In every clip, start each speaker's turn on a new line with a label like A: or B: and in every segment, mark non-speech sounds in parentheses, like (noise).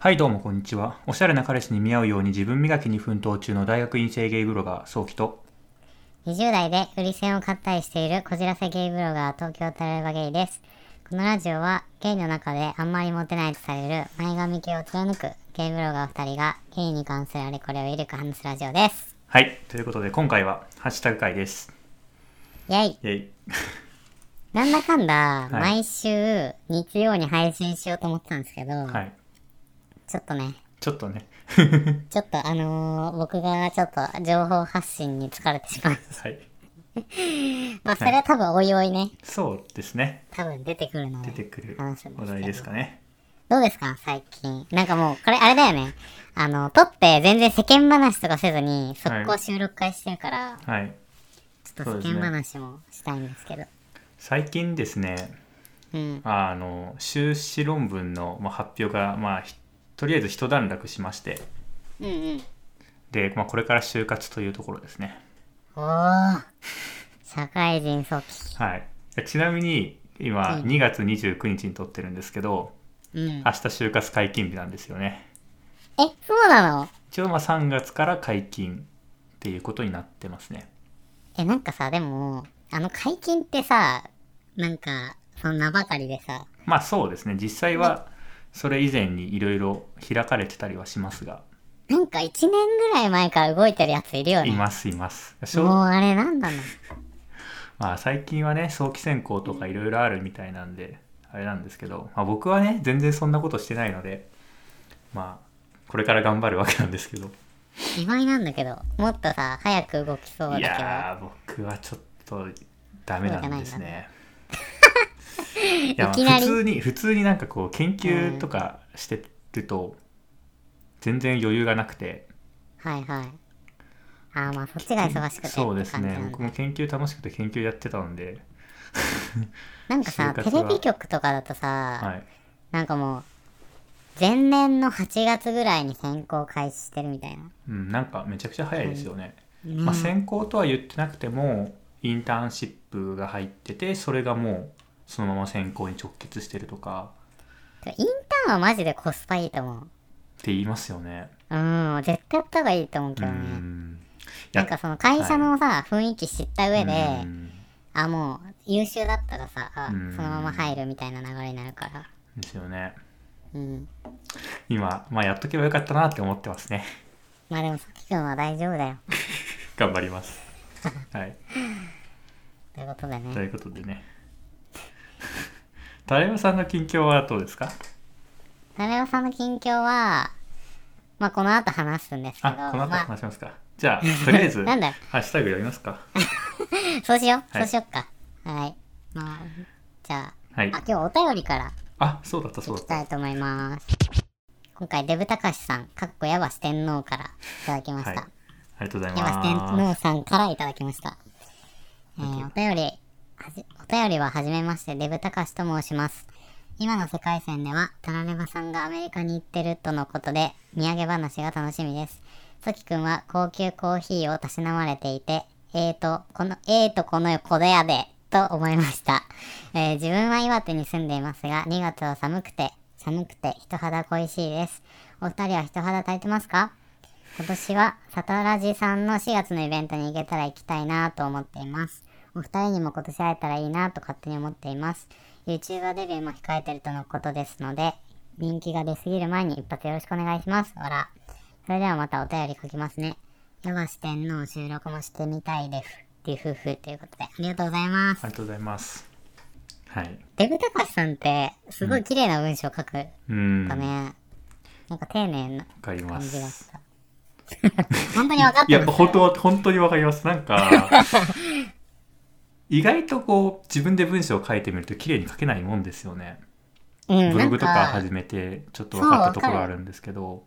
A: はいどうもこんにちはおしゃれな彼氏に見合うように自分磨きに奮闘中の大学院生ゲイブロガー早期と
B: 20代で売り線を買ったりしているこじらせゲイブロガー東京タラレバゲイですこのラジオはゲイの中であんまりモテないとされる前髪系を貫くゲイブロガー2人がゲイに関するあれこれをゆるく話すラジオです
A: はいということで今回はハッシュタグ会です
B: イェイ
A: イェイ
B: なんだかんだ
A: い
B: 毎週日曜に配信しようと思ってたんですけど、
A: はい
B: ちょっとね
A: ちょっとね
B: ちょっとあのー僕がちょっと情報発信に疲れてしまい
A: はい
B: まあそれは多分おいおいね
A: そうですね
B: 多分出てくるので
A: 出てくる
B: 話すんですけ
A: お
B: ど
A: 題ですかね
B: どうですか最近。なんかもう、これあれだよね。あの、撮って全然世間話とかせずに、速
A: は
B: 攻
A: い
B: 収録会してるから、
A: はい
B: ちょっと世間話もしたいんですけど。
A: 最近ですね
B: うん。
A: あの修士論文のまあ発表がまあひとりあえず一段落しまして
B: うんうん。
A: で、まあ、これから就活というところですね
B: おー。社会人早期。
A: はいちなみに今
B: うん
A: 2月29日に撮ってるんですけど、
B: うん。
A: 明日就活解禁日なんですよね
B: え、そうなの
A: 一応まあ3月から解禁っていうことになってますね
B: え、なんかさ、でも、あの解禁ってさ、なんか、そんなばかりでさ、
A: まあそうですね実際はそれ以前にいろいろ開かれてたりはしますが
B: なんか1年ぐらい前から動いてるやついるよね。
A: いますいますしょう
B: もうあれなんなの
A: まあ最近はね早期選考とかいろいろあるみたいなんであれなんですけど、まあ、僕はね全然そんなことしてないのでまあこれから頑張るわけなんですけど
B: 意外なんだけど、もっとさ、早く動きそうだ
A: い
B: けど。
A: やー僕はちょっとダメなんですね。いやまあ
B: いきなり
A: 普通に普通になんかこう研究とかしてると全然余裕がなくて、
B: はいはい。ああ、まあそっちが忙しくてって
A: そうです
B: 感じ
A: ね
B: なんだ
A: 僕も研究楽しくて研究やってたので、
B: なんかさ、
A: 就
B: テ
A: 活は
B: レビ局とかだとさ、
A: はい、
B: なんかもう、前年の8月ぐらいに選考開始してるみたいな。
A: うん、なんかめちゃくちゃ早いですよね。
B: ね
A: まあ、専攻とは言ってなくてもインターンシップが入っててそれがもうそのまま専攻に直結してるとか
B: インターンはマジでコスパいいと思う。
A: って言いますよね。
B: うん、絶対やった方がいいと思うけ
A: う
B: どね。
A: ん
B: なんかその会社のさ、雰囲気知った上で、
A: うん
B: あ、もう優秀だったらさ、あ
A: うん
B: そのまま入るみたいな流れになるから。
A: ですよね
B: うん。
A: 今、まあ、やっとけばよかったなって思ってますね
B: まあでもさきくんは大丈夫だよ。
A: (laughs) 頑張りますはい
B: ということで
A: と
B: ね。
A: いうことでね (laughs) タレムさんの近況はどうですか
B: なめろさんの近況は、まあこの後話すんですけど、
A: あこの後
B: まあ
A: 話しますか、じゃあとりあえず
B: (laughs) なんだよ
A: ハッシュタグやりますか
B: そうしよう、
A: はい
B: そうしよっか。はい。まあ、じゃ
A: はい
B: あ、あ、今日お便りから
A: あそうだったそう
B: い
A: だ
B: き
A: った
B: たいと思います。今回、デブたかしさん、かっこやばし天皇からいただきまし
A: はい
B: た。
A: ありがとうござい
B: やばし天
A: ま
B: 皇さんからいただきました。えーお便り、はじお便りははじめまして、デブたかしと申します。今の世界線では、タラレバさんがアメリカに行ってるとのことで、土産話が楽しみです。さきくんは高級コーヒーをたしなまれていて、えーと、この、えーとこのこれやで、と思いました。えー自分は岩手に住んでいますが、2月は寒くて、寒くて人肌恋しいです。お二人は人肌炊いてますか今年はサタラジさんの4月のイベントに行けたら行きたいなと思っています。お二人にも今年会えたらいいなと勝手に思っています。YouTuber デビューも控えてるとのことですので、人気が出すぎる前に一発よろしくお願いします。ほら。それではまたお便り書きますね。山四天の収録もしてみたいです。っていう夫婦ということで、ありがとうございます
A: あ。りがとうございますはい
B: デブたかしさんって、すごい綺麗な文章書くん
A: うん
B: だ
A: わ
B: ね。なんか丁寧な
A: かりま
B: 感じが
A: す
B: した。 (laughs) 本当に分かっ
A: い
B: て
A: や、
B: ます
A: 本当は、本当にわかります。なん
B: (laughs)
A: か、意外とこう、自分で文章を書いてみると綺麗に書けないもんですよね。
B: うん
A: ブログと
B: な
A: か
B: ん
A: 始めて、ちょっと分かったところあるんですけど、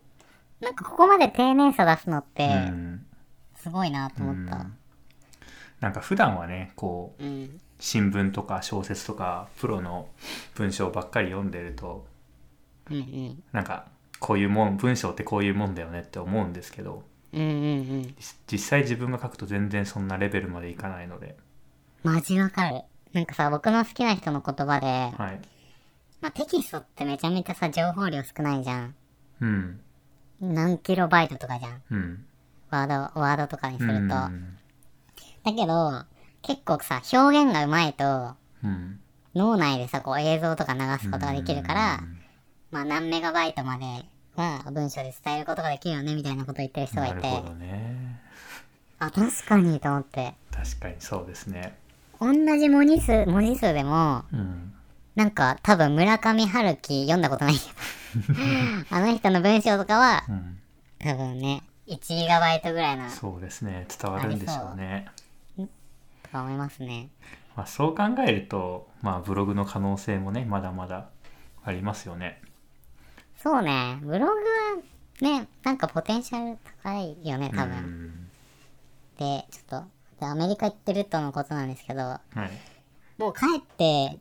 B: なんかここまで丁寧さ出すのっ
A: う
B: て、
A: ん。
B: すごいなと
A: う
B: 思った。
A: んなんか普段はね、こう、
B: うん。
A: 新聞とか小説とか、プロの文章ばっかり読んでると、
B: うんうん。
A: なんか、こういうもん、文章ってこういうもんだよねって思うんですけど、
B: うんうんうん。
A: 実実際自分が書くと全然そんなレベルまでいかないので、
B: マジわかる。なんかさ、僕の好きな人の言葉で、
A: はい。
B: まあ、テキストってめちゃめちゃさ、情報量少ないじゃん。
A: うん
B: 何キロバイトとかじゃん。
A: うん
B: ワード、ワードとかにす
A: う
B: ると。
A: ん
B: だけど、結構さ、表現がうまいと、
A: うん
B: 脳内でさ、こう映像とか流すことができるから、まあ何メガバイトまでは文章で伝えることができるよね、みたいなこと言ってる人が
A: ないる
B: て、
A: ほどね
B: あ、確かにと思って。
A: 確かにそうですね
B: 同じ文字数、文字数でも、
A: うん
B: なんか多分村上春樹読んだこと (laughs) ないけど、あの人の文章とかは、
A: うん
B: 多分ね、1ギガバイトぐらいな、
A: そうですね伝わるんでしょうね
B: とか思いますね。
A: まあ、そう考えると、まあ、ブログの可能性もねまだまだありますよね
B: そうね、ブログはね、なんかポテンシャル高いよね、多分。
A: うん
B: で、ちょっと、アメリカ行ってるとのことなんですけど、
A: はい
B: もう帰って、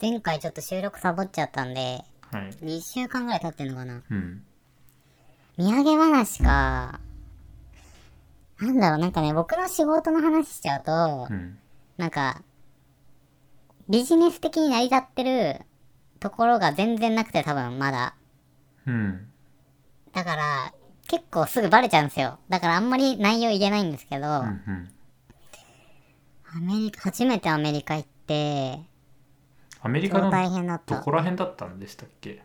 B: 前回ちょっと収録サボっちゃったんで、
A: はい
B: 2週間ぐらい経ってんのかな。
A: うん
B: 土産話か。なんだろう、なんかね、僕の仕事の話しちゃうと
A: う、ん
B: なんか、ビジネス的に成り立ってるところが全然なくて多分まだ。
A: うん
B: だから、結構すぐバレちゃうんですよ。だからあんまり内容言えないんですけど、
A: うんう
B: ア
A: ん
B: メリカ、初めてアメリカ行って、
A: アメリカ
B: 超大
A: の
B: 変だっ
A: ど
B: た
A: こ。ら辺だったんでしたっけ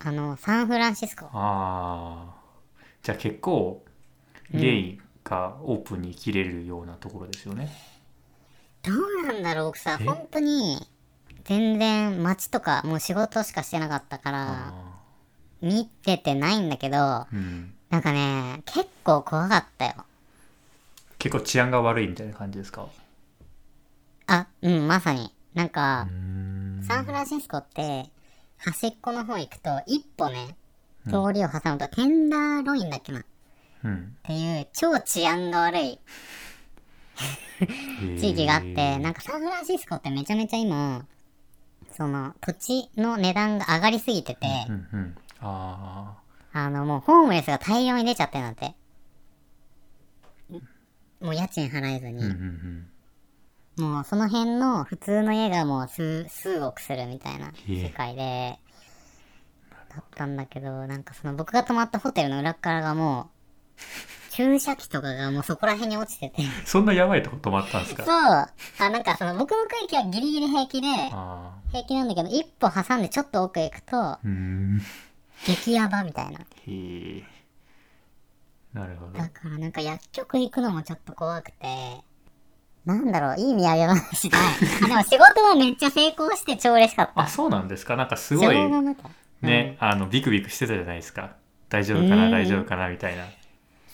B: あの、サンフランシスコ。
A: ああじゃあ結構ゲイがオープンに生きれるようなところですよね、
B: どうなんだろう、僕さ、
A: え
B: 本当に、全然街とか、もう仕事しかしてなかったから、
A: あ
B: 見ててないんだけど、な
A: ーうん、
B: んかね、結構怖かったよ。
A: 結構治安が悪いみたいな感じですか
B: あ、うん、まさに。なんか
A: う、ん
B: サンフランシスコって、端っこの方行くと、一歩ね、通りを挟むと、テンダーロインだっけなっ
A: うん
B: ていう、超治安が悪い地域があって、なんかサンフランシスコってめちゃめちゃ今、その、土地の値段が上がりすぎてて、
A: うんうんあ
B: あの、もうホームレスが大量に出ちゃってるんだって。もう家賃払えず
A: あうんう
B: に、
A: ん
B: もうその辺の普通の家がもう数、数億するみたいな
A: ええ
B: 世界で、だったんだけど、なんかその僕が泊まったホテルの裏っ側がもう、注射器とかがもうそこら辺に落ちてて。
A: うんそんなやばいとこ泊まったんです
B: そう
A: か
B: あ、なんかその僕の区域はギリギリ平気で、
A: あ
B: 平気なんだけど、一歩挟んでちょっと奥へ行くと、
A: ーうん
B: 激ヤバみたいな。
A: へえ。なるほど。
B: だからなんか薬局行くのもちょっと怖くて、なんだろう、いい土産話だ。あ、でも仕事はめっちゃ成功して超嬉しかった。
A: あ、そうなんですか。なんかす
B: す
A: ごい
B: うん
A: ね、あのビクビクしてたじゃないですか。大丈夫か
B: う
A: なん大丈夫かなみたいな。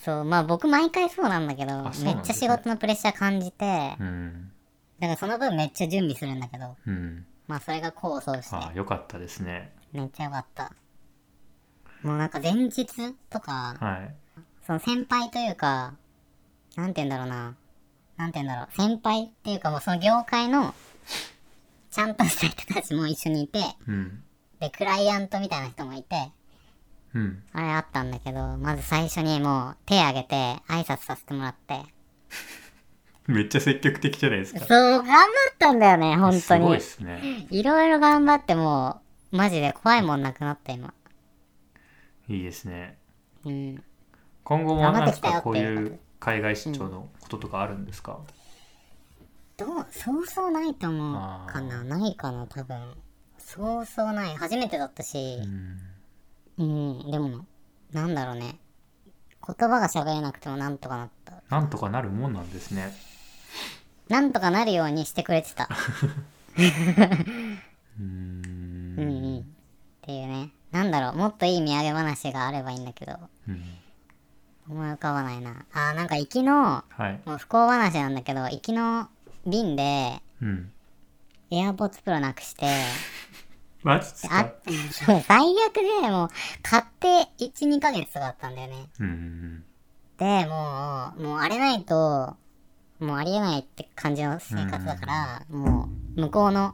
B: そう、まあ僕毎回そうなんだけど、
A: そう
B: め
A: なんですね
B: っちゃ仕事のプレッシャー感じて、
A: うん。
B: だからその分めっちゃ準備するんだけど、
A: うん。
B: まあそれが功を奏して、
A: あ、よかったですね。
B: めっちゃよかった。もうなんか前日とか、
A: はい。
B: その先輩というか、なんて言うんだろうな。なんて言うんだろう。先輩っていうかもうその業界の、ちゃんとした人たちも一緒にいて、
A: うん。
B: で、クライアントみたいな人もいて、
A: うん。
B: あれあったんだけど、まず最初にもう手挙げて挨拶させてもらって。
A: めっちゃ積極的じゃないです
B: そう
A: か。、
B: 頑張ったんだよね、本当
A: すごい
B: に
A: で。すね。
B: いろいろ頑張ってもう、マジで怖いもんなくなった今。
A: いいですね。
B: うん。
A: 今後も
B: 頑張
A: な
B: って
A: ん
B: きたよ
A: かこう
B: って
A: い
B: いうこ
A: う海外出張のこととかあるんですか。
B: どう、そうそうないと思
A: あ
B: う
A: ー
B: かな。ないかな、多分。そうそうない。初めてだったし。
A: うん。
B: うん、でも、なんだろうね。言葉が喋れなくてもなんとかなった。
A: なんとかなるもんなんですね。
B: なんとかなるようにしてくれてた。
A: (laughs) うーん
B: うんうん。っていうね。なんだろう、もっといい土産話があればいいんだけど、
A: うん。
B: 思い浮かばないな。あー、なんか行きの、
A: はい。
B: もう不幸話なんだけど、行きの便で、
A: うん。
B: AirPods Pro なくして、
A: マジです
B: あ
A: か。、
B: そう、最悪で、もう、買って1、2ヶ月とかだったんだよね。
A: うん。
B: で、もう、もうあれないと、もうありえないって感じの生活だから、もう、向こうの、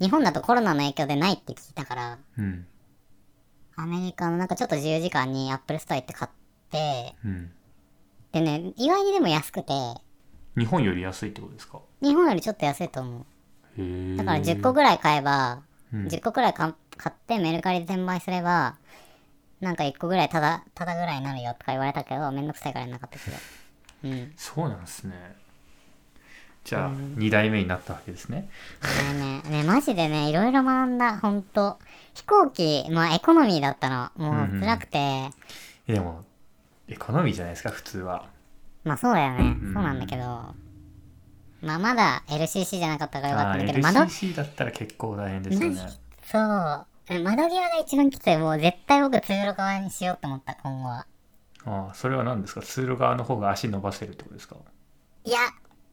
B: 日本だとコロナの影響でないって聞いたから、
A: うん。
B: アメリカのなんかちょっと自由時間にアップルストア行って買って、
A: うん。
B: でね、意外にでも安くて、
A: 日本より安いってことですか
B: 日本よりちょっと安いと思
A: へえ
B: う。だから10個ぐらい買えば、
A: うん
B: 10個くらいか買ってメルカリで転売すれば、なんか1個ぐらいただ、ただぐらいになるよとか言われたけど、めんどくさいからやんなかったけど。うん。
A: そうなんですねじゃあ2代目になったわけですね
B: ねね、ねマジでね、いろいろ学んだ、ほんと。飛行機、まあエコノミーだったの。も
A: うんう
B: うん辛くて、
A: えでもエコノミーじゃないですか普通は
B: まあそうだよね。
A: う
B: そ
A: ん
B: うなんだけど。まあまだ LCC じゃなかったからよか
A: あ
B: ったんだ
A: ー
B: けど、窓、
A: LCC だったら結構大変ですよね
B: そう。え窓際が一番きつい。もう絶対僕通路側にしようと思った、今後は。
A: ああそれは何ですか通路側の方が足伸ばせるってことですか
B: いや、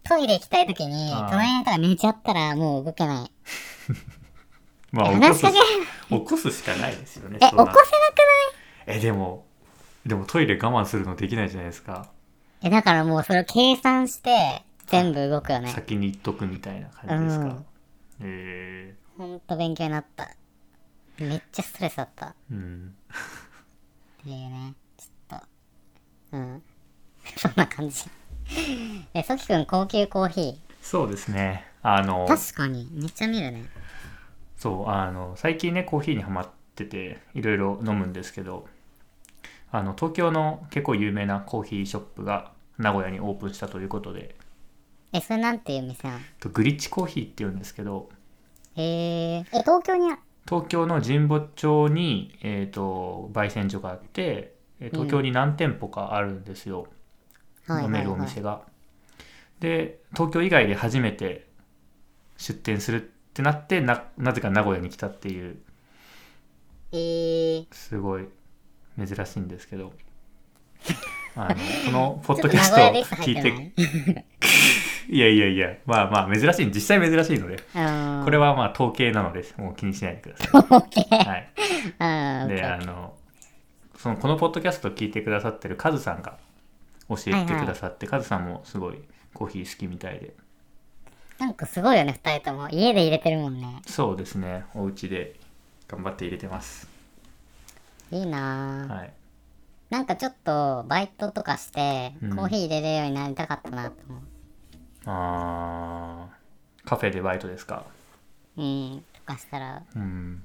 B: トイレ行きたい時に、
A: あー
B: 隣の人が寝ちゃったらもう動けない。
A: まあ起こ
B: 話
A: す
B: しかけ、
A: 起こすしかないですよね
B: え、起
A: そん
B: こせ
A: な
B: なくない
A: えでもでもトイレ我慢するのできないじゃないですか
B: え、だからもうそれを計算して、全部動くよね。
A: 先に言っとくみたいな感じですか、え
B: ほんと勉強になった。めっちゃストレスだった。っ
A: ーうん
B: ていうね。ちょっと。うん。 (laughs) そんな感じ。え、ソキくん高級コーヒ
A: そうですねあの
B: ー。確かに。めっちゃ見るね。
A: そうあの最近ねコーヒーにハマってていろいろ飲むんですけどあの東京の結構有名なコーヒーショップが名古屋にオープンしたということで
B: え、それなんていう店なの
A: とグリッチコーヒーっていうんですけど
B: へえ。え、東京にあ
A: 東京の神保町に、えー、と焙煎所があってえー東京に何店舗かあるんですよ、飲めるお店が、で東京以外で初めて出店するってなってななぜか名古屋に来たっていう
B: えー、
A: すごい珍しいんですけ
B: (laughs)
A: どあのこのポッ
B: ちょ
A: ド
B: っ
A: キ
B: と
A: ャ
B: 名
A: ス
B: 古
A: ト
B: 屋
A: を聞い
B: でしか入って
A: て
B: ない。
A: いやいやいやまあまあ珍しい実際珍しいので
B: うん
A: これはまあ統計なのでもう気にしないでく
B: (laughs)
A: ださい。はい
B: うん。
A: であのそのこのポッドキャストを聞いてくださってるカズさんが教えてくださって、カズさんもすごいコーヒー好きみたいで
B: なんかすごいよね、二人とも。家で入れてるもんね。
A: そうですねお家で頑張って入れてます
B: いいなぁ、
A: はい
B: なんかちょっと、バイトとかして、
A: うん
B: コーヒー入れるようになりたかったなと思う。
A: あーカフェでバイトですか
B: うん。とかしたら、
A: うん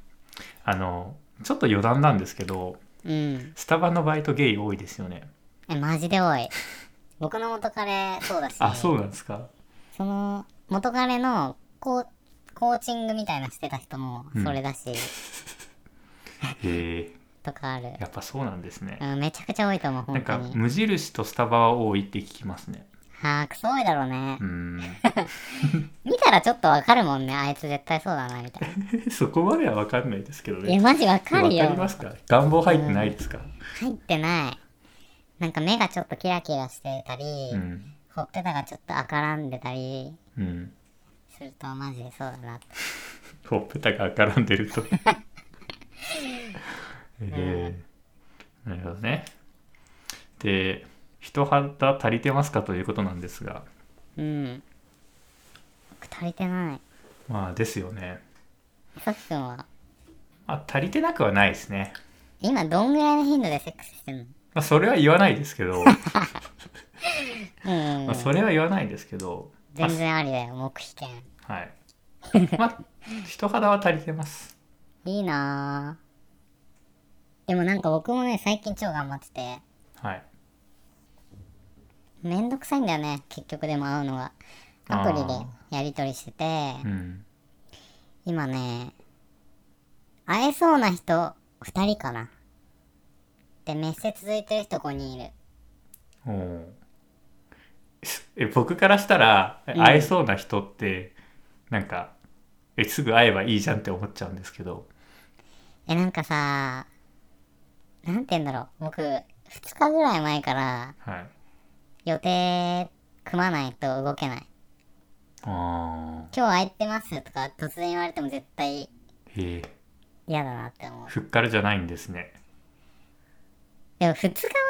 A: あのちょっと余談なんですけど
B: うん。
A: スタバのバイトゲイ多いですよね
B: え、マジで
A: (laughs)
B: 多い。僕の元彼、そうだし。
A: あそうなんですか
B: その、元彼の、こう、コーチングみたいなしてた人も、それだし、
A: へえ
B: とかある。
A: やっぱそうなんですね
B: うん、めちゃくちゃ多いと思う、
A: な
B: 本
A: ん
B: 当
A: か
B: に。
A: 無印とスタバは多いって聞きますね
B: はあ、クソ多いだろうね
A: う。ん
B: 見たらちょっとわかるもんね、あいつ絶対そうだな、みた
A: (laughs)
B: い
A: そこまでは分かんないですけど
B: な。い
A: ね
B: や、マジわかるよ。
A: わかりますか願望入ってないですか、
B: 入ってない。なんか目がちょっとキラキラしてたり、
A: うん
B: ほっぺたがちょっと赤らんでたり
A: うん、
B: するとマジでそうだなって。
A: ほっぺたが絡んで (laughs) るとえーなるほどねで人肌足りてますかということなんですが
B: うん。僕足りてない。
A: まあですよね
B: さきくんは、
A: あ足りてなくはないですね、
B: 今どんぐらいの頻度でセックスしてんの
A: まあ、それは言わないですけ
B: (laughs)
A: ど、
B: うん、
A: まあ、それは言わないですけど
B: 全然ありだよ、目視券。
A: はいまあ人肌は足りてます
B: いいなぁ。でもなんか僕もね、最近超頑張ってて、
A: はい
B: めんどくさいんだよね、結局でも会うのが。アプリで
A: あ
B: やりとりしてて、
A: うん
B: 今ね、会えそうな人2人かな。で、メッセ続いてる人5人いる。
A: おーえ僕からしたらえ
B: うん
A: 会えそうな人って、なんかえすぐ会えばいいじゃんって思っちゃうんですけど
B: え、なんかさ、なんて言うんだろう。僕、2日ぐらい前から
A: はい
B: 予定組まないと動けない。
A: あ
B: 今日空いてますとか突然言われても絶対
A: ーへえ
B: 嫌だなって思う。
A: ふっからじゃないんですね
B: でも2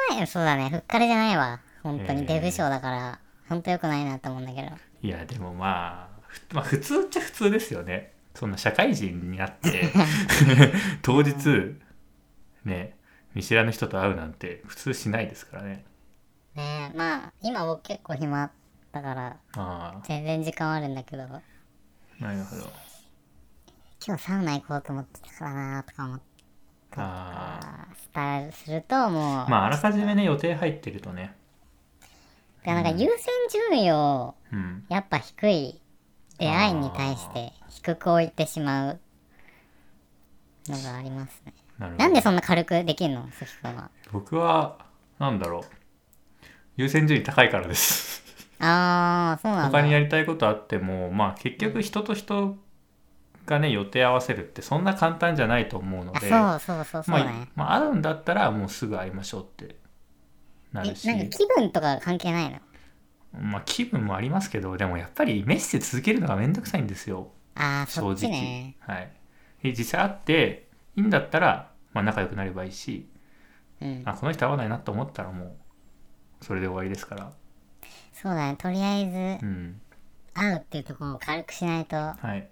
B: 日前、そうだね、ふっかれじゃないわ。本当
A: え
B: に
A: ー
B: デブ症だから、ほんと良くないなと思うんだけど。
A: いやでもまあふまあ普通っちゃ普通ですよねそんな社会人になって
B: (laughs)
A: 当日ね見知らぬ人と会うなんて普通しないですからね
B: ねえ、まあ、今僕結構暇だから、
A: あ
B: 全然時間はあるんだけど。
A: あなるほど
B: 今日サウナ行こうと思ってたからなとか思っ
A: あ
B: スタするともう、
A: まああらかじめね予定入ってるとね
B: だからなんか優先順位を
A: うん
B: やっぱ低い出会いに対して低く置いてしまうのがありますね。
A: なるほど
B: なんでそんな軽くできるの、鈴木君は。
A: 僕はなんだろう優先順位高いからです
B: ああ、そうなんだ。
A: 他にやりたいことあってもまあ結局人と人がね予定合わせるってそんな簡単じゃないと思うの
B: あ、
A: で
B: そうそうそうそう
A: ま
B: ね。
A: あ、まあ、あるんだったらもうすぐ会いましょうってなるし
B: え、なんか気分とか関係ないの。
A: まあ気分もありますけどでもやっぱりメッセ続けるのがめんどくさいんですよ
B: ああ、そ
A: 正
B: っち
A: 直、
B: ね。
A: はいで実際会っていいんだったら、まあ、仲良くなればいいし
B: うん。
A: あこの人合わないなと思ったらもうそれで終わりですから
B: そうだね。とりあえず
A: うん
B: 会うっていうところを軽くしないと
A: はい、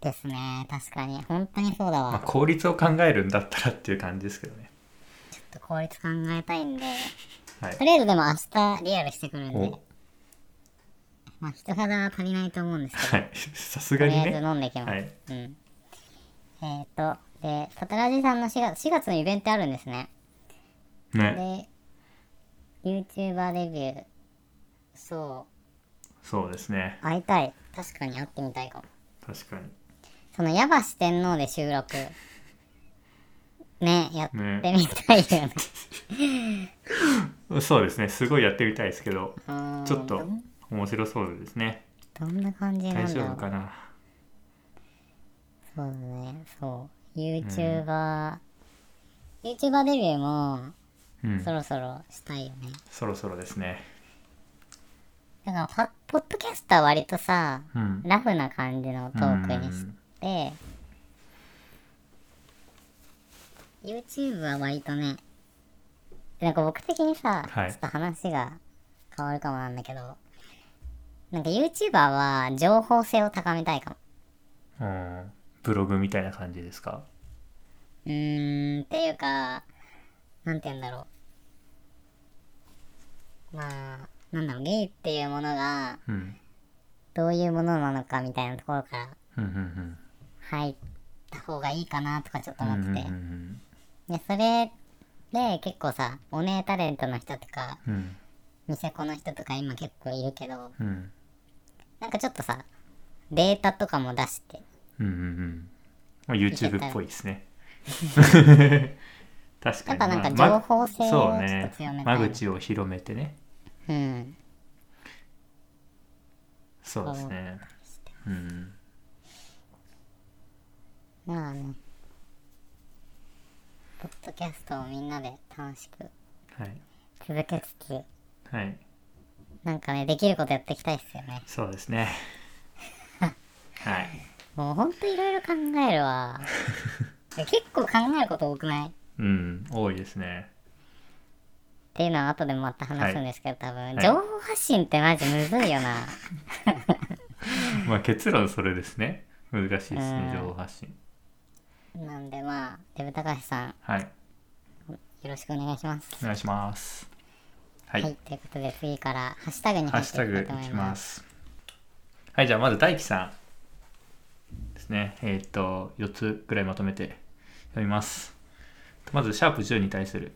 B: ですね。確かに。本当にそうだ
A: まあ、
B: わ。
A: 効率を考えるんだったらっていう感じですけどね
B: ちょっと効率考えたいんで。
A: はい
B: とりあえずでも明日リアルしてくるんで
A: お。
B: まあ人肌は足りないと思うんですけど。
A: はい (laughs) さす
B: と
A: が
B: り
A: に
B: あえず
A: ね
B: 飲んできます。
A: はい
B: うん。えっ、と、で、サタラジさんの4月、4月のイベントあるんですね。
A: ね
B: で、YouTuber デビュー。そ
A: そうですね
B: う、会いたい。確かに会ってみたいかも。
A: 確かに
B: その、矢橋天皇で収録。 (laughs) ね、やって
A: ね
B: みたいよ (laughs) ね。
A: そうですねすごいやってみたいですけど
B: うん
A: ちょっと
B: どん
A: 面白そうですね
B: どんな感じな
A: 大
B: んだ
A: 丈
B: ろ
A: 夫
B: う。
A: かな
B: そうだね、そう。YouTuber、YouTuber デビューも、
A: うん
B: そろそろしたいよね。
A: そろそろですね
B: だからパ、ポッドキャスターは割とさ、
A: うん
B: ラフな感じのトークにして、YouTube は割とね、なんか僕的にさ、
A: はい
B: ちょっと話が変わるかもなんだけど、なんか YouTuber は情報性を高めたいかも。
A: うんブログみたいな感じですか
B: うーん、っていうか、なんて言うんだろう。まあ、なんだろう、ゲイっていうものが、
A: うん
B: どういうものなのかみたいなところから
A: うんうん
B: 入った方がいいかなとかちょっと
A: うんうん
B: 思ってて。
A: うん
B: で、それで結構さ、お姉タレントの人とか、
A: うんうん
B: ニセコの人とか今結構いるけど、
A: うん
B: なんかちょっとさ、データとかも出して、
A: うんうんうんまあ YouTube っぽいですね確かに
B: やっぱなんか
A: まあ
B: 情報性を
A: そう
B: ちょっ
A: ね
B: と強めたい
A: 間口を広めてね
B: うん、
A: そうですねうん
B: まあね、ポッドキャストをみんなで楽しく
A: はい
B: 続けつつ、
A: はい
B: なんかね、できることやっていきたいっすよね。
A: そうですねはい
B: もうほんといろいろ考え
A: (laughs)
B: るわ。で結構考えること多くないっ
A: うん多いですね
B: ていうのは後でまた話すんですけど、多
A: い
B: 分、情報発信ってマジむずいよな。
A: まあ結論それですね難しいですね
B: うん
A: 情報発信
B: なんでまあ、デブ高橋さん、
A: はい
B: よろしくお願いします。
A: お願いしますは、
B: はいい、ということで次からハッシュタグに
A: ハ
B: 入
A: ッ
B: っ
A: シュ
B: て
A: タ
B: いき
A: グ
B: た
A: い
B: いと思い
A: き
B: ま。
A: ますすはいじゃあまず大輝さんですねえっ、と4つぐらいまとめて読みますまずシャープ10に対する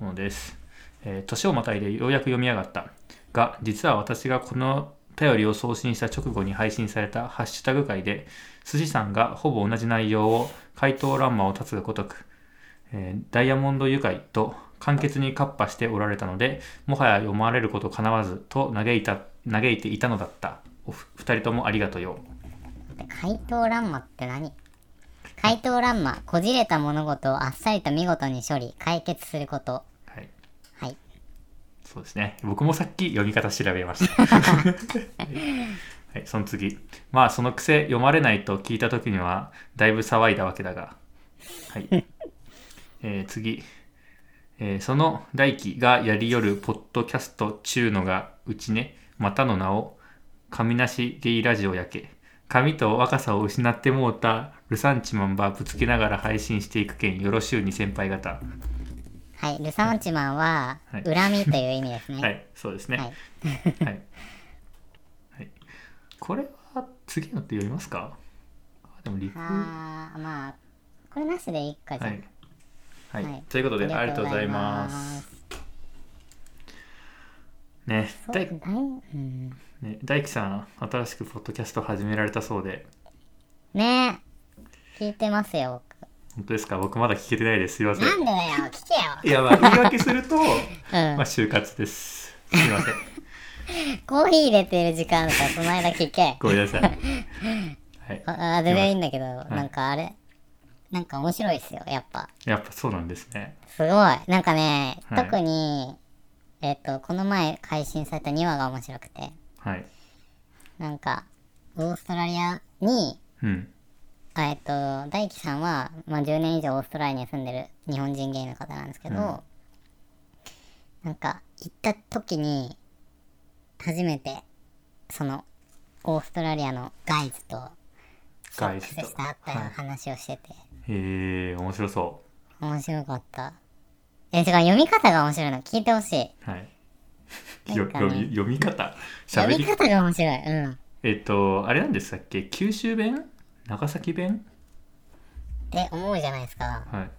A: ものです、えー年をまたいでようやく読み上がったが実は私がこの便りを送信した直後に配信されたハッシュタグ会で辻さんがほぼ同じ内容を回答欄間を立つがごとくえーダイヤモンド愉快と簡潔にカッパしておられたので、もはや読まれることかなわずと嘆いた、嘆いていたのだった。おふ二人ともありがとうよ。
B: 怪盗乱魔って何怪盗乱魔、こじれた物事をあっさりと見事に処理、解決すること。
A: はい。
B: はい。
A: そうですね。僕もさっき読み方調べました。はい、その次。まあ、そのくせ読まれないと聞いた時には、だいぶ騒いだわけだが。はい。えー次。えーその大輝がやりよるポッドキャスト中のがうちね、またの名を、神なしゲイラジオやけ。髪と若さを失ってもうたルサンチマンばぶつけながら配信していくけんよろしゅうに先輩方。
B: はい、ルサンチマンは、
A: はい
B: 恨みという意味ですね。
A: はい、そうですね。
B: は
A: はいい。はい。これは次のって読みますかあでもリプ。は
B: あー、まあ、これなしでいいかじゃん。
A: い。はい、
B: はい
A: ということであ
B: あ
A: り
B: り
A: がと
B: がと
A: うご
B: うご
A: ざ
B: ざ
A: い
B: い
A: ま
B: ますす
A: ね
B: そう
A: だ
B: ないいうん
A: ね大樹さん新しくポッドキャスト始められたそうで
B: ねえ聞いてますよ
A: 本当ですか僕まだ聞けてないですすいませ
B: 僕
A: ん
B: なんでだよ聞け
A: いやまあ言い訳する
B: (laughs)
A: と
B: よ、うん
A: まあ就活ですすいません
B: コーヒー入れてる時間だからこの間聞け
A: ごめんなさいはい
B: (laughs) ああ全然いいんだけど、
A: い
B: なんかあれなんか面白いっすよやっぱ
A: やっぱそうなんですね
B: すごいなんかね、
A: はい
B: 特にえっ、とこの前配信された2話が面白くて
A: はい
B: なんかオーストラリアに
A: うん
B: あえっと大樹さんは、まあ、10年以上オーストラリアに住んでる日本人ゲイの方なんですけど、
A: うん
B: なんか行った時に初めてそのオーストラリアのガイズと
A: ガイズ
B: セ
A: と
B: スターっていう話をしてて、
A: へえ面白そ
B: 面白かったえ違う読み方が面白いの聞いてほしいう
A: はい
B: なん
A: よ
B: か
A: 読
B: ね
A: み読み方喋
B: 読み
A: り
B: 方が面白いうん
A: えっとあれなんでしたっけ九州弁長崎弁
B: って思うじゃないですか
A: はい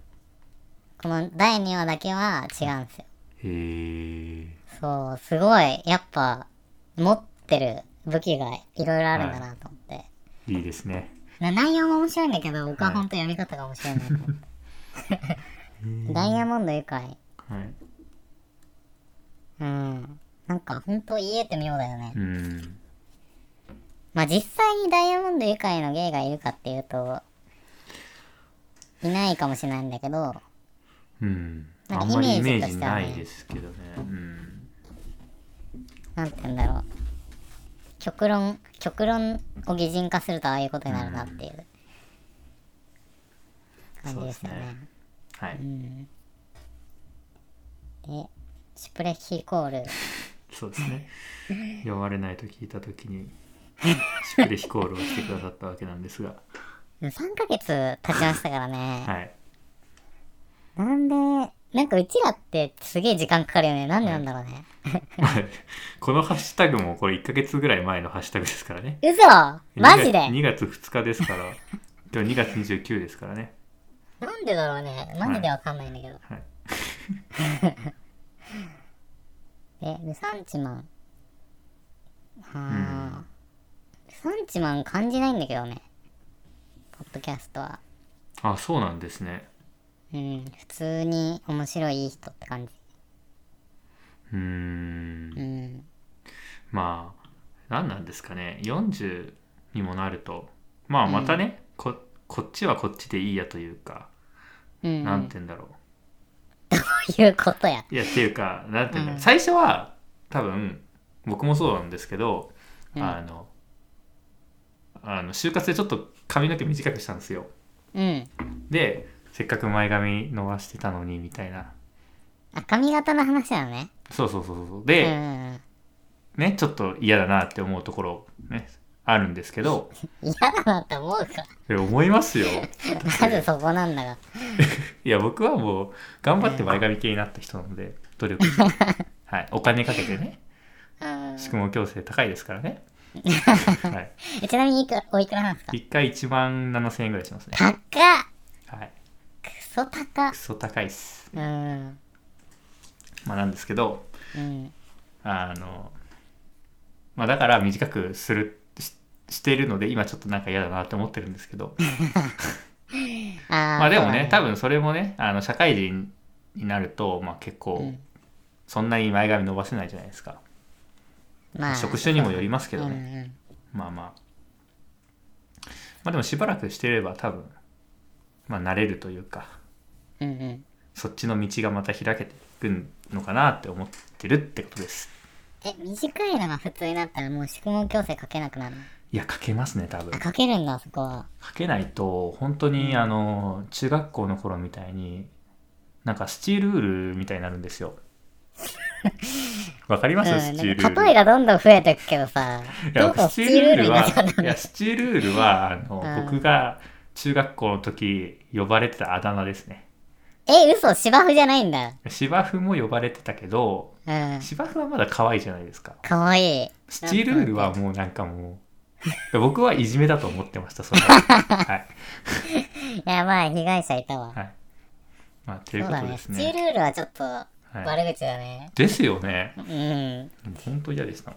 B: この第2話だけは違うんですよ
A: へえ
B: そう、すごい、やっぱ、持ってる武器がいろいろあるんだなと思って。
A: いいですね
B: な内容も面白いんだけど、僕は
A: はい
B: 本当読み方が面白いなと思 (laughs) って。ダイヤモンド愉快。
A: はい
B: うん。なんか本当言えて妙だよね。
A: うん
B: まあ実際にダイヤモンド愉快の芸がいるかっていうと、いないかもしれないんだけど、
A: うん
B: なん
A: あ
B: か
A: んまりイ
B: イ
A: メ
B: メ
A: ー
B: ー
A: ジ
B: ジとしては
A: な
B: ね
A: いですけどねうん
B: なんて言うんだろう。極論、極論を擬人化するとああいうことになるなっていう感じですよ
A: そうです
B: ね
A: ねはい、
B: で、シュプレヒコール。
A: (laughs) そうです
B: (laughs)
A: ね呼ばれないと聞いた時にシュプレヒコールをしてくださったわけなんですが
B: 3ヶ月経ちましたからね。
A: はい
B: なんで、なんかうちらってすげえ時間かかるよね。なんでなんだろうね。
A: このハッシュタグもこれ1ヶ月ぐらい前のハッシュタグですからね
B: 嘘マジで
A: 2月 ,2 月2日ですから今日2月29ですからね
B: なんでだろうね。マジでわかんないんだけど。
A: はい
B: (laughs) え、ルサンチマン。はあ。ルサンチマン感じないんだけどね。ポッドキャストは。
A: あそうなんですね
B: うん。普通に面白いいい人って感じ。
A: うーん
B: うん。
A: まあ何なんですかね40にもなるとまあまたね、ここっちはこっちでいいやというか、
B: うん。
A: なんて言うんだろう
B: ということや。
A: いやっていう (laughs) かなんていうんだろう、
B: うん
A: 最初は多分僕もそうなんですけど、あのあの就活でちょっと髪の毛短くしたんですよ
B: うん。
A: でせっかく前髪伸ばしてたのにみたいな
B: あ、髪型の話だよね。
A: そうそうそうそう
B: うん
A: で、
B: うんうん。
A: ねちょっと嫌だなって思うところねあるんですけど
B: 嫌だなって思うか。
A: いや思いますよ
B: まずそこなんだが。
A: いや僕はもう頑張って前髪系になった人なので努力して、
B: (laughs)
A: はい、お金かけてね
B: うん
A: 宿毛矯正高いですから
B: (laughs)
A: ね、はい、
B: えちなみにいくらおいくらなんですか
A: 1回1万7000円ぐらいしますね。
B: 高っ
A: はい。
B: クソ高っ
A: クソ高いっす。
B: うん
A: まあなんですけど、
B: うん
A: あの、まあだから短くする、ししてるので、今ちょっとなんか嫌だなって思ってるんですけど、
B: あー
A: まあでも
B: そうだ
A: ね、多分それもね、あの社会人になると、まあ結構、
B: うん
A: そんなに前髪伸ばせないじゃないですか。
B: まあ
A: 職種にもよりますけど
B: う
A: ね。
B: ん
A: まあまあ。まあでもしばらくしてれば多分、まあ慣れるというか、
B: うんうんうん
A: そっちの道がまた開けていくのかなって思ってるってことです。
B: え短いのが普通になったらもう宿毛矯正かけなくなるの
A: いや、書けますね、多分
B: あ。かけるんだそこは
A: 書けないと、本当に、あの、中学校の頃みたいに、なんかスチールールみたいになるんですよ。 (laughs) わかり
B: う
A: ま
B: ん
A: す、
B: な
A: ス
B: ん
A: チール
B: か
A: ール。
B: 例えがどんどん増えてくけどさ
A: い
B: どんど
A: や
B: ん
A: ス
B: ス
A: チ
B: チ
A: ー
B: ー
A: ル
B: ル
A: ウール
B: ールになっちゃう
A: は、いや、スチールウールは、あの、
B: うん
A: 僕が中学校の時、呼ばれてたあだ名ですね。
B: え嘘芝生じゃないんだ
A: 芝生も呼ばれてたけど、
B: うん
A: 芝生はまだ可愛いじゃないですか。
B: かわいい
A: スチールールはもうなんかもう、僕はいじめだと思ってました、それは。はい。
B: やばい被害者いたわ
A: はい。まあ、と
B: そ
A: いう
B: う
A: こ
B: だ
A: と
B: ね。
A: です
B: スチー
A: ね。
B: ルールはちょっと
A: はい、
B: 悪口だね。
A: ですよね。
B: うん。
A: 本当嫌でした。
B: ウ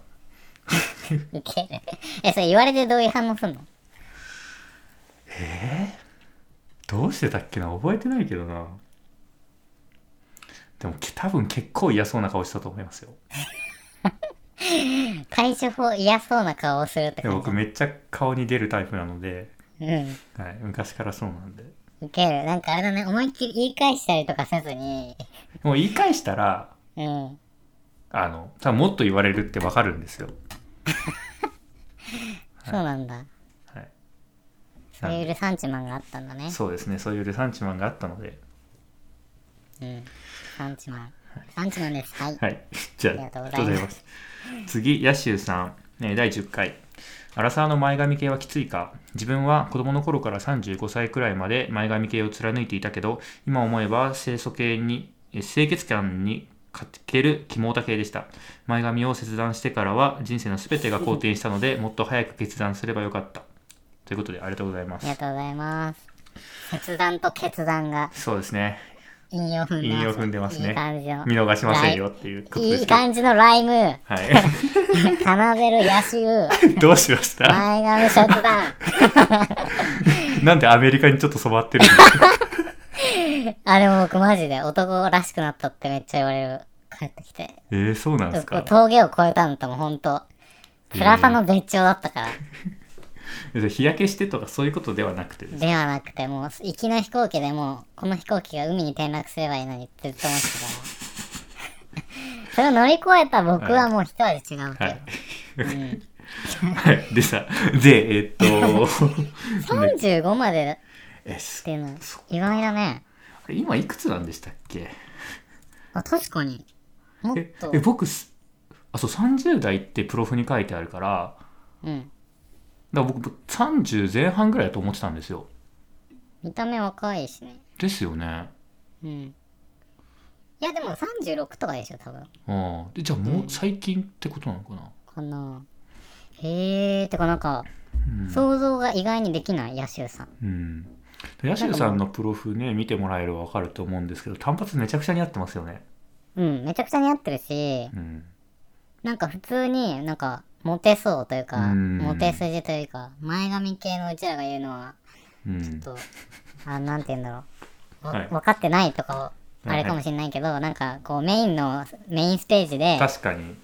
B: ケる。え、それ言われてどういう反応すんの
A: どうしてたっけな覚えてないけどな。でもけ多分結構嫌そうな顔したと思いますよ。
B: 対処法嫌そうな顔をするって
A: で
B: 感じ
A: 僕。めっちゃ顔に出るタイプなので、
B: うん。
A: はい、昔からそうなんで。
B: ウケる。なんかあれだね、思いっきり言い返したりとかせずに、
A: もう言い返したら、
B: うん。
A: あの、多分もっと言われるってわかるんですよ。
B: そうなんだ。
A: はい。
B: そういうルサンチマンがあったんだね。
A: そうですね、そういうルサンチマンがあったので。
B: うん。サンチマン。サンチマンです。はい。
A: はい。 (laughs) じゃあ、
B: ありがとうございます
A: ありがす。次、ヤッシューさん、ね、第10回。アラサーの前髪系はきついか自分は子供の頃から35歳くらいまで前髪系を貫いていたけど、今思えば清楚系に、え清潔感に欠ける肝タ系でした。前髪を切断してからは人生の全てが好転したので、もっと早く決断すればよかった。ということで、ありがとうございま
B: ありが
A: す。
B: とうございます。切断と決断が
A: そうですね。
B: 引用踏んでます。
A: 引用踏んでますね
B: いい感じの。
A: 見逃しませんよっていうことで
B: い
A: す
B: い
A: けど。
B: 感じのライム。
A: は
B: 奏でる野手。
A: い。 (laughs) どうしました
B: 前髪切断。
A: なんでアメリカにちょっと染まってるん
B: あ、でも僕マジで男らしくなったってめっちゃ言われる。帰ってきて。
A: えー、そうなんですか。
B: 峠を越えたのともほんと。暗さの絶頂だったから。
A: 日焼けしてとかそういうことではなくてです。
B: ではなくて、もう、行きの飛行機でもう、この飛行機が海に転落すればいいのにってずっと思ってた (laughs) から。それを乗り越えた僕はもう一味違うわけ
A: は
B: よ。
A: い。
B: うん、
A: (laughs) はいでさ、で、えっと、
B: (laughs) 35まで
A: え
B: っ
A: す
B: ていうのは意外だね。
A: あれ今いくつなんでしたっけ
B: あ、確かに。もっ
A: え
B: と
A: え、。僕す、あ、そう、30代ってプロフに書いてあるから、
B: うん。
A: だから僕、30前半ぐらいだと思ってたんですよ。
B: 見た目若いしね。
A: ですよね。
B: うん。いや、でも36とかでしょ、多分。
A: うん。で、じゃあもう最近ってことなのかな
B: かなへえー、てかなんか、想像が意外にできない、野手さん。
A: うん。でヤシルさんのプロフね、見てもらえればわかると思うんですけど、単発めちゃくちゃに合ってますよね。
B: うん、めちゃくちゃ似合ってるし、
A: うん。
B: なんか普通になんかモテそうというか、
A: うん
B: モテ筋というか、前髪系のうちらが言うのは、
A: うん。
B: と、あ、なんて言うんだろう。わ
A: はい
B: 分かってないとかを、あれかもしれないけど、なんかこうメインの、メインステージでっ
A: 確かに。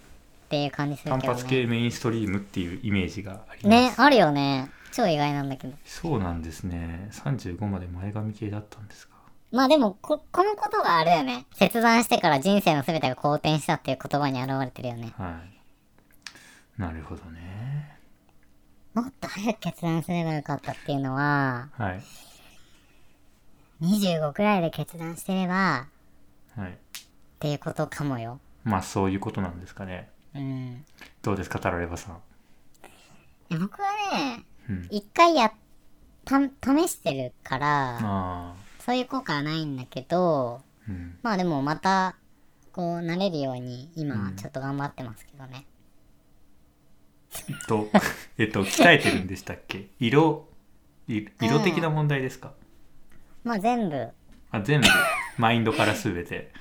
B: ていう感じする
A: 単
B: けど
A: 発
B: ね。
A: 系メインストリームっていうイメージがあります
B: ね、あるよね。超意外なんだけど。
A: そうなんですね35まで前髪系だったんですか
B: まあでもこ、このことがあれだよね。切断してから人生の全てが好転したっていう言葉に表れてるよね。
A: はいなるほどね
B: もっと早く決断すればよかったっていうのは、
A: はい
B: 25くらいで決断してれば、
A: はい
B: っていうことかもよ。
A: まあそういうことなんですかね
B: うん。
A: どうですかタラレバさん
B: 僕はね
A: うん、
B: 一、回や、た、試してるから、
A: ああ
B: そういう効果はないんだけど、
A: うん
B: まあでもまた、こう、慣れるように、
A: う
B: 今
A: ん、
B: ちょっと頑張ってますけどね。
A: えっと (laughs) えっと鍛えてるんでしたっけ色い色的な問題ですか、
B: まあ全部、
A: あ全部マインドから全
B: (laughs)
A: て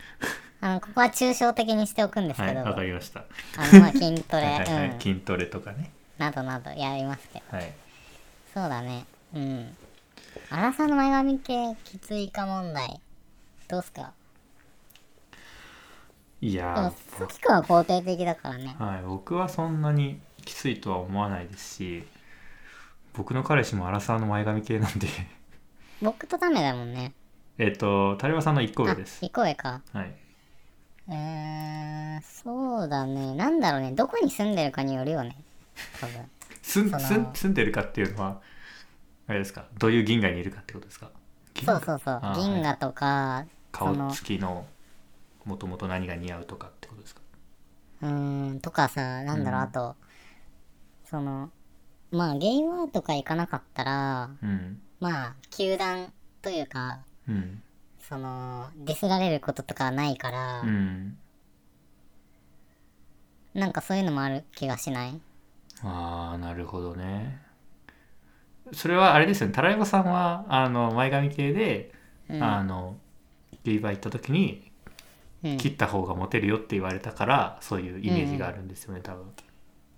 B: あの、ここは抽象的にしておくんです
A: は
B: け
A: い
B: ど、
A: わかりました
B: あの、まあ筋ト
A: は
B: レ、
A: いはいはい、
B: うん、
A: 筋トレとかね
B: などなどやりますけど。
A: はい
B: そうだね。うん。荒さの前髪系きついか問題。どうすか
A: い
B: でも
A: や、ー
B: さきくんは肯定的だからね。
A: はい、僕はそんなにきついとは思わないですし僕の彼氏もアラサーの前髪系なんで (laughs)
B: 僕とダメだもんね。
A: えっとタレバさんの1個
B: あ、
A: 上
B: 行
A: です
B: こうへか。
A: はい、
B: うーん、そうだね。なんだろうね。どこに住んでるかによるよね。多分。
A: すん
B: その
A: すん住んでるかっていうのはあれですかどういう銀河にいるかってことですか (laughs) 銀
B: そう
A: 河
B: そうそう
A: あ。ー
B: 銀河とか、そ
A: 顔
B: の
A: つきのもともと何が似合うとかってことですか
B: うーん、とかさ、なんだろう、
A: うん
B: あと、その、まあ、ゲイバーとか行かなかったら、
A: うん
B: まあ、球団というか、
A: うん
B: その、ディスられることとかはないから、
A: うん
B: なんかそういうのもある気がしない
A: ああなるほどねそれはあれですよねタラヤバさんはあの前髪系で、
B: うん
A: あのリーバー行った時に
B: うん、
A: 切った方がモテるよって言われたからそういうイメージがあるんですよね多分。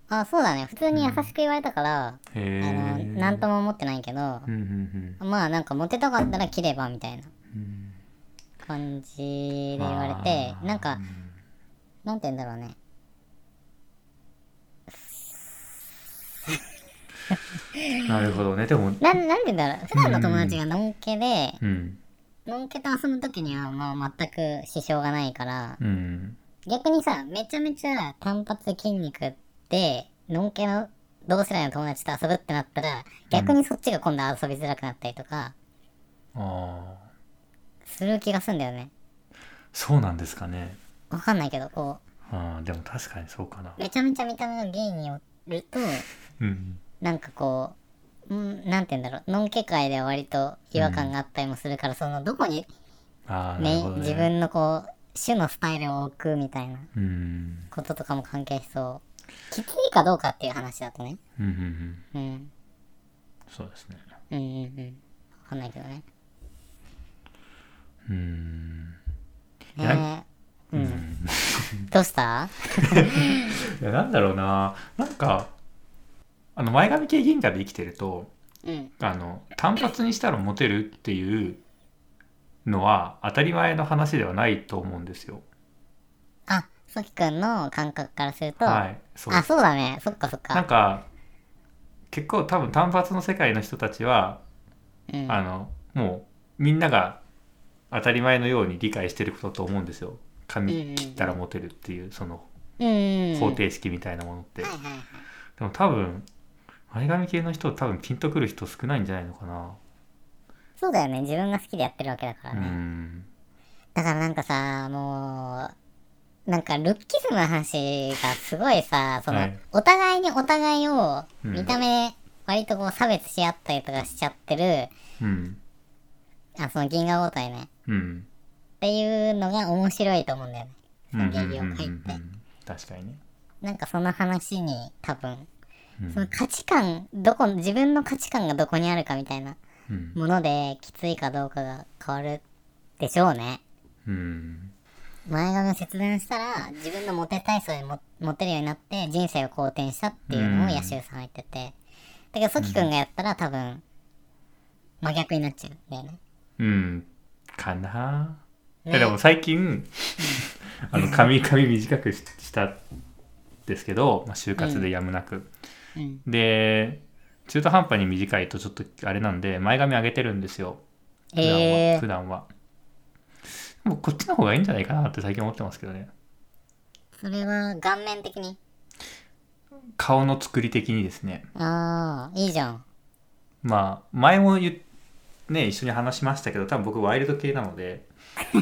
B: あそうだね普通に優しく言われたから、
A: へ
B: あの
A: え。
B: 何とも思ってないけど、
A: うんうんうん
B: まあなんかモテたかったら切ればみたいな
A: うん。
B: 感じで言われて
A: あー
B: なんか
A: う
B: なんて言うんだろうね
A: なるほどねでも
B: なんなんて言うんだろう普段の友達がのんけで、
A: うん
B: のんけと遊ぶ時にはもう全く支障がないから
A: うん
B: 逆にさめちゃめちゃ単発筋肉でのんけの同世代の友達と遊ぶってなったら逆にそっちが今度遊びづらくなったりとか
A: ああ
B: する気がするんだよね
A: そうなんですかね。
B: わかんないけどこ
A: あーでも確かにそうかな
B: う。めちゃめちゃ見た目がゲイによると
A: うん
B: なんかこう、うん、なんて言うんだろう、のんけ界では割と違和感があったりもするから、そのどこに、
A: ああなる
B: ね
A: ほどね。
B: 自分のこう、種のスタイルを置くみたいな
A: うん
B: こととかも関係しそう。きついかどうかっていう話だとね。
A: うんうんうん
B: うん。
A: そうですね。
B: うんうんうん。わかんないけどね。
A: うん。いや
B: ねえうん。どうした
A: いやなんだろうななんかあの前髪系銀河で生きてると
B: うん。
A: あの単発にしたらモテるっていうのは当たり前の話ではないと思うんですよ。
B: あ、ソキくんの感覚からすると、
A: はい、そう
B: あ、そうだね。そっかそっ
A: なん
B: か。
A: か結構多分単発の世界の人たちは、
B: うん。
A: あのもうみんなが当たり前のように理解してることだと思うんですよ。
B: うんうん
A: 髪切ったらモテるっていうその
B: うん。
A: 方程式みたいなものって。
B: はいはいはい。
A: でも多分前髪系の人多分ピンとくる人少ないんじゃないのかな。
B: そうだよね。自分が好きでやってるわけだから
A: う
B: ね。
A: ん
B: だからなんかさ、もう、なんかルッキズムの話がすごいさ、その、
A: はい
B: お互いにお互いを
A: うん
B: 見た目、割とこう差別し合ったりとかしちゃってる、
A: うん
B: あ、その銀河応対ね。
A: うん
B: っていうのが面白いと思うんだよね。
A: うんうんうんう
B: その芸
A: ん
B: を書いて
A: 確かにね。
B: なんかその話に多分、
A: うん
B: その価値観、どこ、自分の価値観がどこにあるかみたいな
A: うん
B: もので、きついかどうかが変わるでしょうね。
A: うん
B: 前髪を切断したら自分のモテ体操にもモテるようになって人生が好転したっていうのを
A: うん
B: 野秀さんは言っててだけどソキ君がやったら多分真逆になっちゃうんだよね
A: うんかな。
B: ね
A: えでも最近あの髪髪短くししたんですけど、まあ、就活でやむなく、
B: うん
A: で中途半端に短いとちょっとあれなんで前髪上げてるんですよ普段は、
B: えー
A: 普、段はもうこっちの方がいいんじゃないかなって最近思ってますけどね
B: それは顔面的に
A: 顔の作り的にですね
B: ああいいじゃん
A: まあ前も言っね一緒に話しましたけど多分僕ワイルド系なので
B: う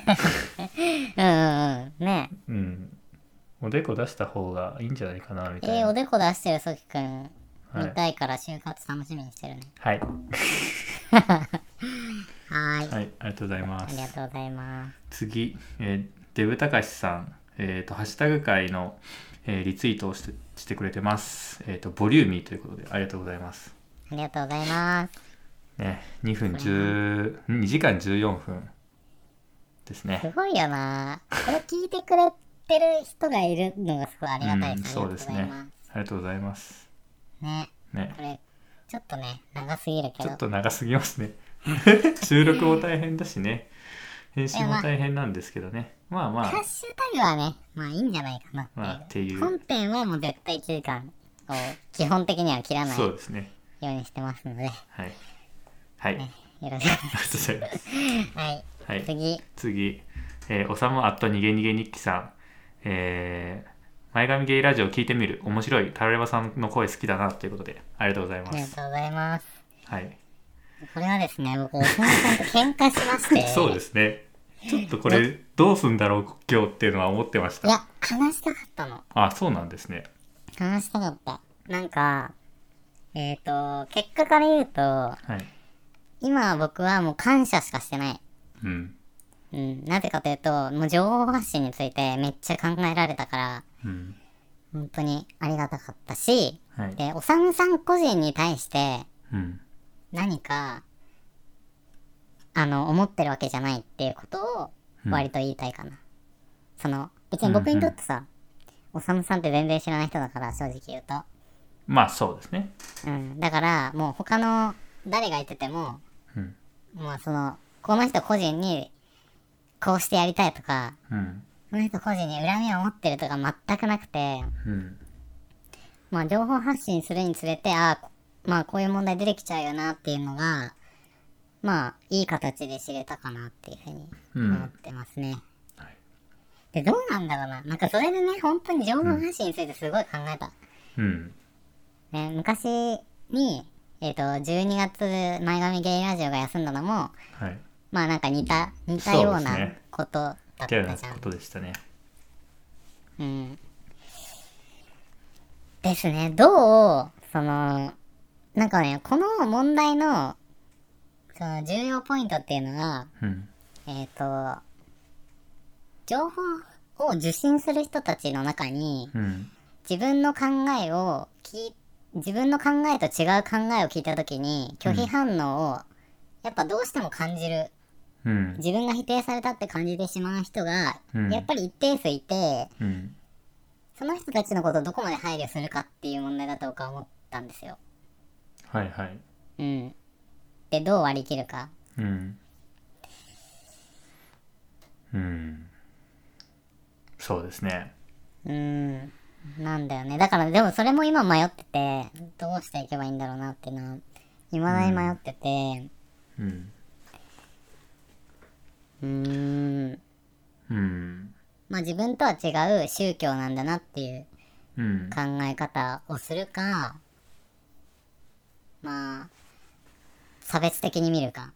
B: んうんうんね
A: うんおでこ出した方がいいんじゃないかなみ
B: え
A: たい
B: えー
A: な、
B: おでこ出してるソキ君
A: は
B: 見
A: い、
B: たいから就活楽しみにしてるね
A: はい、
B: はーい
A: はい、ありがとうございま
B: あ
A: す
B: りがとうございます
A: 次、えーデブたかしさん、えーとハッシュタグ会の、えーリツイートをしてしてくれてます、えーとボリューミーということでありがとうございます、
B: ありがとうございます
A: ね、2分10 2時間14分です
B: す
A: ね
B: ごいよなこれ聞いてくれてる人がいるのがすごいありがたいです、
A: うん
B: ありがとございま
A: ありがとうございます
B: ね
A: ね
B: これちょっとね長すぎるけ
A: ちょ
B: ど
A: っと長すぎますね (laughs) 収録も大変だしね編集も大変なんですけどねまあま
B: ハッ
A: あ
B: シュタグはねまあいいんじゃないかなっていう,、
A: まあっていう
B: 本編はもう絶対1時間を基本的には切らない
A: そう
B: よ
A: ですね
B: うにしてますのでよ
A: はいはい、あり
B: ろしく
A: がとうございます
B: はい
A: はい
B: 次
A: 次、えー、おさむあっと逃げ逃げ日記さん、えー前髪ゲイラジオ聞いてみる面白いタラレバさんの声好きだなということでありがとうございま
B: ありが
A: す、
B: とうございます
A: はい、
B: これはですね僕おさむさんと喧嘩しまして
A: (laughs) そうですねちょっとこれどうすんだろう今日っていうのは思ってまし
B: い
A: た
B: や話したかったの
A: あそうなんですね
B: 話したかったなんかえっ、と結果から言うと
A: はい
B: 今僕はもう感謝しかしてない
A: うん
B: うん、なぜかというと、もう情報発信についてめっちゃ考えられたから、
A: うん
B: 本当にありがたかったし、
A: はい
B: で、おさむさん個人に対して
A: うん
B: 何か、あの、思ってるわけじゃないっていうことを割と言いたいかな、その別に僕にとってさ、おさむさんって全然知らない人だから正直言うと
A: まあそうですね。
B: うん、だからもう他の誰がいてても、
A: うん
B: まあそのこの人個人にこうしてやりたいとか
A: うん。
B: この人個人に恨みを持ってるとか全くなくて、
A: うん。
B: まあ、情報発信するにつれてああこまあこういう問題出てきちゃうよなっていうのがまあいい形で知れたかなっていうふうに
A: うん
B: 思ってますね。でどうなんだろうななんかそれでね本当に情報発信についてすごい考えた。
A: うん。
B: ね、昔に、えっと12月前髪ゲイラジオが休んだのも
A: はい。
B: まあなんか似た似たよ
A: そう
B: う
A: です
B: な
A: ね
B: ことだった
A: み
B: じ
A: た
B: ゃ。
A: いなんことでしたね。
B: うん、ですねどうそのなんかねこの問題のその重要ポイントっていうのが
A: うん。
B: えっ、と情報を受信する人たちの中に
A: うん。
B: 自分の考えを聞い自分の考えと違う考えを聞いた時に拒否反応をやっぱどうしても感じる
A: うん。
B: 自分が否定されたって感じてしまう人が、
A: うん
B: やっぱり一定数いて
A: うん。
B: その人たちのことをどこまで配慮するかっていう問題だと僕は思ったんですよ。
A: はいはい。
B: うん、でどう割り切るか。
A: うん。うん。そうですね。
B: うんなんだよねだからでもそれも今迷っててどうしていけばいいんだろうなっていうのは未だに迷ってて
A: うん。
B: うーん
A: うん。
B: まあ、自分とは違う宗教なんだなっていう
A: うん。
B: 考え方をするかまあ差別的に見る (laughs) か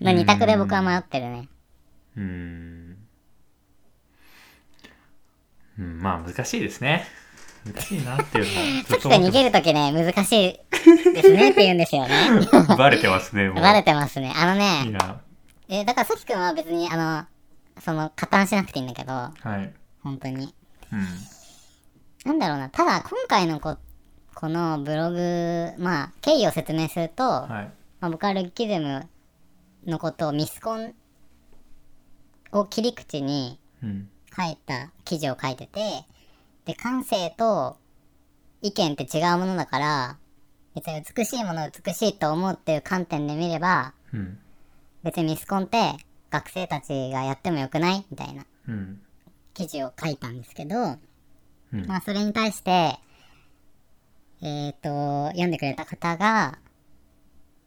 B: の二択で僕は迷ってるね
A: うん。うん、まあ難しいですね。難しいなっていうのはず
B: ちょ
A: っ
B: っ
A: と
B: と
A: 思
B: 逃
A: って
B: げるときね難しいですねって言うんですよね
A: ますバレてます (laughs) ね、もう。
B: バレてますねあの
A: いい
B: ね
A: な。
B: えだからさきくんは別にあのその加担しなくていいんだけど
A: はい。
B: 本当に
A: う
B: なんだろうなただ今回のここのブログまあ経緯を説明すると、
A: ん。はい。
B: まあ、僕はルッキズムのことをミスコンを切り口に
A: うん。
B: 書いた記事を書いててで感性と意見って違うものだから別に美しいものを美しいと思うっていう観点で見れば
A: うん。
B: 別にミスコンって学生たちがやってもよくないみたいな
A: うん。
B: 記事を書いたんですけど、
A: うん
B: まあそれに対してえっ、と読んでくれた方が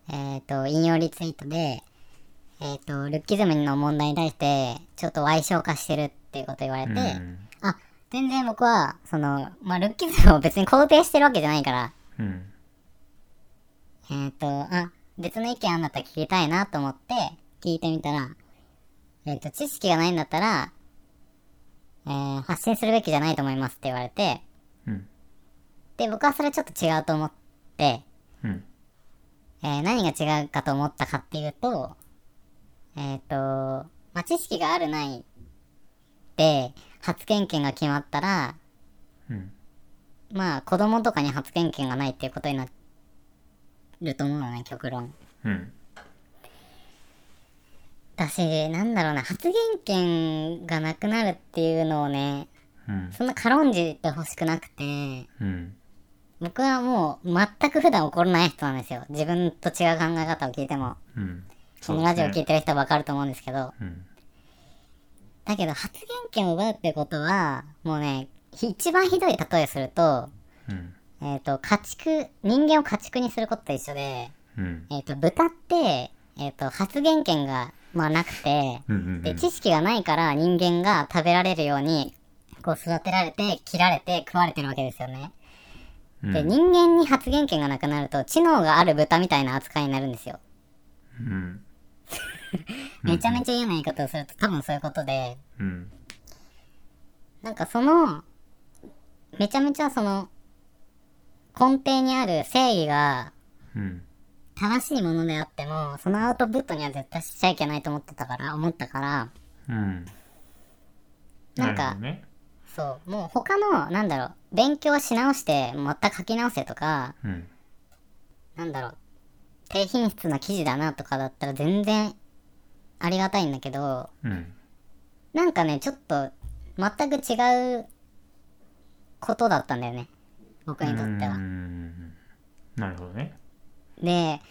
B: えっ、と引用リツイートでえっ、とルッキズムの問題に対してちょっと歪償化してるっていうことを言われて、
A: うん。
B: あ全然僕はそのまあルッキズムを別に肯定してるわけじゃないから
A: うん。
B: えっ、とあ別の意見あんだったら聞きたいなと思って聞いてみたらえっ、と知識がないんだったらえー発信するべきじゃないと思いますって言われて
A: うん。
B: で僕はそれちょっと違うと思って、
A: うん。
B: えー何が違うかと思ったかっていうとえっ、と、まあ、知識があるないで発言権が決まったら
A: うん。
B: まあ子供とかに発言権がないっていうことになると思うのね極論
A: うん。
B: だしなんだろうな発言権がなくなるっていうのをね
A: うん。
B: そんな軽んじてほしくなくて
A: うん。
B: 僕はもう全く普段怒らない人なんですよ自分と違う考え方を聞いても
A: うん。
B: このラジオ聞
A: て。
B: いてる人は分かると思うんですけど、
A: うん。
B: だけど発言権を奪うってことは、もうね、ひ一番ひどい例えすると、
A: うん。
B: えっ、と、家畜、人間を家畜にすることと一緒で、
A: うん。
B: えっ、と、豚って、えっ、と、発言権が、まあなくて、
A: うん。うん。
B: で、知識がないから人間が食べられるように、こう育てられて、切られて、食われてるわけですよね。で、人間に発言権がなくなると、知能がある豚みたいな扱いになるんですよ。
A: うん。
B: めちゃめちゃ嫌な言い方をすると、多分そういうことで、
A: うん。
B: なんかそのめちゃめちゃその根底にある正義が
A: うん。
B: 正しいものであってもそのアウトプットには絶対しちゃいけないと思ってたから思ったから
A: うん。
B: なん
A: るほ
B: か
A: どね。
B: そうもう他のなんだろう勉強し直してまた書き直せとか
A: うん。
B: なんだろう低品質な記事だなとかだったら全然ありがたいんだけど、
A: うん。
B: なんかね、ちょっと、全く違うことだったんだよね。僕にとって
A: うー
B: は。
A: んなるほどね。
B: で、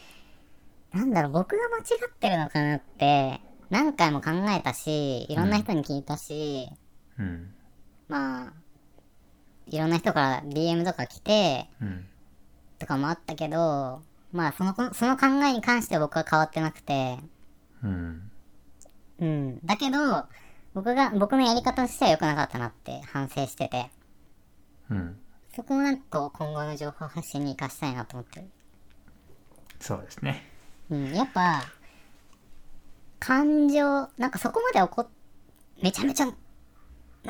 B: なんだろう、僕が間違ってるのかなって、何回も考えたし、いろんな人に聞いたし、
A: うん。
B: まあ、いろんな人から DM とか来て、
A: うん。
B: とかもあったけど、まあその、その考えに関しては僕は変わってなくて、
A: うん。
B: うん。だけど、僕が、僕のやり方としては良くなかったなって反省してて、
A: うん。
B: そこをなんかこう今後の情報発信に活かしたいなと思ってる。
A: そうですね。
B: うん、やっぱ、感情、なんかそこまで怒っ、めちゃめちゃ、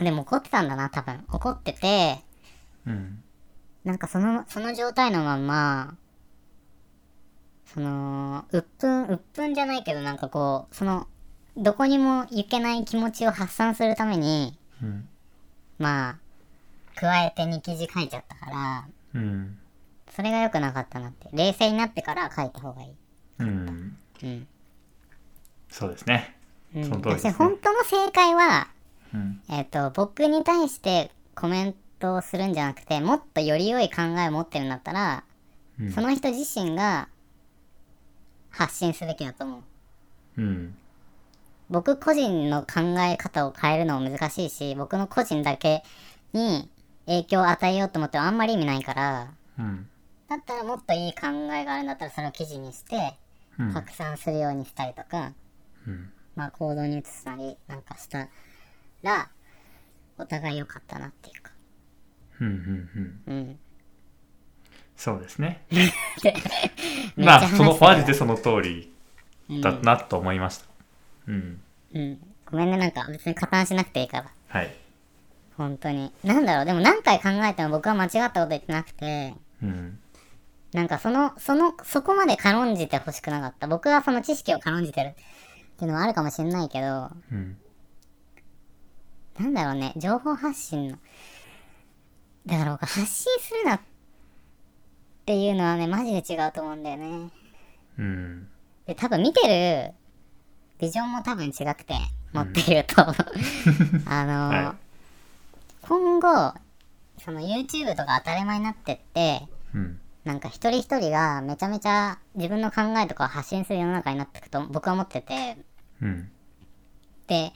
B: でも怒ってたんだな、多分。怒ってて、
A: うん。
B: なんかその、その状態のまんま、その、鬱憤、鬱憤じゃないけど、なんかこう、その、どこにも行けない気持ちを発散するために、
A: うん。
B: まあ、加えてに記事書いちゃったから、
A: うん。
B: それが良くなかったなって。冷静になってから書いた方がいい。
A: うん。
B: うん。
A: そうですね。
B: うん、
A: その通りですね
B: だし本当の正解は、
A: うん。
B: えっ、と、僕に対してコメントをするんじゃなくて、もっとより良い考えを持ってるんだったら、
A: うん
B: その人自身が発信すべきだと思う。
A: うん。
B: 僕個人の考え方を変えるのも難しいし、僕の個人だけに影響を与えようと思ってもあんまり意味ないから、
A: うん。
B: だったらもっといい考えがあるんだったらそれを記事にして
A: うん。
B: 拡散するようにしたりとか、
A: うん。
B: まあ行動に移すなりなんかしたら、お互い良かったなっていうか。
A: うん。うん。
B: うん。
A: そうですね。まあ、その、マジでその通りだなと思いました。うん。
B: うん。ごめんね、なんか別に加担しなくていいから。
A: はい。
B: 本当に。なんだろう、でも何回考えても僕は間違ったこと言ってなくて、
A: うん。
B: なんかその、その、そこまで軽んじてほしくなかった。僕はその知識を軽んじてるっていうのはあるかもしれないけど、
A: うん。
B: なんだろうね、情報発信の。だから僕、発信するなっていうのはね、マジで違うと思うんだよね。
A: うん。
B: で、多分見てるビジョンも多分違くて、持ってると。あの
A: (laughs)
B: ー
A: はい
B: 今後、その YouTube とか当たり前になってって、
A: うん。
B: なんか一人一人がめちゃめちゃ自分の考えとかを発信する世の中になっていくと僕は思ってて、
A: うん。
B: で、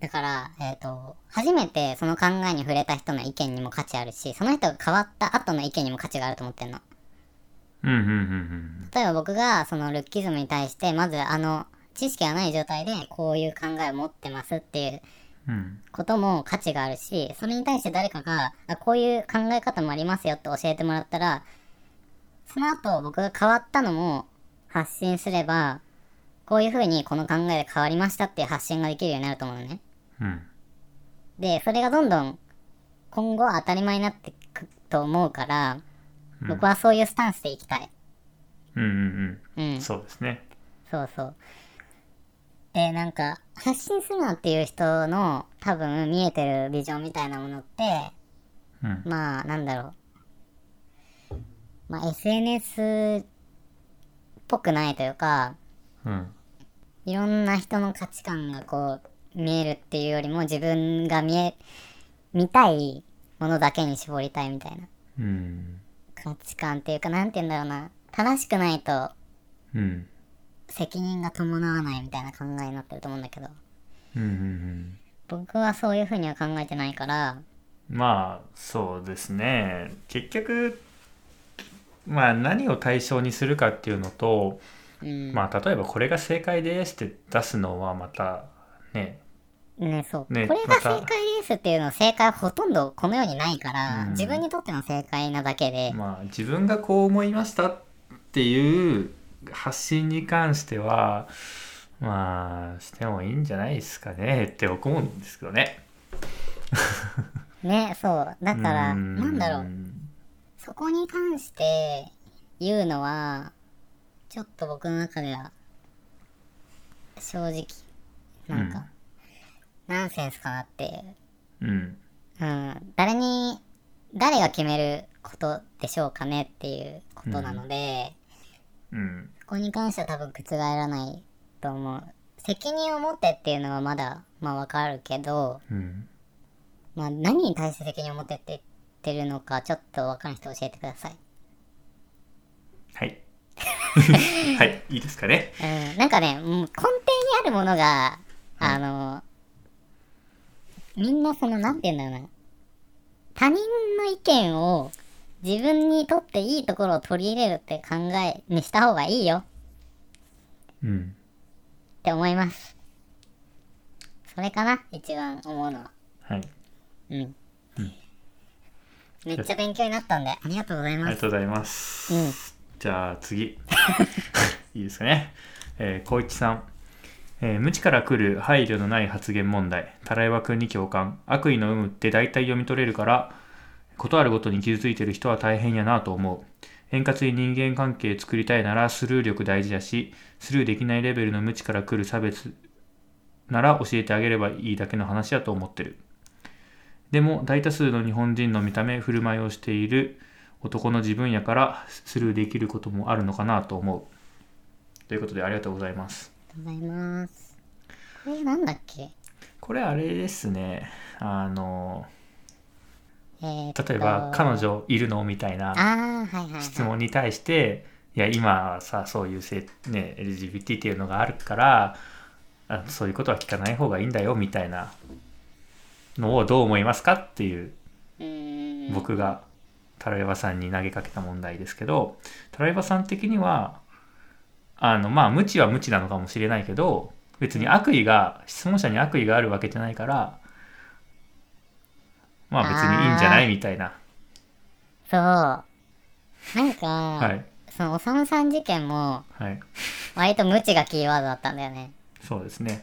B: だから、えっ、と、初めてその考えに触れた人の意見にも価値あるし、その人が変わった後の意見にも価値があると思ってんの。
A: うん。うん。うん。
B: 例えば僕がそのルッキズムに対してまずあの知識がない状態でこういう考えを持ってますっていう
A: うん。
B: ことも価値があるしそれに対して誰かがあこういう考え方もありますよって教えてもらったらその後僕が変わったのも発信すればこういう風にこの考えで変わりましたっていう発信ができるようになると思うのね。
A: うん。
B: でそれがどんどん今後当たり前になってくと思うから
A: うん
B: 僕はそういうスタンスでいきたい。
A: うん。うん。
B: うん、
A: そうですね。
B: そうそう。で、なんか、発信するなっていう人の多分見えてるビジョンみたいなものって、
A: うん。
B: まあ、なんだろう。まあ、SNS っぽくないというか、
A: うん。
B: いろんな人の価値観がこう、見えるっていうよりも自分が見え、見たいものだけに絞りたいみたいな
A: うん。
B: 価値観っていうか、なんて言うんだろうな。正しくないと
A: うん。
B: 責任が伴わないみたいな考えになってると思うんだけど。
A: うんうんうん。
B: 僕はそういうふうには考えてないから
A: まあ、そうですね。結局、まあ、何を対象にするかっていうのと、
B: うん
A: まあ、例えばこれが正解ですって出すのはまた、ね、
B: ねそう、
A: ね
B: これが
A: また
B: 正解ですっていうの正解はほとんどこの世にないから、
A: うん
B: 自分にとっての正解なだけで、
A: まあ、自分がこう思いましたっていう発信に関しては、まあ、してもいいんじゃないですかねって思うんですけどね。
B: ねそうだから
A: うん
B: なんだろうそこに関して言うのはちょっと僕の中では正直なんか、ナンセンスかなっていう
A: うん。
B: うん、誰に誰が決めることでしょうかねっていうことなので、
A: うん。
B: ここに関しては多分覆らないと思う責任を持ってっていうのはまだまあわかるけど、
A: うん。
B: まあ、何に対して責任を持ってって言ってるのかちょっとわからん人教えてください (laughs)
A: はい。はい、いいですかね。
B: うん、なんかね、うん根底にあるものが、あの、みんなその、なんて言うんだろうな、他人の意見を自分にとっていいところを取り入れるって考えにした方がいいよ
A: うん。
B: って思います。それかな、一番思うのは。
A: はい。
B: うん。めっちゃ勉強になったんで、ありがとうござい
A: あり
B: ま
A: が
B: す。
A: とうございます。
B: うん
A: じゃあ次。 (laughs) いいですかね。えー、光一さん。えー無知から来る配慮のない発言問題。たらいわくんに共感。悪意の有無って大体読み取れるから、ことあるごとに傷ついてる人は大変やなと思う。円滑に人間関係作りたいならスルー力大事だし、スルーできないレベルの無知から来る差別なら教えてあげればいいだけの話やと思ってる。でも大多数の日本人の見た目、振る舞いをしている男の自分やからスルーできることもあるのかなと思う。ということでありがとうございます。
B: ありがとうございます。これなんだっけ
A: これあれですね。あの、
B: えーっと、
A: 例えば彼女いるのみたいな
B: ああ、はいはい、はい。
A: 質問に対して、いや、今はさ、そういう性、ね、LGBT っていうのがあるから、あそういうことは聞かない方がいいんだよみたいなのをどう思いますかっていう
B: うーん。
A: 僕がタライバさんに投げかけた問題ですけどタライバさん的にはあのまあ無知は無知なのかもしれないけど別に悪意が質問者に悪意があるわけじゃないからまあ別にいいんじゃないみたいな
B: そう。なんか、
A: はい
B: そのおさむさん事件も、
A: はい
B: 割と無知がキーワードだったんだよね。
A: そうですね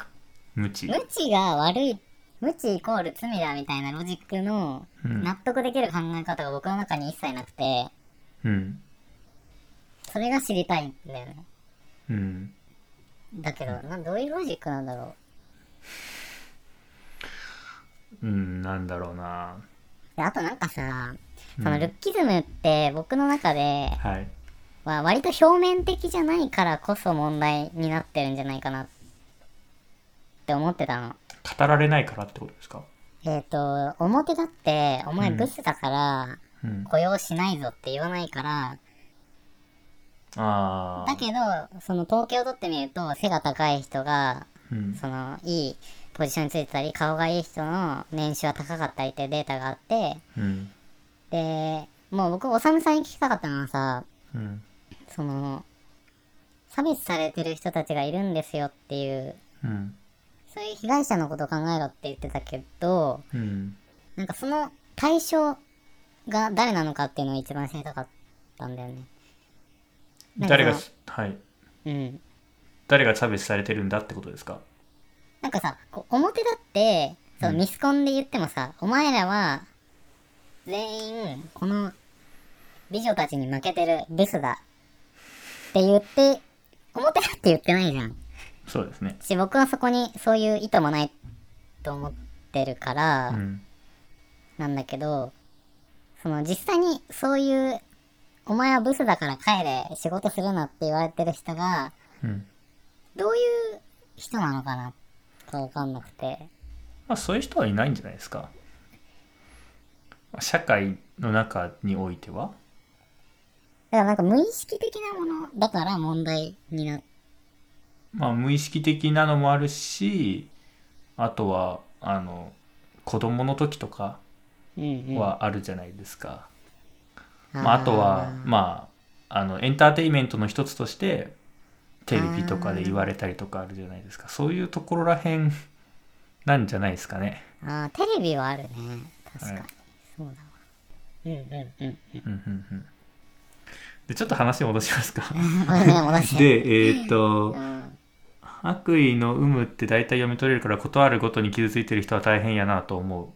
A: 無知
B: 無知が悪い、無知イコール罪だみたいなロジックの
A: うん
B: 納得できる考え方が僕の中に一切なくて、
A: うん
B: それが知りたいんだよね。
A: うん
B: だけど、などういうロジックなんだろ
A: うんなんだろうな
B: う。であとなんかさ、
A: うん
B: そのルッキズムって僕の中で
A: はい
B: は割と表面的じゃないからこそ問題になってるんじゃないかなって思ってたの。
A: 語られないからってことですか
B: えっ、と、表だって、お前ブスだから、
A: うん
B: 雇用しないぞって言わないから、
A: あ
B: だ
A: あ
B: けど、その統計を取ってみると、背が高い人が、
A: うん
B: その、いいポジションについてたり、顔がいい人の年収は高かったりっていうデータがあって、
A: うん
B: で、もう僕、おさむさんに聞きたかったのはさ、
A: うん
B: その、差別されてる人たちがいるんですよっていう、
A: うん
B: そういう被害者のことを考えろって言ってたけど、
A: うん
B: なんかその対象が誰なのかっていうのを一番知りたかったんだよね。なんか
A: 誰が
B: そ
A: はい
B: のうん。
A: 誰が差別されてるんだってことですか
B: なんかさ、こう表だって、そうミスコンで言ってもさ、お前らは全員この美女たちに負けてるブスだって言って、表だって言ってないじゃん。
A: そうですね
B: し、僕はそこにそういう意図もないと思ってるから、
A: うん
B: なんだけど、その実際にそういう、お前はブスだから帰れ、仕事するなって言われてる人が、
A: うん
B: どういう人なのかなかわかんなくて。
A: まあそういう人はいないんじゃないですか社会の中においては
B: だからなんか無意識的なものだから問題になっ
A: まあ無意識的なのもあるしあとはあの子供の時とか
B: うんうん。
A: はあるじゃないですか、
B: あー
A: まあ、あとはまああのエンターテインメントの一つとしてテレビとかで言われたりとかあるじゃないですかそういうところらへんなんじゃないですかね
B: あーテレビはあるね。確かに。
A: はい
B: そうだわ。うんうんうん。
A: うんうんうんでちょっと話戻しますか
B: これね、戻して。
A: でえーっと
B: うん。
A: 悪意の有無って大体読み取れるから事あるごとに傷ついてる人は大変やなと思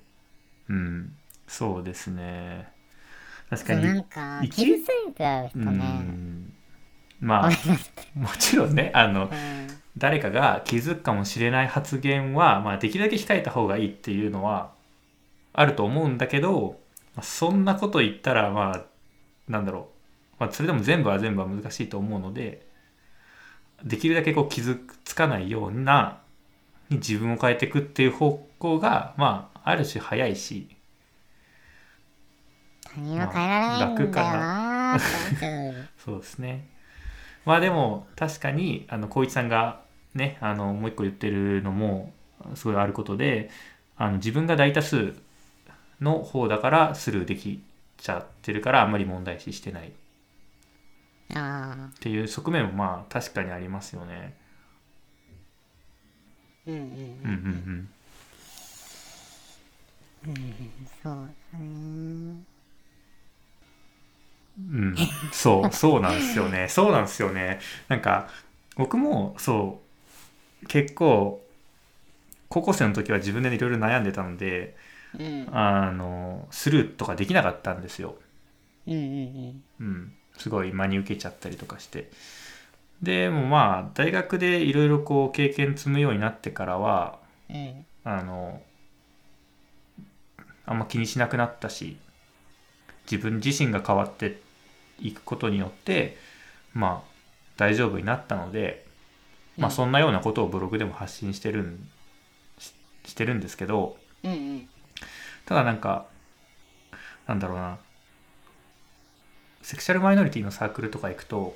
A: ううんそうですね確
B: そ
A: か
B: うな
A: に
B: んか、
A: 生き
B: 傷ついちゃう人
A: う
B: ね。
A: んまあもちろんねあの
B: うん。
A: 誰かが気づくかもしれない発言は、まあ、できるだけ控えた方がいいっていうのはあると思うんだけどまあそんなこと言ったらまあなんだろう、まあ、それでも全部は全部は難しいと思うのでできるだけこう傷つかないようなに自分を変えていくっていう方向がまあある種早いし
B: 他人は変えられないんだよなーって思っ
A: (laughs)
B: ちゃう
A: そうですねまあでも確かにあの光一さんがねあのもう一個言ってるのもすごいあることであの自分が大多数の方だからスルーできちゃってるからあんまり問題視してないっ
B: あ
A: ていう側面もまあ確かにありますよね。
B: ーうんうん
A: うんうんうん
B: そうだね
A: うん、そう、そうなんですよね。そうなんですよね。なんか、僕も、そう、結構、高校生の時は自分でいろいろ悩んでたので、
B: うん
A: あの、スルーとかできなかったんですよ。
B: うんうん
A: うん。すごい真に受けちゃったりとかして。でもまあ、大学でいろいろこう経験積むようになってからは、
B: うんうん
A: あの、あんま気にしなくなったし、自分自身が変わっていくことによって、まあ、大丈夫になったので、まあ、そんなようなことをブログでも発信してるん、ししてるんですけど、
B: うんうん
A: ただなんか、なんだろうな、セクシャルマイノリティのサークルとか行くと、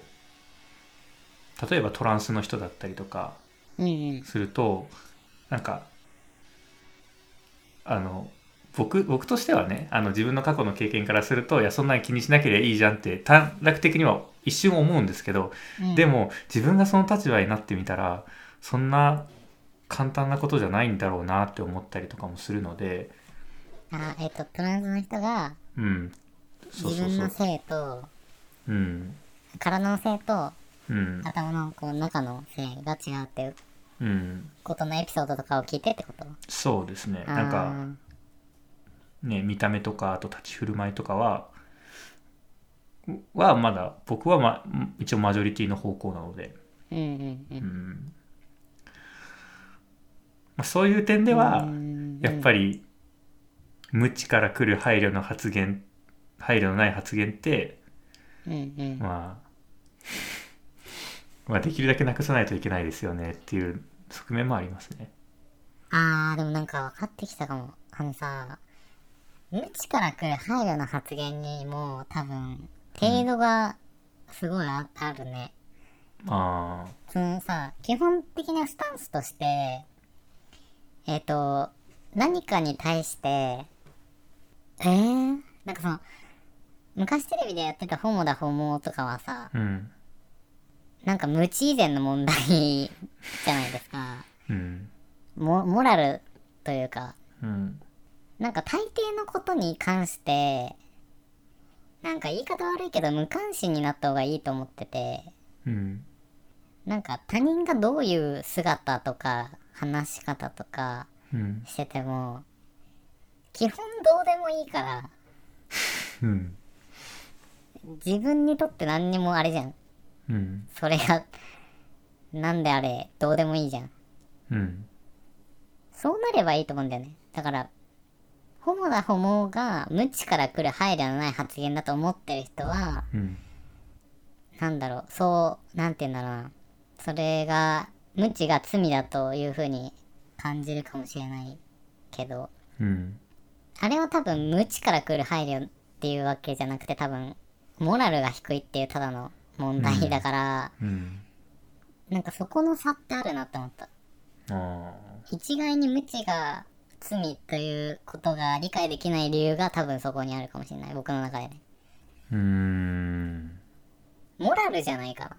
A: 例えばトランスの人だったりとか
B: うんうん
A: すると、なんか、あの、僕、僕としてはね、あの自分の過去の経験からすると、いや、そんなに気にしなければいいじゃんって、短絡的には一瞬思うんですけど、
B: うん
A: でも自分がその立場になってみたら、そんな簡単なことじゃないんだろうなって思ったりとかもするので、
B: あえっとトランスの人が
A: うん。そう
B: 自
A: そう
B: 分
A: そ
B: の
A: う。
B: 性と
A: うん。
B: 体の性と
A: うん。
B: 頭のこう中の性が違うっていう
A: うん。
B: ことのエピソードとかを聞いてってこと
A: そうですね。なんか、ね、見た目とか、あと立ち振る舞いとかは、はまだ、僕は、ま、一応マジョリティの方向なので、
B: うんうんう
A: うんん。まあ、そういう点では、やっぱ
B: り
A: り、無知から来る配慮の発言、配慮のない発言って、
B: うんうん
A: まあ、まあ、できるだけなくさないといけないですよねっていう側面もありますね。
B: あー、でもなんか分かってきたかも。あのさ、無知から来る配慮の発言にもう多分、程度がすごいああるね。
A: ああ、
B: そのさ、基本的なスタンスとして、えっ、と、何かに対して、えー、なんかその、昔テレビでやってたホモだホモとかはさ、
A: うん、
B: なんか無知以前の問題じゃないですか。
A: うん、
B: モモラルというか、
A: うん、
B: なんか大抵のことに関して、なんか言い方悪いけど無関心になった方がいいと思ってて、
A: うん、
B: なんか他人がどういう姿とか話し方とか
A: うん、
B: してても、基本どうでもいいから、
A: うん、
B: 自分にとって何にもあれじゃん。
A: うん、
B: それが、なんであれ、どうでもいいじゃん。
A: うん、
B: そうなればいいと思うんだよね。だから、ホモだホモが無知から来る配慮のない発言だと思ってる人は、
A: うん、
B: なんだろう、そう、なんて言うんだろうな。それが、無知が罪だというふうに感じるかもしれないけど、
A: うん、
B: あれは多分無知から来る配慮っていうわけじゃなくて多分、モラルが低いっていうただの問題だから、
A: うん、
B: なんかそこの差ってあるなって思った。
A: あ
B: 一概に無知が罪ということが理解できない理由が多分そこにあるかもしれない。僕の中でね。
A: あ、うーん。
B: モラルじゃないか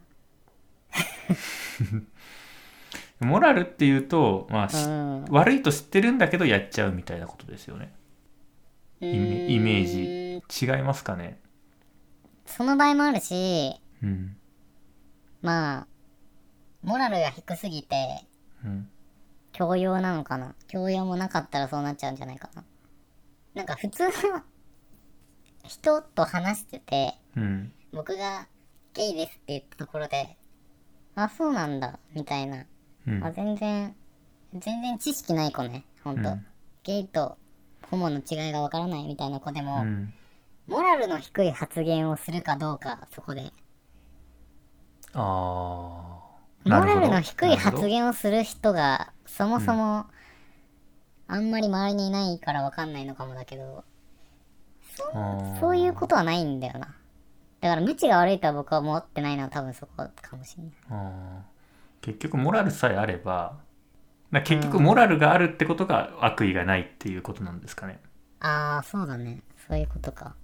A: モラルっていうと、まあ、
B: な。
A: し
B: うん。
A: 悪いと知ってるんだけどやっちゃうみたいなことですよね。イメイメージ
B: うーん。
A: 違いますかね。
B: その場合もあるし、
A: うん、
B: まあ、モラルが低すぎて、
A: うん、
B: 教養なのかな。教養もなかったらそうなっちゃうんじゃないかな。なんか普通の人と話してて、
A: うん、
B: 僕がゲイですって言ったところで、あ、そうなんだ、みたいな。
A: うん、
B: あ、全然、全然知識ない子ね、ほんと。
A: うん
B: ゲイとホモの違いがわからないみたいな子でも、
A: うん。
B: モラルの低い発言をするかどうか、そこで。
A: ああ、
B: モラルの低い発言をする人がそもそも、あんまり周りにいないから分かんないのかもだけどそそういうことはないんだよなだから無知が悪いとは僕は思ってないのは多分そこかもしれない
A: あー結局モラルさえあればな結局モラルがあるってことが悪意がないっていうことなんですかね、
B: ああそうだねそういうことか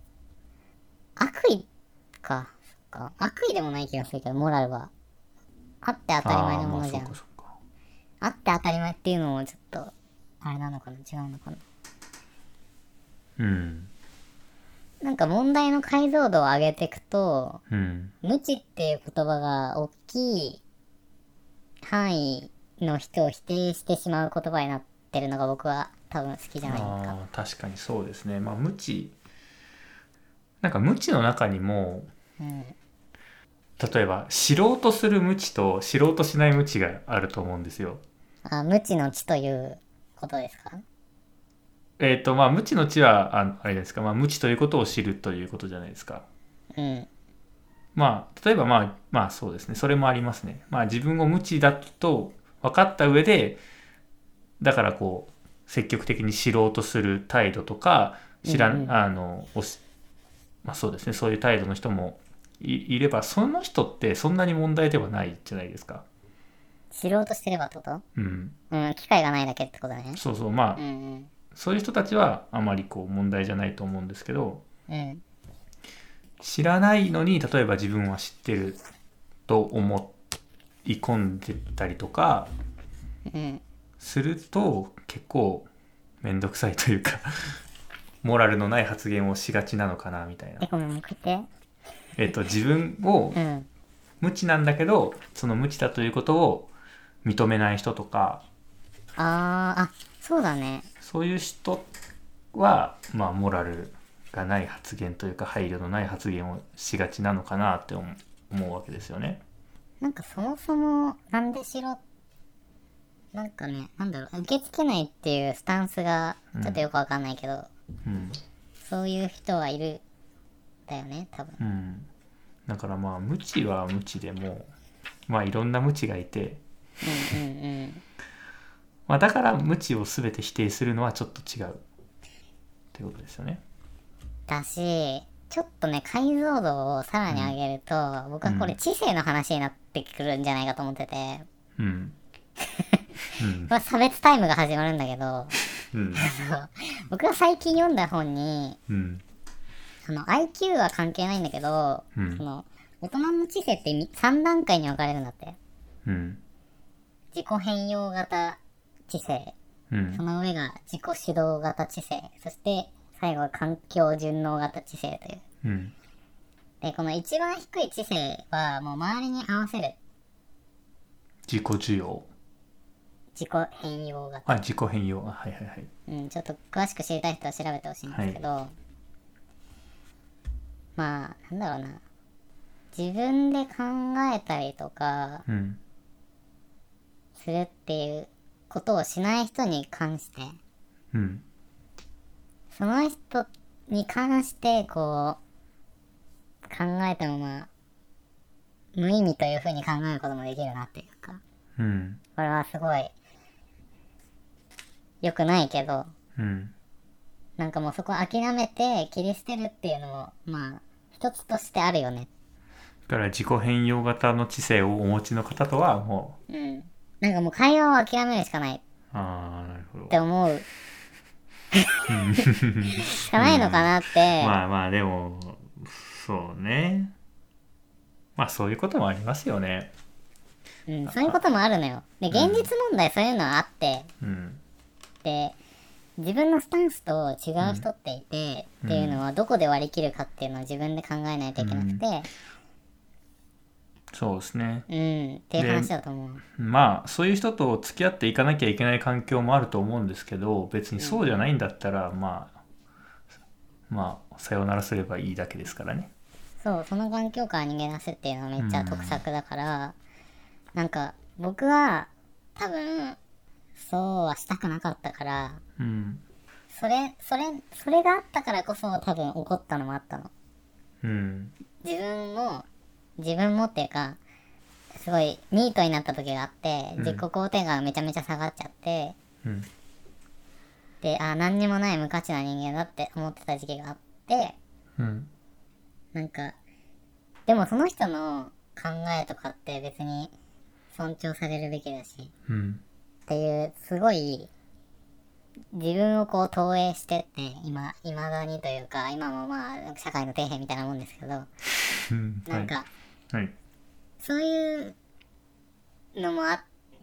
B: 悪意かそっか悪意でもない気がするけどモラルはあって当たり前のものじゃん
A: あーまあそうか
B: あ
A: そうか
B: って当たり前っていうのもちょっとあれなのかな違うのかな
A: うん
B: なんか問題の解像度を上げていくと
A: うん
B: 無知っていう言葉が大きい範囲の人を否定してしまう言葉になってるのが僕は多分好きじゃないですか。
A: あー確かにそうですねまあ無知なんか無知の中にも
B: うん、
A: 例えば知ろうとする無知と知ろうとしない無知があると思うんですよ
B: あ無知の知ということですか
A: えっ、とまあ無知の知はあのあれですか、まあ、無知ということを知るということじゃないですか
B: うん。
A: まあ例えばまあまあそうですねそれもありますねまあ自分を無知だと分かった上でだからこう積極的に知ろうとする態度とか知らん、
B: うんうん
A: あのおしまあそうですねそういう態度の人もいいればその人ってそんなに問題ではないじゃないですか
B: 知ろうとしてればってこと
A: うん
B: うん、機会がないだけってことだね。
A: そうそうまあ、
B: うん
A: そういう人たちはあまりこう問題じゃないと思うんですけど
B: うん。うん。
A: 知らないのに例えば自分は知ってると思い込んでたりとか
B: うん。
A: すると結構面倒くさいというか (laughs) モラルのない発言をしがちなのかなみたいな
B: え、。ごめん、もう一回言っ
A: えっと自分を
B: て。うん。
A: 無知なんだけどその無知だということを認めない人とか
B: あー、あ、そうだね。
A: そういう人はまあモラルがない発言というか配慮のない発言をしがちなのかなって思う思うわけですよね。
B: なんかそもそも、なんでしろ、なんかね、なんだろう、受け付けないっていうスタンスが、ちょっとよくわかんないけど、
A: うん
B: そういう人はいる、だよね、多分。
A: うん、だからまあ無知は無知でもまあいろんな無知がいて、
B: うんうんうん。
A: まあ、だから無知を全て否定するのはちょっと違うってことですよね。
B: だし、ちょっとね、解像度をさらに上げると、僕はこれ知性の話になってくるんじゃないかと思ってて、
A: うん、うん
B: これ差別タイムが始まるんだけど、
A: うん
B: 僕が最近読んだ本に、
A: うん
B: その IQ は関係ないんだけど、
A: うん
B: その大人の知性って3段階に分かれるんだって
A: うん
B: 自己変容型知性
A: うん
B: その上が自己指導型知性そして最後は環境順応型知性という
A: うん
B: でこの一番低い知性はもう周りに合わせる
A: 自己需要
B: 自己変容型、
A: あ自己変容あはいはいはい
B: うん、ちょっと詳しく知りたい人は調べてほしいんですけど、まあなんだろうな自分で考えたりとか
A: うん
B: するっていうことをしない人に関して
A: うん
B: その人に関してこう考えたまま無意味というふうに考えることもできるなっていうか
A: うん
B: これはすごい良くないけど
A: うん
B: なんかもうそこは諦めて切り捨てるっていうのもまあ一つとしてあるよね
A: だから自己変容型の知性をお持ちの方とはもう
B: うんなんかもう会話を諦めるしかない
A: ああなるほど
B: って思 (laughs) うしかないのかなって、
A: まあまあでもそうねまあそういうこともありますよね
B: うん、そういうこともあるのよ。で、現実問題そういうのはあって、
A: うん
B: で、自分のスタンスと違う人っていて、っていうのはどこで割り切るかっていうのは自分で考えないといけなくて、
A: そうですね
B: うん、っていう話だと思う。
A: まあそういう人と付き合っていかなきゃいけない環境もあると思うんですけど別にそうじゃないんだったら、まあまあさようならすればいいだけですからね
B: そう、その環境から逃げ出すっていうのはめっちゃ得策だから、なんか僕は多分、そうはしたくなかったから、
A: うん
B: それ、それ、それがあったからこそ多分怒ったのもあったの。
A: うん
B: 自分も自分もっていうかすごいニートになった時があって、自己肯定感がめちゃめちゃ下がっちゃって、
A: うん
B: で、あー、何にもない無価値な人間だって思ってた時期があって、
A: うん
B: なんか、でもその人の考えとかって別に尊重されるべきだし、
A: うん
B: っていう、すごい、自分をこう投影してって、今、未だにというか、今もまあ、社会の底辺みたいなもんですけど、
A: うん
B: なんか、
A: はいはい
B: そういうのもあっ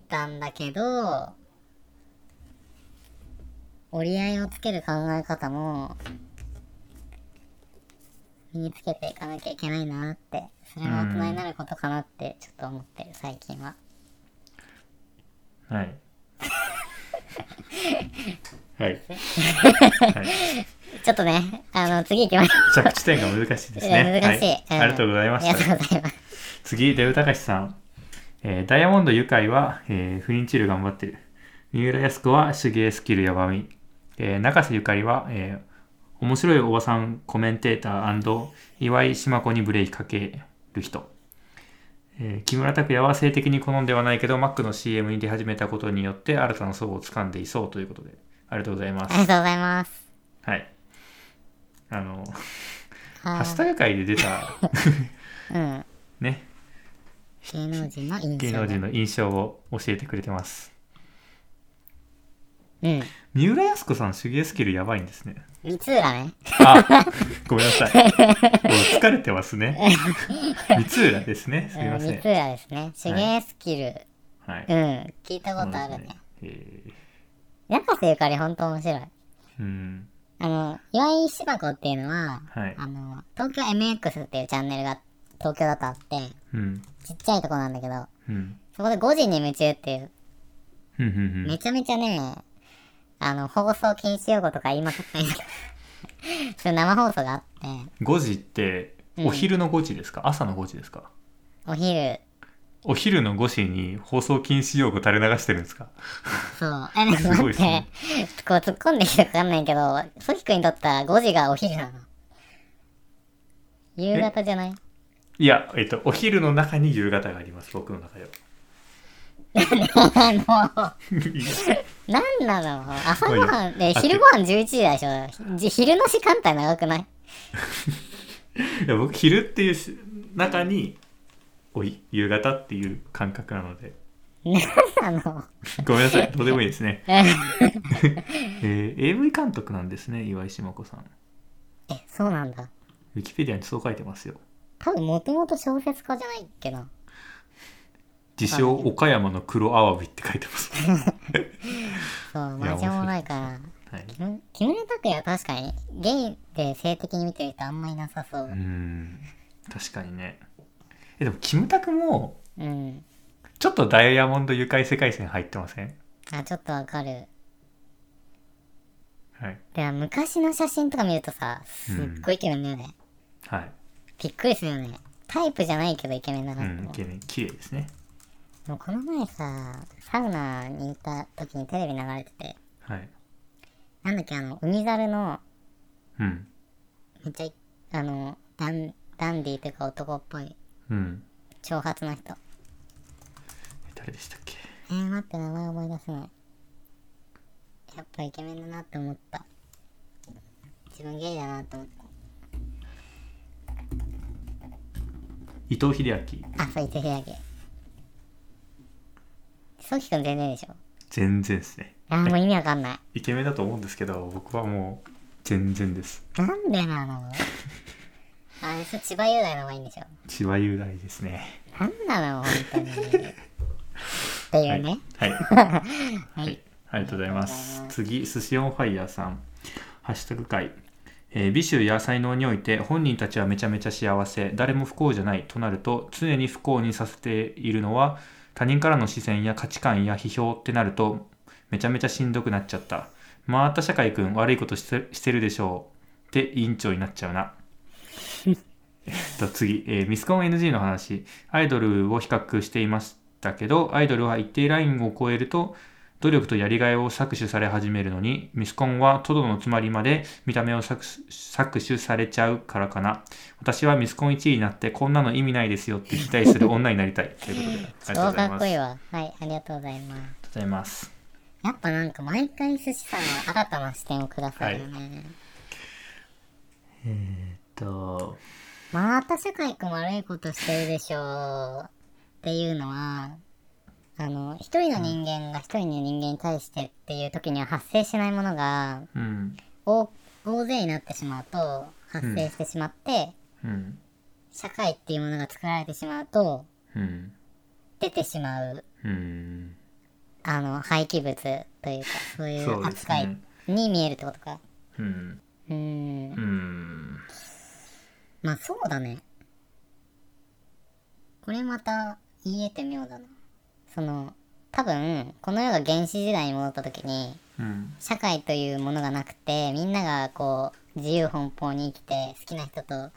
B: たんだけど、折り合いをつける考え方も、身につけていかなきゃいけないなって、それも大人になることかなって、ちょっと思ってる、最近は。 (laughs)
A: はい。はい。
B: ちょっとね、あの、次行きましょう。
A: 着地点が難しいですね。
B: 難しい、
A: は
B: うん
A: ありがとうございま
B: あ
A: し
B: り
A: た。
B: がとうございます。
A: 次、デウタカシさん。えーダイヤモンドユカイは、えー不倫治療頑張ってる。三浦靖子は手芸スキルやばみ。えー中瀬ゆかりは、えー面白いおばさんコメンテーター岩井島子にブレーキかける人。えー木村拓哉は性的に好んではないけど、Mac の CM に出始めたことによって新たな層を掴んでいそうということで、ありがとうございま
B: あ
A: す
B: り。がとうございます。
A: はい。あの、
B: は
A: ハッシュ
B: い。
A: タグ界で出た、
B: うん。
A: ね、
B: 芸能人の印象。
A: 芸能人の印象を教えてくれてます。
B: うん。
A: 三浦靖子さん手芸スキルやばいんですね。
B: 三浦ね。
A: あ、 (laughs) ごめんなさい。もう疲れてます
B: (laughs)
A: ね。三浦ですね。す
B: う
A: みま
B: ん、
A: せ
B: 三
A: ん。
B: 浦ですね。手芸スキル。
A: はい。
B: うん。聞いたことあるね。
A: そうですね。え
B: 中瀬ゆかりほんと面白い。
A: ーうん。
B: あの、岩井芝子っていうのは、
A: はい
B: あの、東京 MX っていうチャンネルが東京だとあって、
A: うん。
B: ちっちゃいとこなんだけど、
A: うん。
B: そこで5時に夢中っていう、
A: うんうん
B: めちゃめちゃね、あの、放送禁止用語とか言いまくっ
A: (laughs)
B: たりとか、そういう生放送があって、
A: うん。5時って、お昼の5時ですか、朝の5時ですか
B: お昼、
A: お昼の5時に放送禁止用語垂れ流してるんですか
B: そう、え、なんか
A: すご
B: 待
A: い
B: っ
A: で
B: て、
A: すね
B: こう突っ込んできたかわかんないけど、ソキ君にとったら5時がお昼なの。夕方じゃない
A: いや、えっと、お昼の中に夕方があります、僕の中では。
B: (laughs) あ
A: (laughs) いや
B: の、なんなの朝ごはん、で、昼ごはん11時でしょじ昼の時間帯長く (laughs) ない
A: いや僕、昼っていうし中に、おい、夕方っていう感覚なので、 (laughs)
B: なんなの
A: ごめんなさい、どうでもいいですね。えー、AV 監督なんですね、岩井島子さん。
B: え、そうなんだ。
A: ウィキペディアにそう書いてますよ。
B: 多分もともと小説家じゃないっけな。
A: 自称、岡山の黒アワビって書いてます。
B: そう、
A: いや
B: マジおもろいから。
A: はい、
B: 木村木村拓哉は確かにゲイで性的に見てる人あんまいなさそうう。
A: ん、確かにね。え、でも、キムタクも、
B: うん。
A: ちょっとダイヤモンド愉快世界線入ってません
B: あ、ちょっとわかる。
A: はい。
B: でも昔の写真とか見るとさ、すっごいイケメンだよね。
A: はい。
B: びっくりするよね。タイプじゃないけどイケメンだ
A: う
B: なって
A: ん、
B: 思う
A: イ。ケメン、綺麗ですね。
B: でもこの前さ、サウナに行った時にテレビ流れてて、
A: はい。
B: なんだっけ、あの、海猿の、
A: うん。
B: めっちゃ、あの、ダン、ダンディーというか男っぽい、
A: うん。
B: 長髪の人。
A: 誰でしたっけ
B: えー、待って、名前思い出せない。やっぱイケメンだなって思った。自分ゲイだなって思っ
A: 伊藤英明。
B: た。あ、そう、伊藤英明。ソキ君全然でしょ。
A: 全然ですね。
B: あーもう意味わかんない。
A: イケメンだと思うんですけど、僕はもう、全然です。
B: なんでなのあれ、それ千葉雄大の方がいいんでしょ。
A: 千葉雄大ですね。
B: なんなの本当に。っていうね。
A: はい。はいい。ありがとうございます。次、寿司オンファイヤーさん。ハッシュタグ会。えー美酒や才能において本人たちはめちゃめちゃ幸せ誰も不幸じゃないとなると常に不幸にさせているのは他人からの視線や価値観や批評ってなるとめちゃめちゃしんどくなっちゃった回った社会君悪いことしてしてるでしょうって委員長になっちゃうなえっと次、えーミスコン NG の話アイドルを比較していましたけどアイドルは一定ラインを超えると努力とやりがいを搾取され始めるのに、ミスコンはトドのつまりまで見た目を搾取搾取されちゃうからかな。私はミスコン1位になって、こんなの意味ないですよって期待する女になりたい。ということで、ありがとう
B: 超
A: ございま
B: かっ
A: す。
B: こ
A: あ
B: い
A: り
B: い
A: がと
B: わ。はい、ありがとうございます。
A: うございます。
B: やっぱなんか毎回寿司さんは新たな視点をくださるよね。
A: えっと、
B: また世界君悪いことしてるでしょう。っていうのは、あの、一人の人間が一人の人間に対してっていう時には発生しないものが、
A: うん、
B: 大大勢になってしまうと、発生してしまって、
A: うん、
B: 社会っていうものが作られてしまうと、
A: うん、
B: 出てしまう、
A: うん。
B: あの、廃棄物というか、そうい
A: そう
B: う
A: です
B: 扱い
A: ね。
B: に見えるってことか。
A: うん、
B: うーん
A: う。ん。
B: まあそうだね。これまた言えて妙だな。その、多分、この世が原始時代に戻った時に、
A: うん、
B: 社会というものがなくて、みんながこう、自由奔放に生きて、好きな人と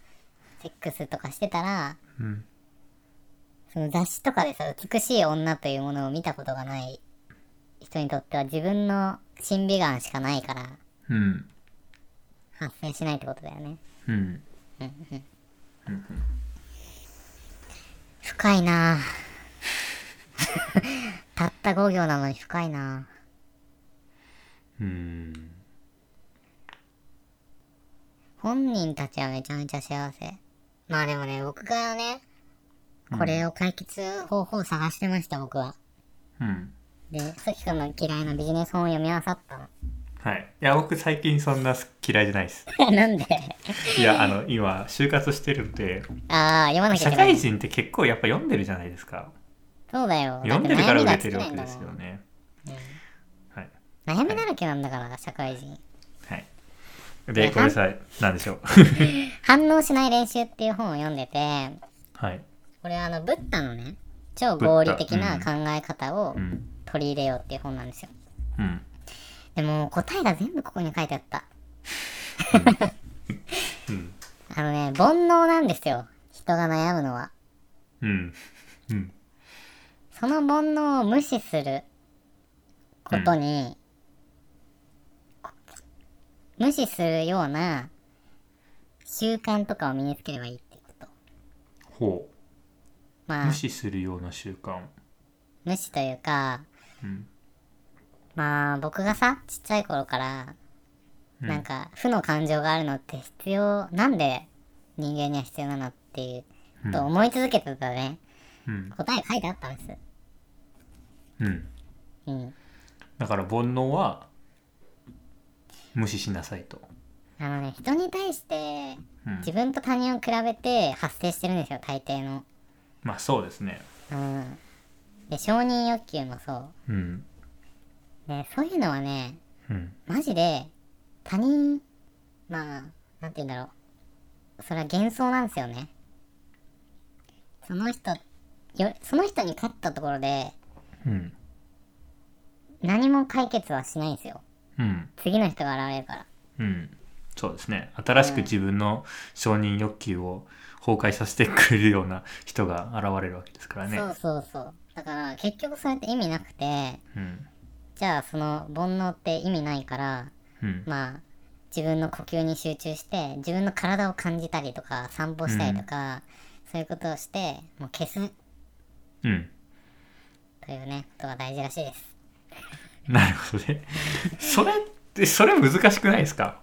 B: セックスとかしてたら、
A: うん、
B: その雑誌とかでさ、美しい女というものを見たことがない人にとっては自分の審美眼しかないから、
A: うん、
B: 発生しないってことだよね。
A: うん。
B: 深いなぁたった5行なのに深いなぁ
A: うん
B: 本人たちはめちゃめちゃ幸せまあでもね僕がねこれを解決方法を探してました僕は
A: うん
B: でさきくんの嫌いなビジネス本を読み漁った
A: はい。いや、僕最近そんな嫌いじゃないです。
B: の (laughs) なんで
A: いや、あの、今、就活してるんで、
B: ああ読まなきゃ
A: 社
B: いけな
A: 会
B: い
A: 人って結構やっぱ読んでるじゃないですか。
B: そうだよ
A: 読んでるから売
B: だっ
A: れ
B: て
A: て
B: 悩
A: るわけ
B: みが尽きないんだ
A: ですよね。はい。
B: もん悩みだらけなんだから社会人
A: はい。
B: で
A: で、これさ、なんでしょう。
B: 反応しない練習っていう本を読んでて
A: はい。
B: これあのブッダのね超合理的な
A: ブッ
B: 考え方を
A: うん。
B: 取り入れようっていう本なんですよ
A: うん。
B: でも答えが全部ここに書いてあった。
A: うん。
B: あのね、煩悩なんですよ。人が悩むのは。
A: うん。うん。
B: その煩悩を無視することに、無視するような習慣とかを身につければいいってこと。
A: ほう。
B: まあ
A: 無、視するような習慣。
B: 無視というか、
A: うん。
B: まあ僕がさ、ちっちゃい頃から、
A: うん
B: なんか負の感情があるのって必要、なんで人間には必要なのっていう、と思い続けてたね。
A: うん。
B: 答え書いてあったんです。
A: うん。
B: うん。
A: だから、煩悩は、無視しなさいと。
B: あのね、人に対して
A: うん
B: 自。分と他人を比べて発生してるんですよ、大抵の。
A: まあ、そうですね。
B: うん。で、承認欲求もそ
A: うん。
B: う。ね、そういうのはね、
A: うん。
B: マジで他人、まあ、なんて言うんだろう。それは幻想なんですよね。その人、よその人に勝ったところで
A: うん。
B: 何も解決はしないんですよ。
A: うん。
B: 次の人が現れるから。
A: うん、そうですね新しく自分の承認欲求を崩壊させてくれるような人が現れるわけですからね。
B: そうそうそう。だから結局それって意味なくて、
A: うん
B: じゃあその煩悩って意味ないから、
A: うん
B: まあ、自分の呼吸に集中して自分の体を感じたりとか散歩したりとか、そういうことをしてもう消す
A: うん、
B: というねことが大事らしいです
A: なるほどね。 (laughs) それってそれ難しくないですか、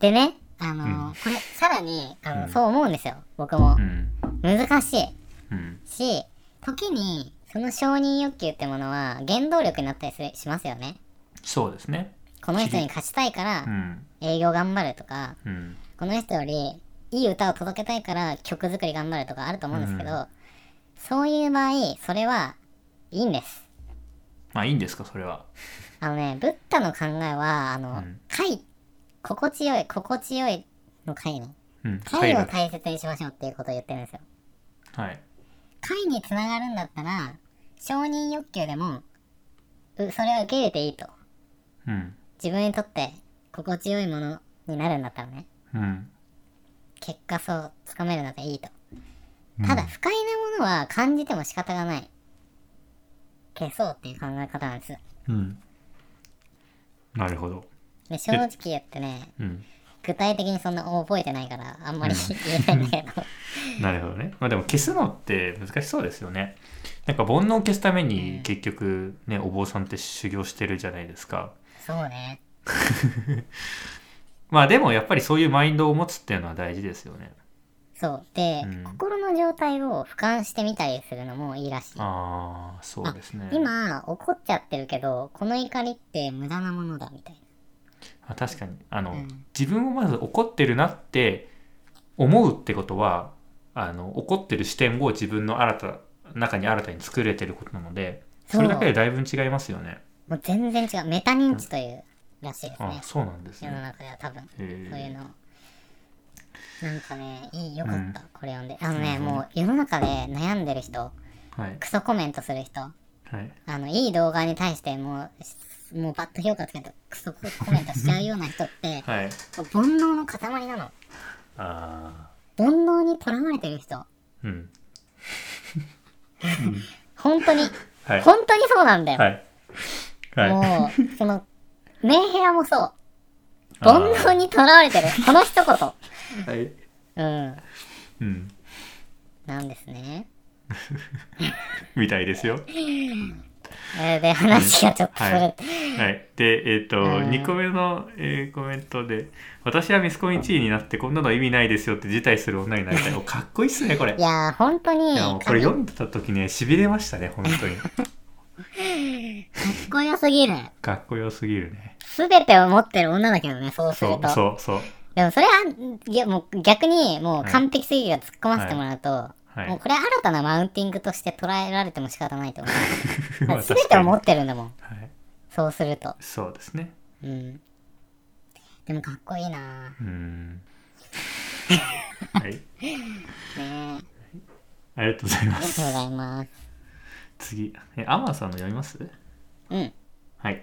B: でねあのーこれさらにあの、そう思うんですよ僕も
A: う、ん
B: 難しい
A: うん、
B: し時にその承認欲求ってものは原動力になったりするしますよね
A: そうですね。
B: この人に勝ちたいか
A: う
B: ら
A: ん
B: 営業頑張るとか、
A: うん
B: この人よりいい歌を届けたいから曲作り頑張るとかあると思うんですけど、そういう場合それはいいんです
A: まあいいんですかそれは。
B: あのねブッダの考えはあの、
A: うん
B: 快心地よい心地よいの快ね
A: うん、
B: 快を
A: はい
B: 大切にしましょうっていうことを言ってるんですよ
A: はい。
B: 快につながるんだったら承認欲求でもうそれは受け入れていいと
A: うん
B: 自分にとって心地よいものになるんだったらね
A: うん
B: 結果そうつかめるのがいいとただ不快なものは感じても仕方がない消そうっていう考え方なんです
A: うんなるほど。
B: で正直言ってね、
A: うん。
B: 具体的にそんな覚えてないから、あんまり言えないん
A: (laughs)
B: だけど。
A: なるほどね。まあでも消すのって難しそうですよね。なんか煩悩を消すため
B: う
A: に
B: ん
A: 結局ね、お坊さんって修行してるじゃないですか。
B: そうね。
A: まあでもやっぱりそういうマインドを持つっていうのは大事ですよね。
B: そう。で、
A: うん
B: 心の状態を俯瞰してみたりするのもいいらしい。
A: ああ、そうですね。
B: 今、怒っちゃってるけど、この怒りって無駄なものだ、みたいな。
A: あ確かにあの、
B: うん
A: 自分をまず怒ってるなって思うってことはあの怒ってる視点を自分の新た中に新たに作れてることなのでそれだけでだいぶん違いますよね。
B: もう全然違う。メタ認知というらしいです
A: あ
B: ね。
A: そうなんです
B: 世の
A: ね。
B: 中では多分、
A: へー
B: そういうの。なんかね、いい、よかった、
A: うん
B: これ読んで。あのね、
A: うん
B: もう世の中で悩んでる人、
A: はい
B: クソコメントする人、あ
A: はい、
B: の、いい動画に対してもう、もうバッと評価つけて、クソコメントしちゃうような
A: (laughs)
B: 人って、
A: はい、
B: もう煩悩の塊なの。
A: あ
B: 煩悩にとらわれてる人。
A: ーうん (laughs)
B: 本当に、
A: はい
B: 本当にそうなんだよ。
A: はいはい
B: もう、その、メンヘラもそう。
A: あ
B: 煩
A: ー
B: 悩にとらわ
A: (laughs)
B: れてる。この一
A: はい
B: 言。うん。
A: うん
B: なんですね。
A: みたいですよ。
B: えーで、話がちょっとそれ、
A: はいはい、で、えっと
B: うん
A: 2個目の、えーコメントで「私はミスコン1位になってこんなの意味ないですよ」って辞退する女になりたいおかっこいいっすねこれ
B: い。やー、本当に
A: いやもうこれ読んでた時ねしびれましたね本当に (laughs)
B: かっこよすぎる。
A: かっこよすぎるね
B: すべてを持ってる女だけどね、そうする
A: そう
B: と。
A: そうそう
B: でもそれは、いやもう逆に、もう完璧すぎが突っ込ませてもらうと、
A: いはい
B: もうこれ新たなマウンティングとして捉えられても仕方ないと思
A: (laughs) まあ
B: う。すべてを持
A: は
B: ってるんだもん、
A: い、
B: そうすると。
A: そうですね
B: うん。でもかっこいいな
A: うー
B: (laughs)
A: んはい
B: ーね
A: ありがとうございま
B: え。ありがとう
A: す
B: ございます。
A: 次えアマンさんの読みます
B: うん。
A: はい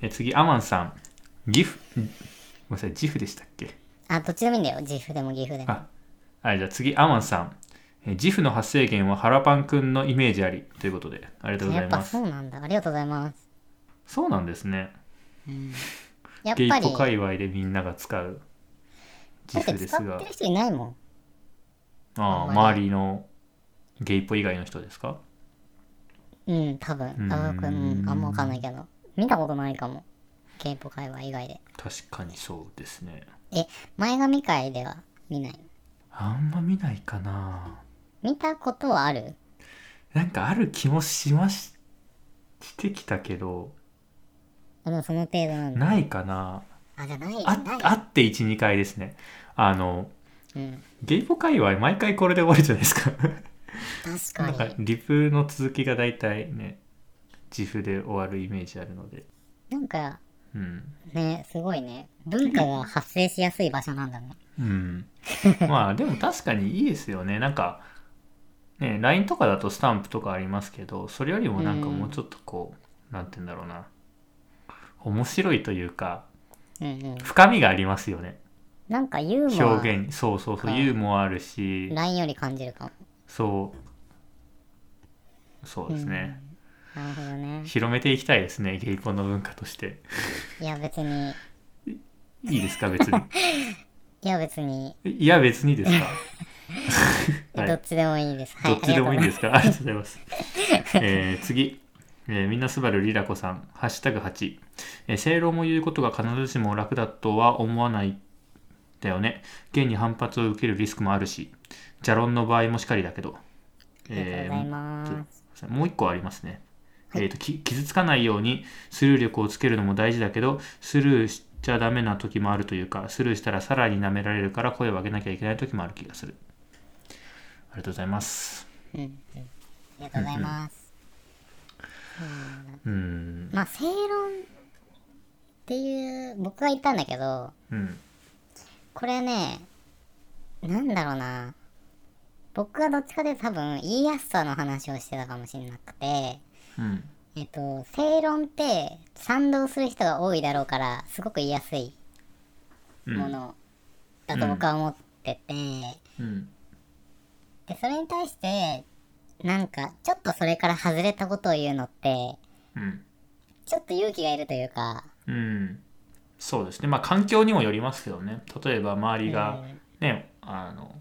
A: え次アマンさんギフごめんなさいジフでしたっけ
B: あ、どっちでもいいんだよ。自負でも岐阜でも。
A: あはいじゃあ次アマンさんえジフの発生源はハラパンくんのイメージありということでありがとうござ
B: や
A: い
B: っぱ
A: ます
B: そうなんだ。ありがとうございます。
A: そうなんですね
B: やっ
A: ゲイ
B: ぱ
A: ポ界
B: り、
A: 隈でみんなが使うジ
B: だっ
A: フ
B: て
A: で
B: 使
A: す
B: っ
A: が
B: てる人いないもん。
A: ああ
B: あんま
A: 周
B: り
A: りのゲイポ以外の人ですか
B: うん、多分。多分、うん、あんまわかんないけど。見たことないかも。ゲイポ会話以外で。
A: 確かにそうですね
B: え、前髪会では見ない。
A: あんま見ないかな
B: 見たことはある
A: なんかある気もしまししてきたけど
B: でもその程度なんだ。
A: ないかな
B: あ、じゃあない。
A: あ
B: ない。
A: あって12回ですねあの
B: うん。
A: ゲイポ界隈毎回これで終わるじゃないですか
B: 確か
A: なんか
B: に。
A: リプの続きが大体ね自負で終わるイメージあるので
B: なんか、
A: うん
B: ね、すごいね。文化が発生しやすい場所なんだね。 (laughs)
A: うん、まあでも確かにいいですよねなんかね LINE とかだとスタンプとかありますけどそれよりもなんかもうちょっとこうなんて言うんだろうな面白いというか
B: うんうん。
A: 深みがありますよね
B: なんかユーモア。
A: 表現そうそうそう
B: か
A: ユーモアあるし
B: LINE より感じるかも。
A: そうそうですね、
B: なるほどね。
A: 広めていきたいですねゲイコンの文化として
B: いや別に、
A: いいですか
B: (laughs)
A: 別に
B: いや別に、
A: いや別にですかはい
B: (laughs) どっちでもいいです。はい、
A: どっちでもいいん
B: ありがとうござ
A: ですか。あ
B: ま
A: りがとうございます。えー次、えーみんなすばるりらこさん、ハッシュタグ8、えー正論も言うことが必ずしも楽だとは思わないだよね。現に反発を受けるリスクもあるし、邪論の場合もしかりだけど。
B: ありがとうございます
A: えーちょっともう一個ありますね。えーとき傷つかないようにスルー力をつけるのも大事だけどスルーしちゃダメな時もあるというかスルーしたらさらに舐められるから声を上げなきゃいけない時もある気がするありがとうございます
B: うんうんありがとうございます。
A: うん
B: まあ、正論っていう、僕が言ったんだけど、
A: うん
B: これね、なんだろうな。僕はどっちかで多分言いやすさの話をしてたかもしれなくて、
A: うん
B: えっと、正論って賛同する人が多いだろうから、すごく言いやすいものだと僕は思ってて、
A: うん
B: で、それに対して、なんか、ちょっとそれから外れたことを言うのって、
A: うん
B: ちょっと勇気がいるというか、
A: うん、そうですねまあ環境にもよりますけどね例えば周りがね、あの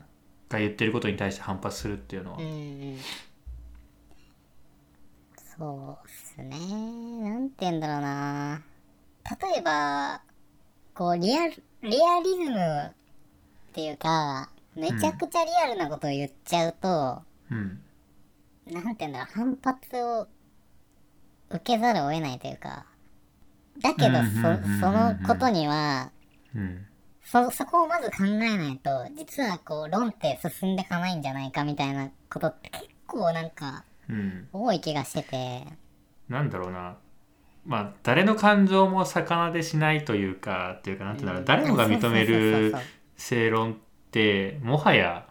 A: が言ってることに対して反発するっていうのは、
B: うんうんそうっすね。なんて言うんだろうな。例えば、こう、リアル、リアリズムっていうか、めちゃくちゃリアルなことを言っちゃうと、
A: うん、
B: なんて言うんだろう、反発を受けざるを得ないというか、だけど
A: うんうんうんうんうん
B: そ、そのことには、
A: うん、
B: そ、そこをまず考えないと、実はこう、論って進んでいかないんじゃないかみたいなことって結構なんか、
A: うん、
B: 多い気がしてて、
A: なんだろうなまあ誰の感情も逆なでしないというかっていうかなんていうんだろう誰もが認める
B: そう
A: 正論ってもはや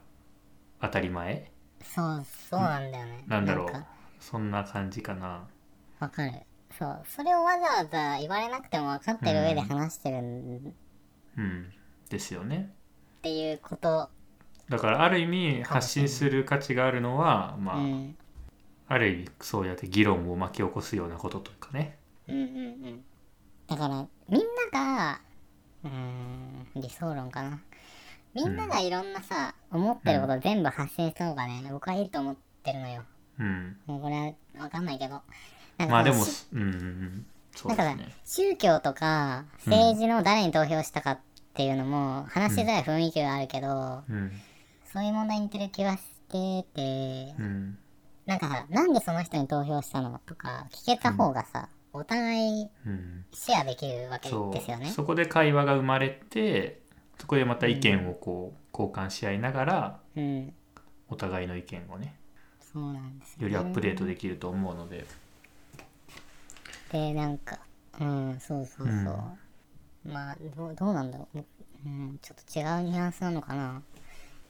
A: 当たり前
B: そうそうそうそうそうなんだよね
A: なんだろう
B: か
A: そんな感じかな
B: わかるそうそれをわざわざ言われなくても分かってる上で話してるっ
A: うんですよね
B: ていうこと、
A: だからある意味発信する価値があるのはま
B: う
A: あ、
B: ん、
A: ある意味そうやって議論を巻き起こすようなことというかね
B: うんうんうんだからみんながうーん理想論かなみんながいろんなさ、思ってること全部発信した方がね僕はいいと思ってるのよ
A: うん
B: もうこれは分かんないけどなんか
A: まあでも
B: し
A: うんうんうんそう
B: だ
A: で
B: か
A: す
B: ら
A: ね
B: 宗教とか政治の誰に投票したかっていうのも話しづらい雰囲気はあるけど、
A: うん
B: そういう問題に似てる気がしてて
A: うん
B: なんかさなんでその人に投票したのとか聞けた方がさ、お互い
A: うん
B: シェアできるわけ
A: そう
B: ですよね。
A: そこで会話が生まれてそこでまた意見をこう交換し合いながら
B: うん、
A: お互いの意見をね
B: そうなんです
A: よりアップデート
B: で。
A: できると思うので
B: でなんかうんそうそうそう。
A: うん
B: まあどうどうなんだろう、うん、ちょっと違うニュアンスなのかな。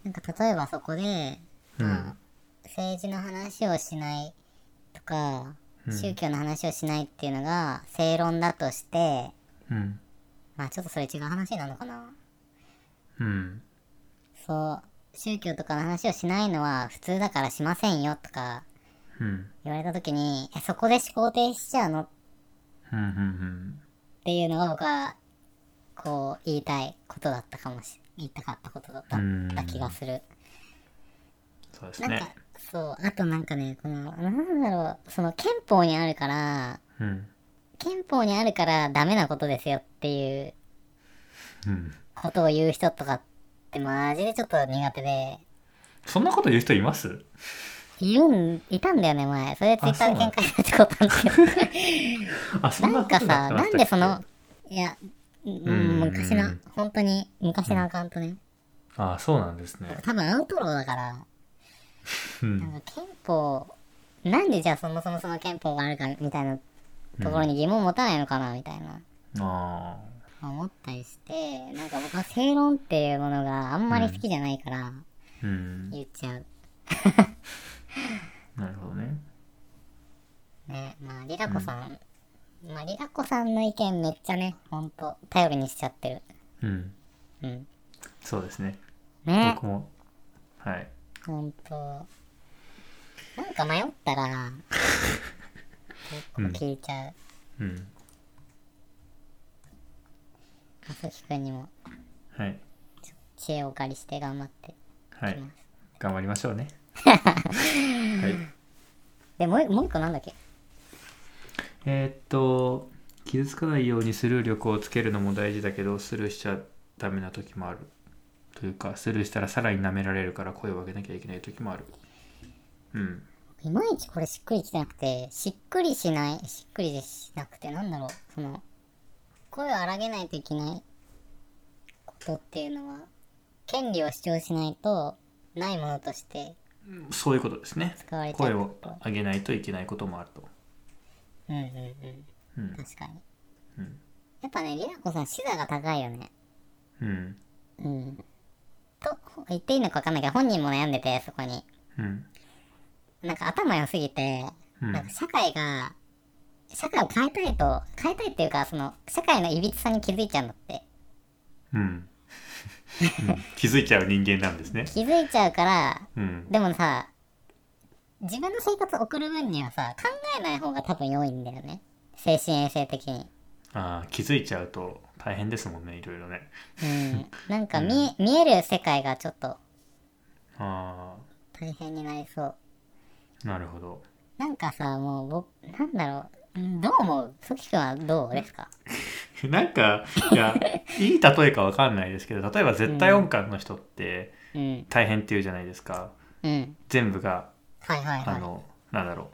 B: なんか例えばそこで、
A: うん
B: まあ政治の話をしないとか、
A: うん
B: 宗教の話をしないっていうのが正論だとして
A: うん
B: まあちょっとそれ違う話なのかな
A: うん
B: そう宗教とかの話をしないのは普通だからしませんよとか
A: うん
B: 言われた時にえそこで思考停止しちゃうのっ
A: うんうん
B: ていうのが僕はこう言いたいことだったかもし言いたかったことだった
A: うん
B: だ気がする
A: そうです
B: なん
A: ね
B: かそうあとなんかねこのなんだろうその憲法にあるから
A: うん
B: 憲法にあるからダメなことですよっていう
A: うん
B: ことを言う人とかってマジでちょっと苦手で
A: そんなこと言う人います
B: いるん、いたんだよね、前。それでツイッターで喧嘩したってことなんだ
A: (laughs)
B: け
A: あそ
B: ど。
A: ん
B: な
A: なんこと
B: か
A: だ
B: さ、
A: っただった
B: なん
A: っけ
B: でその、いや、
A: ん
B: ん昔の、本当に昔のアカウントね。
A: あそうなんですね
B: 多分アウトローだから、
A: う
B: なん
A: ん
B: か憲法、なんでじゃあそもそもその憲法があるかみたいなところに疑問を持たないのかな、みたいな。
A: あ
B: 思ったりして、なんか僕は正論っていうものがあんまり好きじゃないから
A: ーうん
B: 言っちゃう。
A: なるほどね
B: ね、まあリラコさん、まあリラコさんの意見めっちゃね、ほんと頼りにしちゃってる。
A: うん
B: うん。
A: そうですね
B: ね、
A: 僕もはい
B: ほんと。なんか迷ったら、結構聞いちゃ
A: う
B: う。
A: ん
B: あさきくんにも
A: はい
B: 知恵をお借りして頑張って。
A: はい頑張りましょうねはい
B: で、もうもう一個なんだっけ
A: えーっと傷つかないようにスルー力をつけるのも大事だけどスルーしちゃダメな時もあるというかスルーしたらさらに舐められるから声を上げなきゃいけない時もあるうん
B: いまいちこれしっくりきてなくて、しっくりしない、しっくりしなくて、なんだろう、その、声を荒げないといけないことっていうのは、権利を主張しないと、ないものとして
A: そういうことですね
B: 使われちゃ
A: 声
B: うって
A: を
B: こと。
A: 上げないといけないこともあると
B: うんうんうん。
A: うん
B: 確かに。
A: うん
B: やっぱね、りなこさん、視座が高いよね。
A: うん
B: うん。と、言っていいのか分かんないけど、本人も悩んでて、そこに。
A: うん
B: なんか頭良すぎて、
A: うん
B: なんか社会が、社会を変えたいと、変えたいっていうか、その、社会のいびつさに気づいちゃうんだって。
A: うんうん気づいちゃう人間なんですね
B: 気づいちゃうから、
A: うん
B: でもさ、自分の生活を送る分にはさ、考えない方が多分良いんだよね。精神衛生的に。
A: あー気づいちゃうと大変ですもんねいろいろね
B: うん、なんか見,、見える世界がちょっと
A: あ
B: 大変になりそう。
A: あなるほど
B: なんかさ、もう僕、なんだろう、うんどう思うソキ君はどうですか
A: (laughs) なんかいやいい例えかわかんないですけど例えば絶対音感の人って
B: うん、
A: 大変っていうじゃないですか
B: うん。
A: 全部が
B: はいはい
A: あ
B: は
A: のなんだろ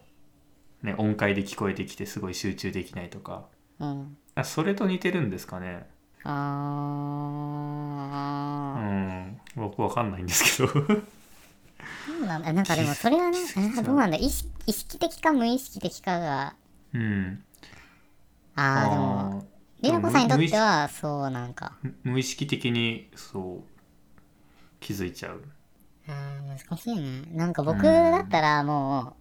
A: う、ね、音階で聞こえてきてすごい集中できないとか
B: い。うん。
A: あそれと似てるんですかねう
B: あ
A: ん僕わかんないんですけど (laughs)
B: ー、そうなんだ。なんかでもそれはね、
A: う
B: あどうなんだ意識。意識的か無意識的かが、
A: うん
B: あー、でも、
A: ー
B: りなこさんにとってはそうなんか。
A: む無意識的にそう気づいちゃう
B: あー難しいね。なんか僕だったらも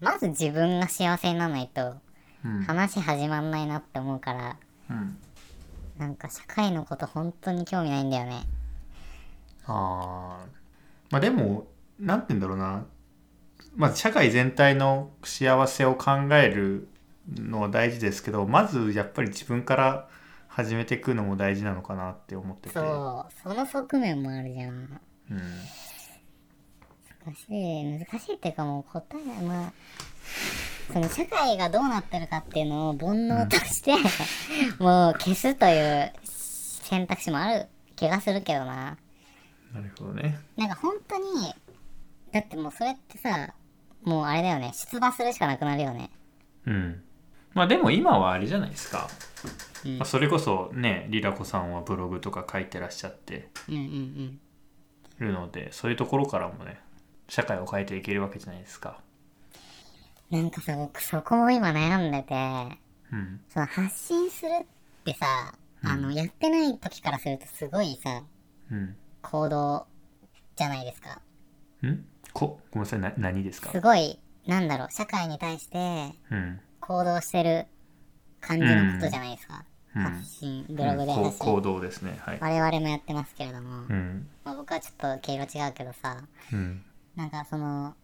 B: う、まず自分が幸せにならないと
A: うん、
B: 話始まんないなって思うから、
A: うん、
B: なんか社会のこと本当に興味ないんだよね。
A: あーまあでもなんて言うんだろうな、まあ、社会全体の幸せを考えるのは大事ですけどまずやっぱり自分から始めていくのも大事なのかなって思ってて
B: そう、その側面もあるじゃん。
A: うん、
B: 難しい、難しいっていうかもう答え、まあ、その社会がどうなってるかっていうのを煩悩として、もう消すという選択肢もある気がするけどな。
A: なるほどね
B: なんか本当に、だってもうそれってさ、もうあれだよね、出馬するしかなくなるよね。
A: うんまあでも今はあれじゃないですか、
B: うん
A: まあ、それこそねりらこさんはブログとか書いてらっしゃって
B: うんうんうん。
A: るのでそういうところからもね社会を変えていけるわけじゃないですか
B: なんかさ、僕そこを今悩んでて、
A: うん
B: その発信するってさ、あの、やってない時からするとすごいさ、
A: うん
B: 行動じゃないですか。
A: んこごめんなさいな何ですか
B: すごい、なんだろう、社会に対して
A: うん
B: 行動してる感じのことじゃないですか。
A: うん
B: 発信、ブログ
A: うん
B: で
A: こう
B: 発信。
A: 行動ですねはい
B: 我々もやってますけれども、
A: うん
B: まあ、僕はちょっと毛色違うけどさ、
A: うん
B: なんかその、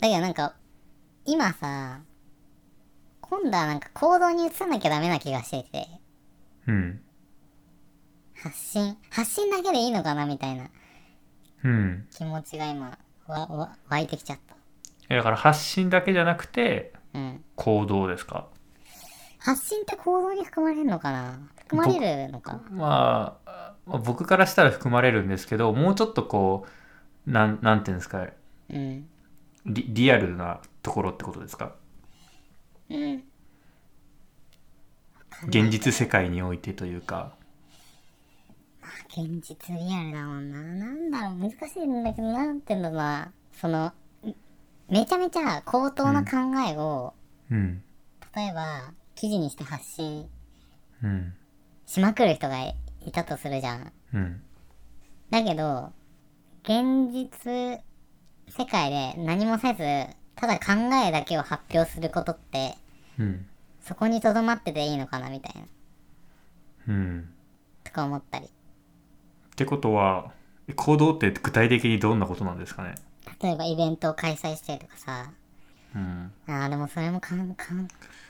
B: だけどなんか、今さ、今度はなんか行動に移さなきゃダメな気がしていて、
A: うん
B: 発信、発信だけでいいのかなみたいな
A: うん
B: 気持ちが今、わ、わ、湧いてきちゃっ
A: えだから発信だけじゃなくて
B: た。うん。
A: 行動ですか
B: 発信って行動に含まれるのかな含まれるのか
A: まあまあ僕からしたら含まれるんですけどもうちょっとこうなんなんていうんですか
B: うん。
A: リリアルなところってことですか
B: うん。
A: 現実世界においてというか
B: 現実リアルだもんな。なんだろう、難しいんだけど、なんていうんだろうな。その、めちゃめちゃ高等な考えを、
A: うん
B: 例えば、記事にして発信
A: うん
B: しまくる人がいたとするじゃん。
A: うん
B: だけど、現実世界で何もせず、ただ考えだけを発表することって、
A: うん
B: そこにとどまってていいのかなみたいな、
A: うん
B: とか思ったり。
A: ってことは行動って具体的にどんなことなんですかね
B: 例えばイベントを開催したりとかさ、
A: うん
B: あーでもそれもかんかん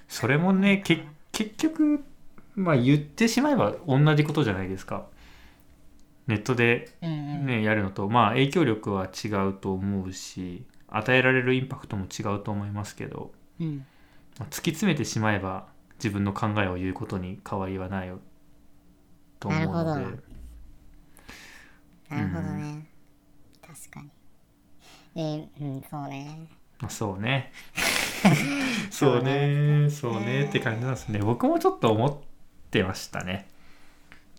A: それもねけ結局まあ言ってしまえば同じことじゃないですかネットで、
B: うんうん
A: ね、やるのとまあ影響力は違うと思うし与えられるインパクトも違うと思いますけど、
B: うん
A: まあ突き詰めてしまえば自分の考えを言うことに変わりはないと思うの
B: な
A: で
B: るほどなるほどね、確かにでうんそうね
A: まあ、そう
B: (laughs)
A: ねそうねそうねって感じなんですね僕もちょっと思ってましたね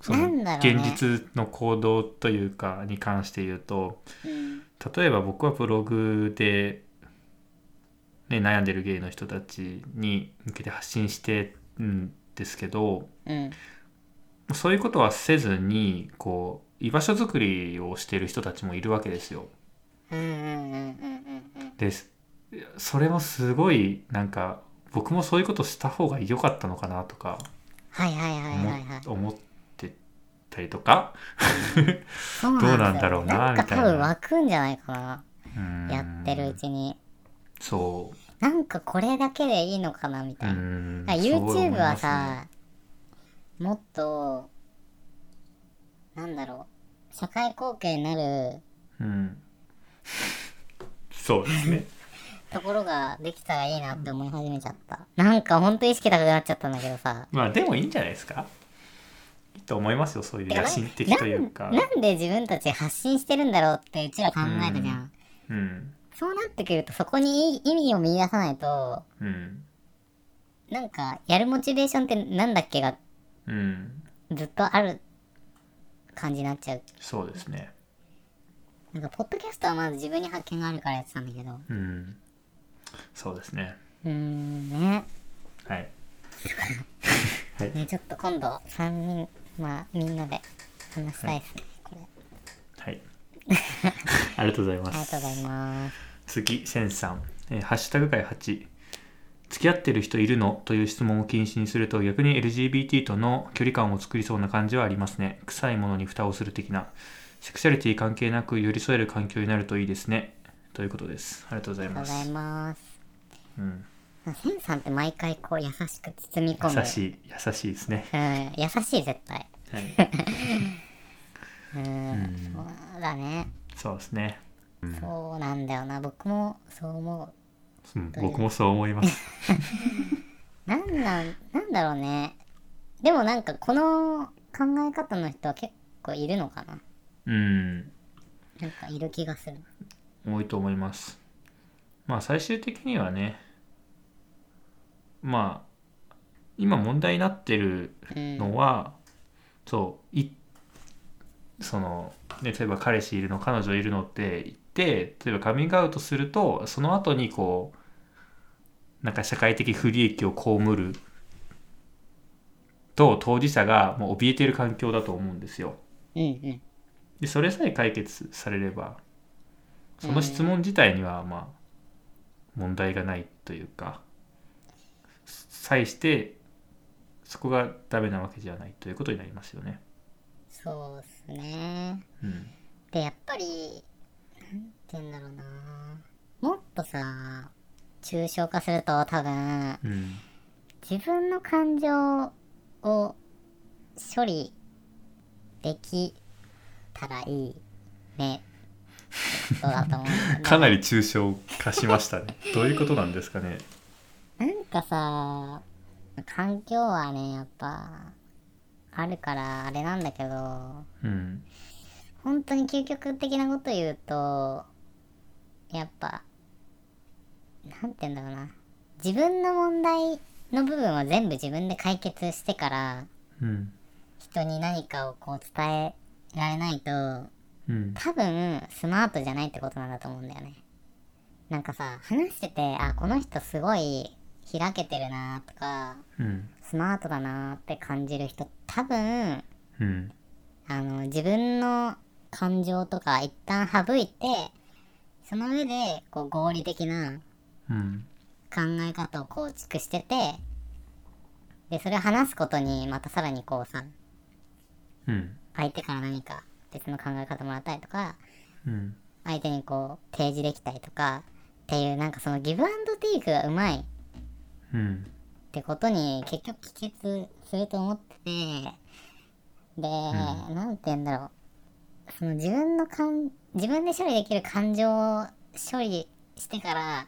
A: その
B: なんだろうね
A: 現実の行動というかに関して言うと
B: うん
A: 例えば僕はブログで、ね、悩んでるゲイの人たちに向けて発信してるんですけど
B: うん
A: そういうことはせずにこう居場所づくりをしてる人たちもいるわけですよ。
B: うんうんうんうんうん
A: ですそれもすごいなんか僕もそういうことした方が良かったのかなとか
B: はいはいはい
A: 思,、
B: はいはい
A: 思ってたりと
B: (laughs)
A: か、
B: そう
A: どうなんだろうな
B: なんか
A: みたい
B: 多
A: な
B: 分湧くんじゃないかな
A: うん
B: やってるうちに
A: そ
B: なんかこれだけでいいのかなみ
A: う
B: た
A: う
B: いな、
A: ん
B: あ
A: そう思い
B: YouTube
A: ま
B: は
A: すね
B: さ、もっと、なんだろう、社会貢献になる
A: うん。 (laughs) そうですね。
B: ところができたらいいなって思い始めちゃった。なんかほんと意識高くなっちゃったんだけどさ。
A: まあでもいいんじゃないですかいいと思いますよ、そういう野心的というか
B: な。んで自分たち発信してるんだろうってうちら考えたじゃん。
A: うん。
B: そうなってくるとそこに意味を見出さないと、
A: うん。
B: なんかやるモチベーションってなんだっけが
A: うん。
B: ずっとある感じになっちゃう。
A: そうですね。
B: なんかポッドキャストはまず自分に発見があるからやってたんだけど。
A: うん。そうですね。
B: うーんね。
A: はい。
B: ね、ちょっと今度3人、まあみんなで話したいですね。これ。
A: はい。 (laughs) ありがとうございま
B: ありが
A: す
B: と。うございます。
A: 次、センさん。えーハッシュタグ会8。付き合ってる人いるのという質問を禁止にすると逆に LGBT との距離感を作りそうな感じはありますね。臭いものに蓋をする的な。セクシャリティ関係なく寄り添える環境になるといいですね。ということです。ありがとうござい
B: ありがと
A: ま
B: うござい
A: す。
B: ます。
A: うん、
B: センさんって毎回こう優しく包み込む。
A: 優しい、優しいですね。
B: うん、優しい絶対。
A: はい、
B: うん、そうだね。
A: そうですね。
B: そうなんだよな。僕もそう思
A: うん僕もそう思います。
B: う。なんなん、なんだろうね。でもなんかこの考え方の人は結構いるのかな。
A: うん、
B: なんかいる気がする。
A: 多いと思います。まあ最終的にはね、まあ今問題になってる
B: うん。
A: のは、そういその、ね、例えば彼氏いるの彼女いるのって言って例えばカミングアウトするとその後にこうなんか社会的不利益を被ると当事者がもう怯えている環境だと思うんですよ。
B: うんうん。
A: でそれさえ解決されればその質問自体にはまあ問題がないというか際してそこがダメなわけじゃないということになりますよね。
B: そうっすね。
A: うん、
B: で、やっぱり、なんて言うんだろうな。もっとさ、抽象化すると多分、
A: うん、
B: 自分の感情を処理できたらいいねそうだと思うんだ
A: かなり抽象化しましたね。どういうことなんですかね。
B: よねなんかさ環境はねやっぱあるからあれなんだけど
A: うん、
B: 本当に究極的なこと言うとやっぱなんて言うんだろうな自分の問題の部分は全部自分で解決してから
A: うん、
B: 人に何かをこう伝えられないと
A: うん、
B: 多分スマートじゃないってことなんだと思うんだよねなんかさ話しててあこの人すごい開けてるなとか
A: うん、
B: スマートだなって感じる人多分
A: うん、
B: あの自分の感情とか一旦省いてその上でこう合理的な
A: うん、
B: 考え方を構築しててでそれを話すことにまたさらにこうさ
A: うん、
B: 相手から何か別の考え方もらったりとか
A: うん、
B: 相手にこう提示できたりとかっていうなんかそのギブアンドテイクがうまいっ
A: うん、
B: てことに結局帰結すると思っててでなんて言うんだろうその自分の感自分で処理できる感情を処理してから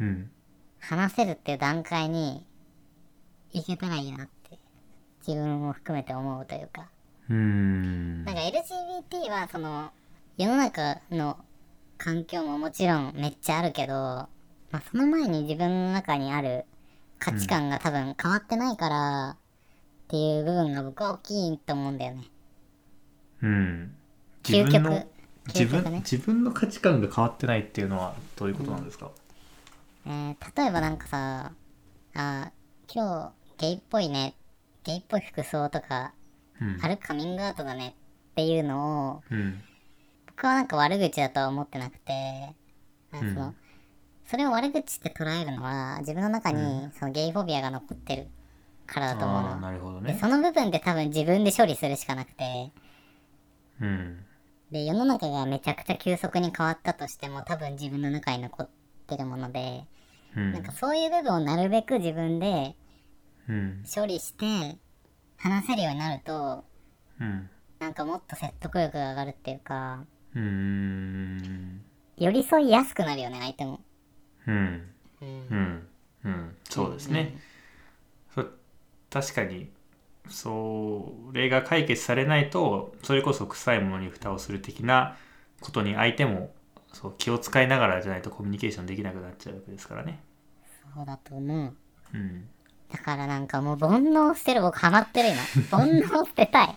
A: うん、
B: 話せるっていう段階にいけたらいいなって自分も含めて思うというか
A: うん
B: なんか LGBT はその世の中の環境ももちろんめっちゃあるけど、まあ、その前に自分の中にある価値観が多分変わってないからっていう部分が僕は大きいと思うんだよね。
A: うん、
B: 究
A: 自分の
B: 極。
A: 自
B: 究極
A: 分
B: ね、
A: 自分の価値観が変わってないっていうのはどういうことなんですか、
B: えー例えばなんかさあー今日ゲイっぽいねゲイっぽい服装とか
A: うん
B: あるカミングアウトだねっていうのを
A: うん
B: 僕はなんか悪口だとは思ってなくて、なんかその
A: うん
B: それを悪口って捉えるのは自分の中にそのゲイフォビアが残ってるからだと思う
A: ああ
B: の、
A: なるほど
B: で
A: ね
B: その部分で多分自分で処理するしかなくて
A: うん
B: で世の中がめちゃくちゃ急速に変わったとしても多分自分の中に残ってるもので、
A: うん
B: なんかそういう部分をなるべく自分で
A: うん
B: 処理して話せるようになると、
A: うん。
B: なんかもっと説得力が上がるっていうか、
A: うーん。
B: 寄り添いやすくなるよね、相手も。
A: うん。
B: うん
A: う。ん。うん。そうですね。そ確かに、それが解決されないと、それこそ臭いものに蓋をする的なことに相手もそう気を使いながらじゃないとコミュニケーションできなくなっちゃうわけですからね。
B: そうだと思う。
A: うん。
B: だからなんかもう煩悩を捨てる、僕ハマってる
A: (laughs)
B: 今。煩悩を捨てたい。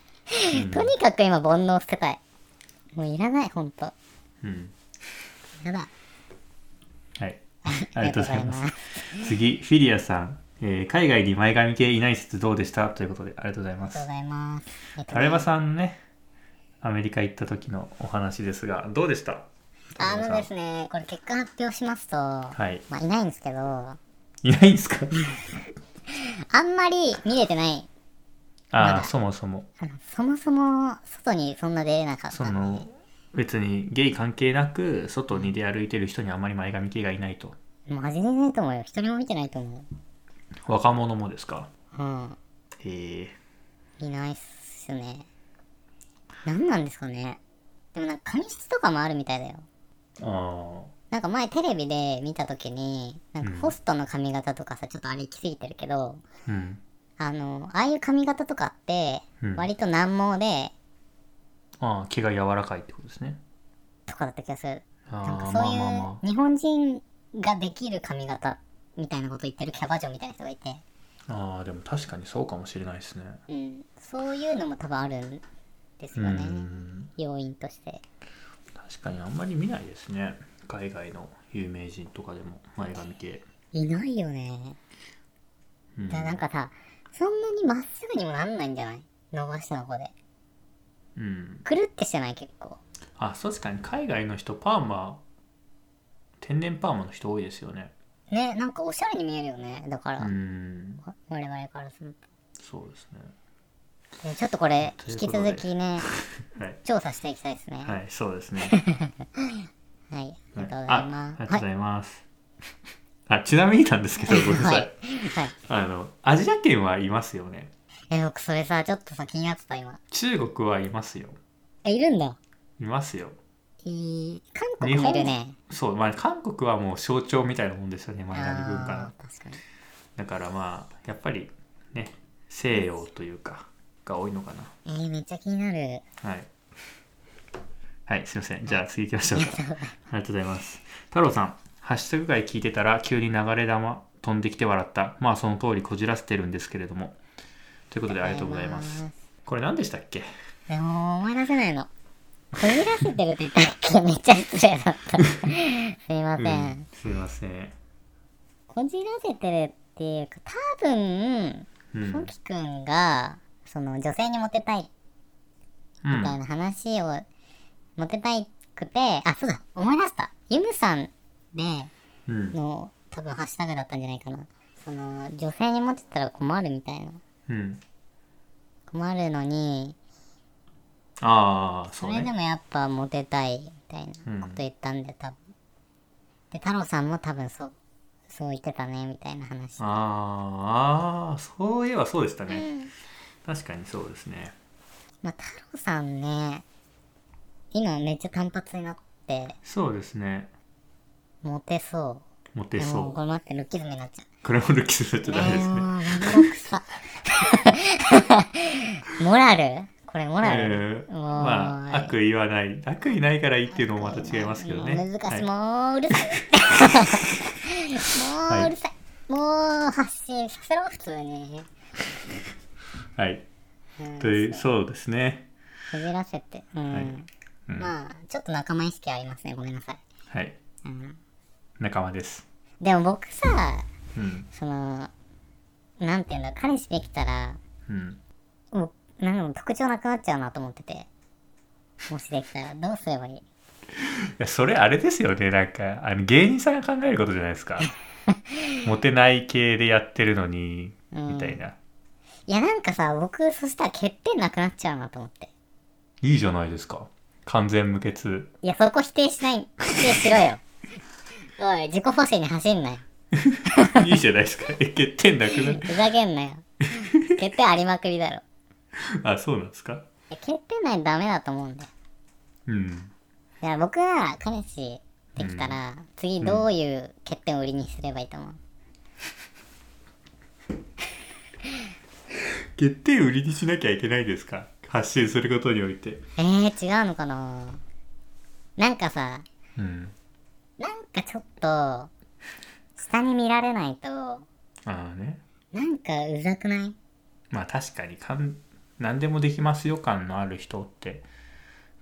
A: うん
B: とにかく今煩悩を捨てたい。もういらない、ほんと。
A: うん。
B: やだ。
A: はい。 (laughs) ありがとうございま。
B: ありがとうございます
A: 次、フィリアさん、えー海外に前髪系いない説どうでしたということで、ありがとうございま
B: ありがとう
A: す。
B: ございます。えっと
A: タレバさんね、アメリカ行った時のお話ですが、どうでした
B: あ
A: タレ
B: の
A: バ
B: で
A: さ
B: すね、これ結果発表しますと、
A: んはい。
B: まあいないんですけど、あ
A: いないん (laughs) ですか
B: んまり見れてない。ま
A: ああ、
B: だ
A: そもそも。
B: あのそもそも外にそんな出れなかった。
A: その、別にゲイ関係なく、外に出歩いてる人にあまり前髪系がいないと。
B: マジでいないと思うよ。一人も見てないと思
A: 若者もですか
B: う。うん。
A: へえ。
B: いないっすね。何なんですかね。でもなんか紙質とかもあるみたいだよ。
A: あ
B: なんか前テレビで見た時に、なんかホストの髪型とかさ、ちょっとあれ行き過ぎてるけど、
A: あ。うん。
B: あの、ああいう髪型とかって
A: うん、
B: 割と難毛で、
A: ああ、毛が柔らかいってことですね。
B: とかだった気がする。なん
A: あ
B: か
A: あ、
B: そ
A: ま
B: う
A: あ
B: い
A: まあま
B: う、日本人ができる髪型みたいなこと言ってるキャバ嬢みたいな人がいて、
A: あ。ああ、でも確かにそうかもしれないですね。
B: うん。そういうのも多分あるんです
A: う
B: よね。
A: ん。
B: 要因として。
A: 確かにあんまり見ないですね海外の有名人とかでも前髪系、
B: いないよね。
A: うん
B: だからなんかさ、そんなにまっすぐにもなんないんじゃない伸ばしたのこで。
A: うん、
B: くるってしてない結構。
A: あ確かに海外の人パーマ天然パーマの人多いですよね
B: ね、なんかおしゃれに見えるよね。だから、
A: うん
B: わ我々からする
A: そうですね
B: と。ねちょっとこれ、
A: という
B: 引
A: こ
B: き
A: とで
B: 続きね、
A: はい
B: 調査していきたいですね。はい。
A: はいそうですね
B: ありがとうござ
A: あ
B: いま
A: ありがとう
B: す。はい
A: ご。ざいます、 (laughs) あちなみになんですけどごめんなさい、
B: はい。はい。
A: あのアジア圏はいますよね
B: え、僕それさ、ちょっとさ、気になってた今。
A: 中国はいますよ
B: え、いるんだ。
A: いますよ
B: えー、韓国もいるね。
A: そうまあ韓国はもう象徴みたいなもんですよね
B: あ
A: 前髪文化の
B: ー確かに。
A: だからまあやっぱりね西洋というかが多いのかな
B: えー、めっちゃ気になる。
A: はいはいすいませんじゃあ次行きま
B: (laughs)
A: しょうありがとうございます太郎さん「ハッシュタグ外聞いてたら急に流れ玉飛んできて笑ったまあその通りこじらせてるんですけれども」ということでありがとうございます。これ何でしたっけ
B: でも、思い出せないの。こじらせてるって言ったっけ (laughs) めっちゃ失礼だった。す (laughs) いません。
A: うんすいません
B: こじらせてるっていうか、多分、
A: うん、う
B: ソ
A: ん
B: キくんが、その、女性にモテたい、みたいな話を、モテたいくて、あ、そうだ、思い出した。ユムさんで、
A: うん
B: の、多分ハッシュタグだったんじゃないかな。その、女性にモテたら困るみたいな。
A: うん、
B: 困るのに、
A: ああそ
B: そ
A: う
B: れで
A: ね
B: もやっぱモテたいみたいなこと言ったんで、多分で太郎さんも多分そうそう言ってたねみたいな話
A: あーあーそういえばそうでしたね確かにそうですね
B: まあ太郎さんね今めっちゃ単発になって
A: そうですね
B: モテそ
A: モ
B: う
A: テ
B: で
A: そ
B: も
A: う
B: これ待ってルッキズムになっちゃ
A: これもルッキズムじゃ
B: う
A: ダメですね。
B: あーめんどくさ (laughs) モラルこれモラル、
A: えー
B: もう
A: まあ悪意はない悪意ないからいいっていうのもまた違いますけどね。
B: もう難しい、
A: はい
B: もううる
A: (laughs)
B: さいもううるさい、もう発信させろ普通に、
A: はい。
B: うん
A: というそうですね。
B: こじらせて、うん
A: はいうん
B: まあちょっと仲間意識ありますねごめんなさい、
A: はい
B: うん、
A: 仲間です。
B: でも僕さ
A: うん
B: そのなんていうんだ彼氏できたら
A: うん
B: もうなんかもう特徴なくなっちゃうなと思っててもしできたらどうすればいい
A: いやそれあれですよねなんかあの芸人さんが考えることじゃないです
B: (laughs)
A: か。モテない系でやってるのにみたいな。
B: いやなんかさ僕そしたら欠点なくなっちゃうなと思って
A: いいじゃないですか。完全無欠。
B: いやそこ否定しない否定し
A: (laughs)
B: ろよおい自己保身に走んなよ
A: (laughs) いいじゃないですか。え欠点なくなる。
B: ふざけんなよ欠点ありまくりだろ
A: あ、そうなんですか
B: いや欠点ないとダメだと思うんだよ。
A: うん。
B: いや僕は彼氏できたら、次どういう欠点を売りにすればいいと思う、
A: 決定売りにしなきゃいけないですか発信することにおいて。
B: えー、違うのかななんかさ
A: うん。
B: なんかちょっと下に見られないと
A: ああね。
B: なんかうざくない
A: まあ確かにかん何でもできますよ感のある人って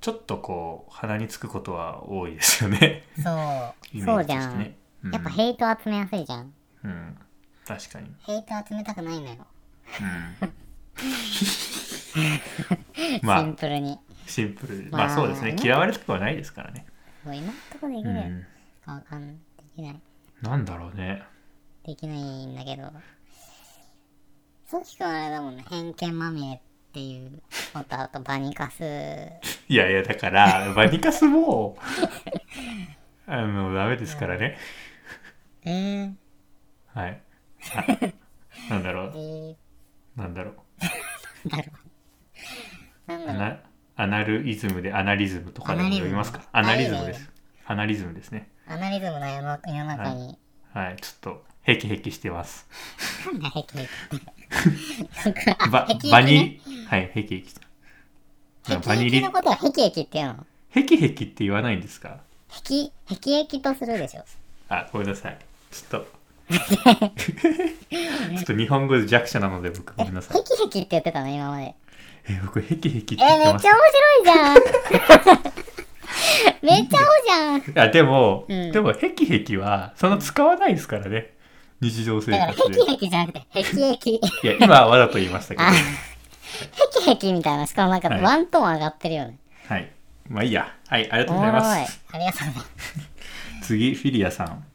A: ちょっとこう鼻につくことは多いですよね。
B: そう
A: イメ
B: (laughs)
A: ー
B: そう
A: ジ
B: じ
A: と
B: ゃ
A: して
B: ん、
A: ね。うん、
B: やっぱヘイト集めやすいじゃん
A: うん、確かに。
B: ヘイト集めたくないのよ、シン
A: まあ
B: プルに
A: シンプル。
B: まあ
A: まあそうですね。嫌われたくはないですからね。
B: もう今のとこでき
A: う
B: る
A: ん。
B: かわかんできない
A: なんだろうね。
B: できないんだけどそう聞くあれだもんね偏見まみれっていうのとあとバニカス
A: いやいやだ
B: (laughs)
A: からバニカスもあのダメですからね。
B: えー、
A: はい。あなんだろ
B: え
A: う
B: ー、
A: なんだろう。ア
B: なんだろう
A: ナアナルイズムでアナリズムとかでも呼びますかア
B: アナ
A: ナ
B: リ
A: リ
B: ズ
A: ズ
B: ム
A: ムですアナリズムですね
B: アナリズムな世の世の中に、
A: はいちょっとヘキヘキして
B: (laughs)
A: ます
B: なんだヘキヘキって僕
A: バ
B: ヘキヘキね
A: バニはいヘキヘキ
B: ヘキ
A: バ
B: ヘ
A: ニ
B: キ
A: リ
B: のことはヘキヘキっていうの
A: ヘキヘキって言わないんですか
B: ヘキヘキヘキとするでしょ
A: あごめんなさいち
B: (laughs)
A: ょっとちょっと日本語弱者なので僕ごめんなさ
B: ヘ
A: い
B: キヘキって言ってたの今まで
A: え僕ヘキヘキって
B: え
A: 言って
B: ー、めっ
A: ま
B: ち
A: す
B: ゃ面白いじゃん
A: (laughs)
B: めっちゃ青じゃん
A: あでも、
B: うん
A: でもヘキヘキはその使わないですからね日常生
B: だからヘ
A: 活で
B: キヘキじゃなくてヘキヘキヘ
A: いや今はわざと言いましたけど
B: あキヘキみたいなしかもなんか
A: はい
B: ワントーン上がってるよね、
A: はいまあいいやはいありが
B: お
A: とう
B: も
A: ござい
B: ろい
A: ます
B: ありがとうございます
A: 次フィリアさん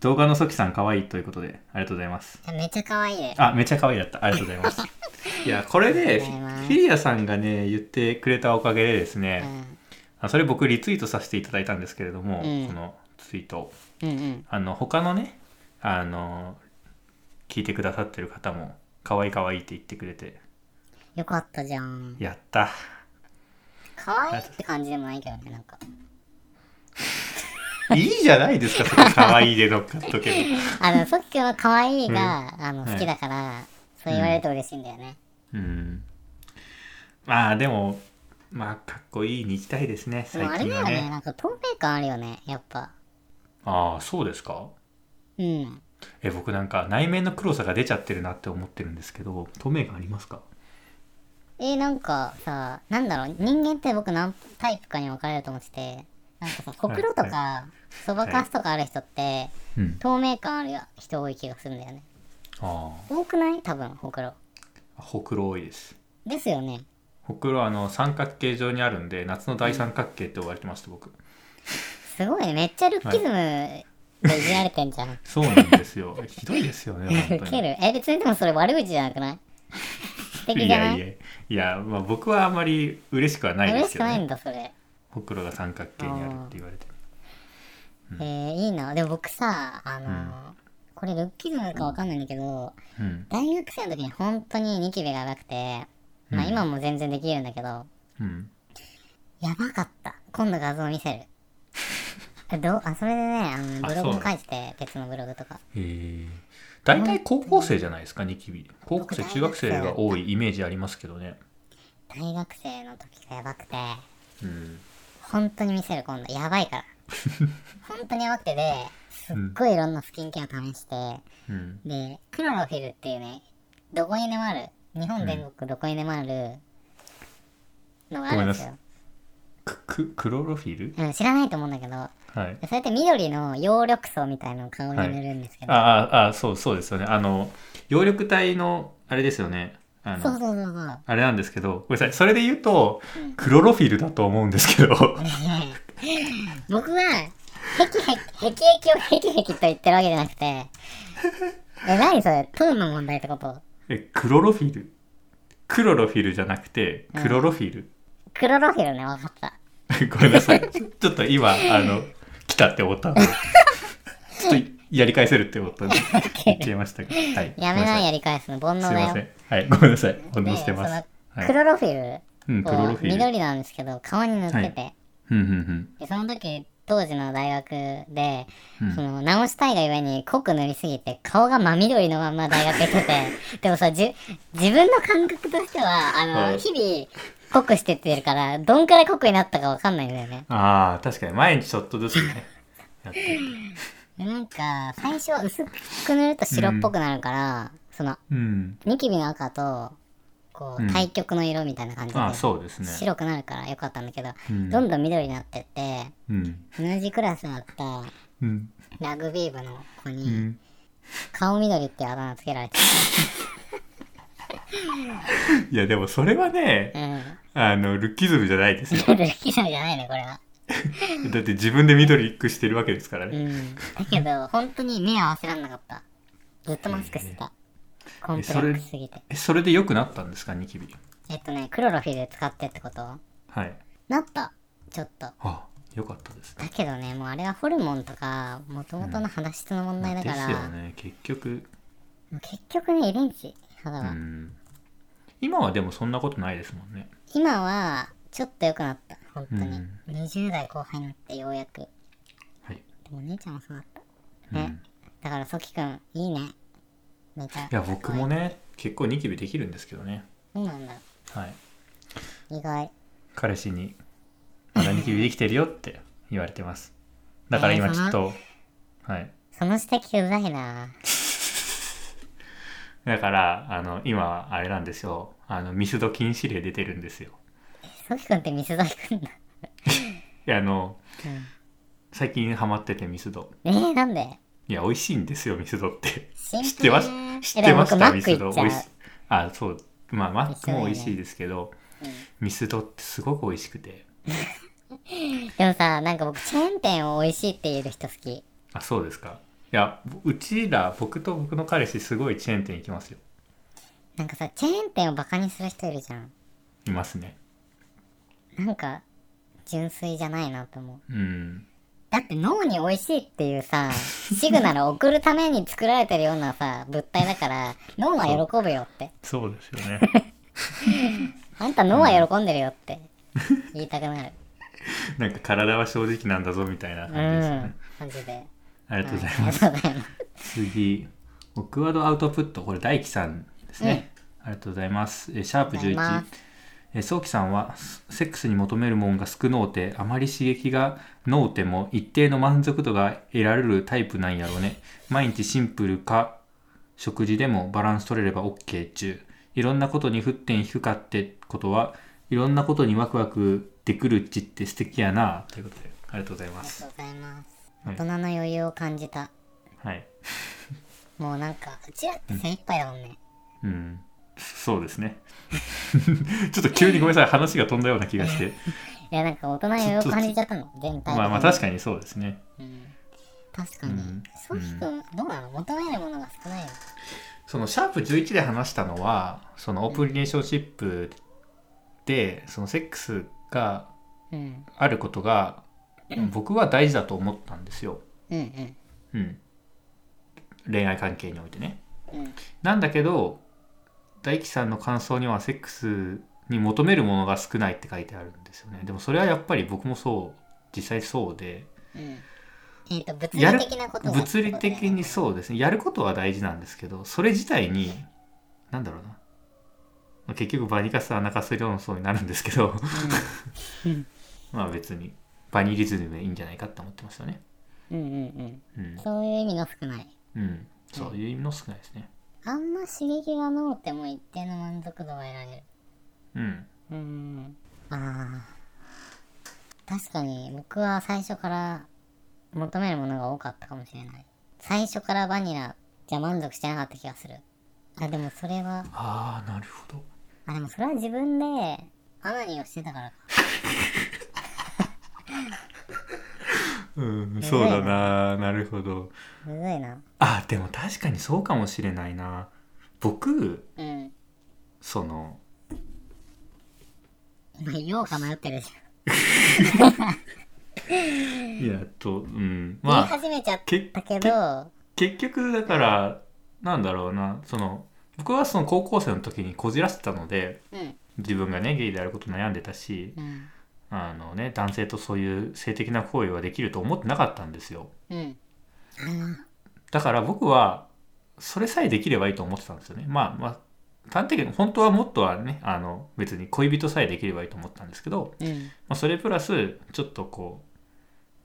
A: 動画のソキさん可愛いということでありがとうございます
B: めっちゃ可愛いです
A: あめっちゃ可愛いだったありがとうござい
B: (laughs)
A: ますいやこれ
B: あり
A: で
B: が
A: フ
B: とうございます
A: ィフィリアさんがね言ってくれたおかげでです
B: う
A: ね、
B: ん
A: あそれ僕リツイートさせていただいたんですけれども、
B: うん
A: このツイート
B: うんうん
A: あの他のねあの聞いてくださってる方も可愛い可愛いって言ってくれて
B: よかったじゃん
A: やった
B: 可愛いって感じでもないけどねなんか
A: いいじゃないですかそこ可愛いで乗っかっとけば
B: あの、ソッキ君は可愛いが、あの、
A: はい
B: 好きだから、そう言われると嬉しいんだよね。
A: うんまあでもまあかっこいいに行きたいですね
B: で
A: 最
B: もあれ
A: 近
B: だ
A: は
B: よ
A: ね
B: ね、なんか透明感あるよね、やっぱ。
A: ああそうですか
B: うん。
A: え僕なんか内面の黒さが出ちゃってるなって思ってるんですけど透明感ありますか
B: えーなんかさ、なんだろう、人間って僕何タイプかに分かれると思ってて、なんかさ、ほくろとか、そばかすとかある人って、
A: うん
B: 透明感ある人多い気がするんだよね。
A: あ
B: 多くない多分、ほくろ。
A: あほくろ多いです
B: ですよね。
A: ほくろはあの三角形状にあるんで夏の大三角形って呼ばれてました僕
B: すごい、めっちゃルッキズムでいじられてんじゃん。
A: そうなんです
B: (laughs)
A: よひどいですよね
B: ウ
A: 本当
B: (laughs) ケ
A: に
B: る。え、別にでもそれ悪口じゃなくない素敵
A: い
B: じゃな
A: や
B: い
A: いやいや、まあ、僕はあまり嬉しくはないで
B: 嬉
A: す
B: し
A: け
B: く
A: ど、
B: ないん
A: ね、
B: だそれ、
A: ほくろが三角形にあるって言われて
B: えー、いいなでも僕さあのーこれルッキズムかわかんないんだけど
A: うん
B: 大学生の時に本当にニキビがやばくて、まあ、今も全然できるんだけど
A: うん
B: やばかった今度画像見せる
A: (laughs)
B: あどうあそれでねあの
A: あ
B: ブログ
A: そ
B: も
A: う
B: 書
A: ない
B: てて別のブログとか
A: えー、大体高校生じゃないですかニキビ高校生
B: 僕
A: 中学生が多いイメージありますけどね
B: 大学生の時がやばくて
A: うん
B: 本当に見せる今度やばいから本当にやばくてですっごいいろんなスキンケア試して、
A: うん
B: でクロロフィルっていうねどこにでもある日本全国どこにでもあるのがあるんですよ、
A: くくクロロフィル
B: うん、知らないと思うんだけど
A: はい
B: それって緑の葉緑素みたいなのを顔に塗るんですけど、
A: あああそうそうですよねあの葉緑体のあれですよねあ
B: そうそ
A: の
B: うそうそう
A: あれなんですけどごめんなさいそれで言うとクロロフィルだと思うんですけど
B: 僕はヘキヘキヘキヘキをヘキヘキと言ってるわけじゃなくてえ何それプーの問題ってこと
A: えクロロフィルクロロフィルじゃなくてクロロフィル、
B: クロロフィルね分かった
A: (laughs) ごめんなさいちょっと今あの来たって思ったんでちょっとやり返せるって思ったん
B: (laughs)
A: で言っちゃいましたが、はい、
B: やめないやり返すの煩
A: ご
B: 悩
A: めん
B: だ
A: なさいすいま
B: よ
A: せんはいごめんなさい反
B: で
A: 応してます
B: その
A: はい
B: クロロフィ
A: う
B: ル
A: ん、プロロフ
B: こう
A: ィール。
B: 緑なんですけど顔に塗ってて、
A: うん、うん、
B: でその時当時の大学で、
A: うん
B: その直したいがゆえに濃く塗りすぎて顔が真緑のまま大学行って
A: (laughs)
B: てでもさじゅ自分の感覚としてはあの、
A: はい
B: 日々濃くしてってるからどんくらい濃くになったかわかんないんだよね
A: うん。ああ、確かに、毎日ちょっとずつ
B: (laughs)
A: ね。やってる
B: でなんか最初は薄く塗ると白っぽくなるから、その
A: うん。
B: ニキビの赤とこ
A: うん
B: う対極の色みたいな感じで、
A: ああ、そうですね。
B: 白くなるからよかったんだけど、
A: うん
B: どんどん緑になってって
A: うん。
B: 同じクラスだった
A: うん。
B: ラグビー部の子
A: う
B: に
A: ん。
B: 顔緑っていうあだ名つけられて、
A: いや、でも、それはね、 (laughs)
B: うん、
A: あの、ルッキズムじゃないです
B: (laughs)
A: よ。
B: ルッキズムじゃないねこれは、
A: だって、自分で緑一句してるわけですから
B: う
A: ね。
B: ん、だけど本当に目合わせらんなかったずっとマスクしてた、コンプレックスすぎて
A: え、それで良くなったんですか、ニキビ。
B: えっとねクロロフィル使ってってこと
A: はい。
B: なったちょっと
A: あ、良かったですね。
B: だけどねもうあれはホルモンとかもともとの肌質の問題だ
A: で
B: か
A: す
B: ら、
A: よね、結局。
B: もう結局ね遺伝子肌は、
A: うん。今はでもそんなことないですもんね。
B: 今はちょっと良くなった本当に、
A: うん
B: 20代後輩になってようやくで
A: はい。
B: もお姉ちゃんもそうだった
A: う
B: ね、
A: ん。
B: だからソキくんいいねめちゃ
A: いや、僕もね、結構ニキビできるんですけどね。
B: そうなんだ
A: はい。
B: 意外
A: 彼氏に、まだニキビできてるよって言われてます。だから今ちょっと、はい。
B: その指摘うざいな
A: だから、あの、今、あれなんですよ。あの、ミスド禁止令出てるんですよ。
B: ソキくんってミスド行くんだ、 (laughs)
A: いや、あの、
B: うん
A: 最近ハマっててミスド。
B: えー、なんで
A: いや、美味しいんですよ、ミスドって。
B: シンプル
A: 知ってます
B: ね
A: 知ってまし
B: え
A: た
B: でも僕マ
A: ミ
B: ック
A: ス
B: 行
A: ド。
B: っちゃ
A: 美
B: う
A: 味しい。あ、そう。まあ、マックも美味しいですけど、
B: うん
A: ミスドってすごく美味しくて。
B: でもさなんか僕チェーン店を美味しいって言える人好き
A: あ、そうですか。いや、うちら、僕と僕の彼氏、すごいチェーン店行きますよ。
B: なんかさチェーン店をバカにする人いるじゃん
A: いますね。
B: なんか純粋じゃないなと思う
A: うん。
B: だって脳に美味しいっていうさシグナルを送るために作られてるようなさ物体だから脳は喜ぶよって
A: そうですよね。
B: あんた脳は喜んでるよって言いたくなる
A: (laughs) なんか体は正直なんだぞみたいな
B: う
A: 感じですよね。
B: んマジで
A: ありがとうござい
B: あ
A: ま
B: り
A: す。
B: がとうございます
A: 次、オクワードアウトプット、これ大輝さんですね。ありがとうございます。えシャープ
B: ありがとうござい
A: 11
B: ま。
A: え早期さんはスセックスに求めるもんが少のうてあまり刺激がのうても一定の満足度が得られるタイプなんやろうね毎日シンプルか食事でもバランス取れれば OK 中いろんなことに沸点引くかってことはいろんなことにワクワクでくるっちって素敵やなということでありがとうございま
B: あり
A: す
B: がとうございます
A: は
B: 大
A: い
B: 人の余裕を感じた
A: はい
B: もうなんかうちらって精一杯だもんね
A: うんそうですね (laughs) ちょっと急にごめんなさい話が飛んだような気がして
B: いやなんか大人の余裕を感じちゃったの全体的に
A: まあまあ確かにそうですね
B: うん確かに
A: うん
B: そういう人どうなの求めるものが少ないの
A: そのシャープ11で話したのはそのオープンリレーションシップでそのセックスが
B: うん
A: あることが僕は大事だと思ったんですよ、
B: うん
A: うん、恋愛関係においてね
B: うんうん
A: なんだけど大樹さんの感想にはセックスに求めるものが少ないって書いてあるんですよねでもそれはやっぱり僕もそう実際そうで
B: うんえっと物
A: やる
B: 理的なことが
A: 物理的にそうですねやることは大事なんですけどそれ自体になんだろうなまあ結局バニカスアナカス論争になるんですけど (laughs) まあ別にバニリズムでいいんじゃないかって思ってましたね
B: うんうんうん
A: うん
B: そういう意味の少ない
A: うんそういう意味の少ないですね
B: あんま刺激が脳っても一定の満足度は得られ
A: う
B: る
A: ん
B: うーんあー確かに僕は最初から求めるものが多かったかもしれない最初からバニラじゃ満足してなかった気がするあでもそれは
A: ああなるほど
B: あでもそれは自分でアナニーをしてたからか
A: うん
B: そうだ
A: ななるほど
B: むずいな
A: あでも確かにそうかもしれないな僕
B: うん
A: その
B: 今言おうか迷ってるでしょ、
A: いやとうんまあ
B: 言い始めちゃっ
A: 結
B: たけど
A: 結局だから、なんだろうなその僕はその高校生の時にこじらせてたので
B: うん
A: 自分がねゲイであること悩んでたし
B: うん
A: あの、ね、男性とそういう性的な行為はできると思ってなかったんですよ
B: うん
A: だから僕はそれさえできればいいと思ってたんですよねまあまあ端的に本当はもっとはねあの別に恋人さえできればいいと思ったんですけど、
B: うん
A: まあ、それプラスちょっとこ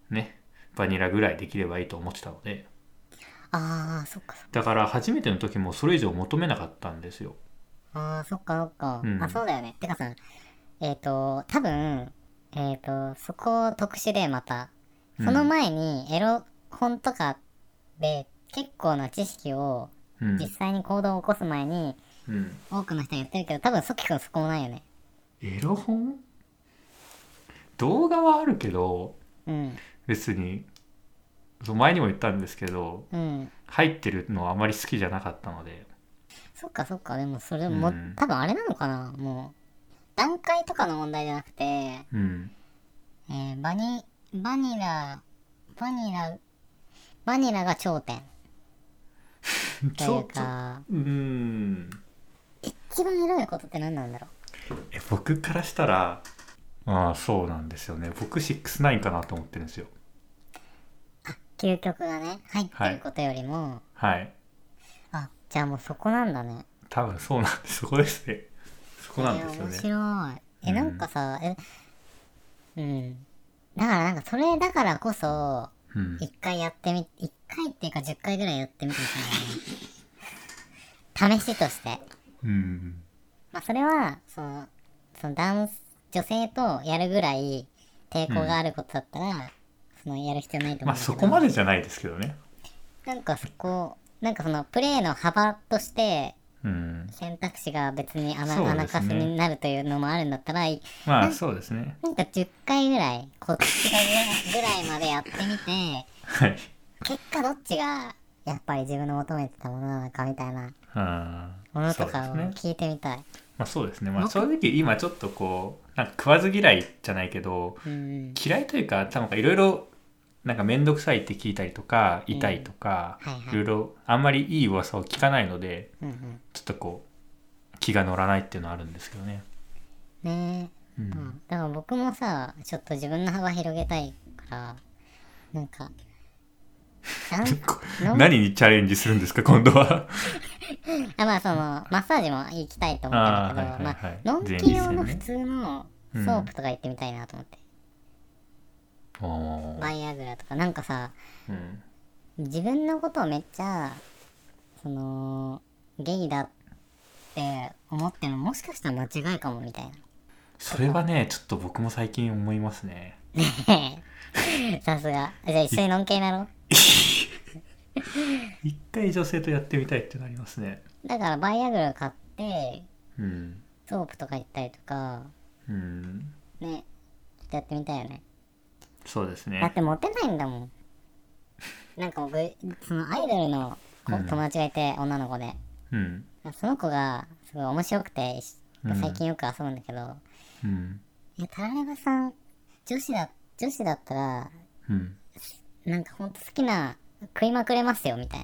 A: うねバニラぐらいできればいいと思ってたので
B: ああそっかそっか
A: だから初めての時もそれ以上求めなかったんですよ
B: ああそっかそっか、
A: うん
B: あそうだよねてかさえっ、と多分えっ、とそこ特殊でまたその前にエロ本とかで結構な知識を
A: うん
B: 実際に行動を起こす前に
A: うん
B: 多くの人がやってるけど多分ソキ君そこもないよね
A: エロ本動画はあるけど
B: うん
A: 別にそう前にも言ったんですけど
B: うん
A: 入ってるのはあまり好きじゃなかったので
B: そっかそっかでもそれも、
A: うん
B: 多分あれなのかなもう段階とかの問題じゃなくて、え
A: うん
B: ーバニバニラバニラバニラが頂点というか
A: うん
B: 一番エロいことって何なんだろ
A: え僕からしたらああそうなんですよね僕69かなと思ってるんですよ
B: う究極がね入ってることよりも、
A: はい
B: あじゃあもうそこなんだね
A: 多分そうなんですそこですねそこなんですよね
B: えー面白い。え、
A: うん
B: なんかさ、え、うん。だからなんかそれだからこそ、
A: うん
B: 一回やってみ、一回っていうか十回ぐらいやってみてほしい (laughs) ね。試しとして。
A: うん
B: まあそれは、その、その男、女性とやるぐらい抵抗があることだったら、そのやる必要ないと思うんだけど。
A: まあそこまでじゃないですけどね
B: なんかそこ、なんかそのプレイの幅として
A: うん
B: 選択肢が別に穴,、
A: そうですね
B: 穴かすになるというのもあるんだったらいい
A: まあそうですね
B: なんか10回ぐらい、こっちがぐらいまでやってみて、
A: はい
B: 結果どっちが、やっぱり自分の求めてたものなのかみたいな
A: あ
B: もの
A: あ
B: と
A: そうで
B: か
A: す
B: を
A: ね
B: 聞いてみたい。
A: まあそうですね、まあ、
B: 僕
A: 正直今ちょっとこうなんか食わず嫌いじゃないけど
B: うん。
A: 嫌いというか多分いろいろなんか面倒くさいって聞いたりとか痛いとか、
B: はいはい
A: いろいろあんまりいい噂を聞かないので
B: うん
A: ちょっとこう気が乗らないっていうのはあるんですけどね。
B: うん。ね
A: う
B: え。うんん。だから僕もさ、ちょっと自分の幅広げたいから、なんか、
A: (laughs)
B: なん
A: こ
B: なん
A: 何にチャレンジするんですか今度は。
B: あまあその、マッサージも行きたいと思ったんだけど、
A: あーはいはいはい
B: まあ、のんき用の
A: 前立腺ね
B: 普通のソ
A: うん
B: ープとか行ってみたいなと思って。
A: おー
B: バイアグラとか、なんかさ、
A: うん
B: 自分のことをめっちゃそのゲイだって思ってるのもしかしたら間違いかもみたい
A: それはねちょっと僕も最近思いますね。
B: な (laughs) さすがじゃあ一緒にのんけになろう
A: 一回女性とやってみたいってなりますね。
B: だからバイアグラ買って
A: うん。
B: ソープとか行ったりとか
A: うん。
B: ねちょっとやってみたいよね
A: そうです
B: だっ
A: ね。
B: てモテないんだもんなんか僕そのアイドルの子
A: うん
B: 友達がいて、女の子で
A: うん。
B: その子がすごい面白くて
A: うん
B: 最近よく遊ぶんだけど、
A: うん。
B: えタラレバさん女子だ女子だったら
A: うん。
B: なんかほんと好きな食いまくれますよみたい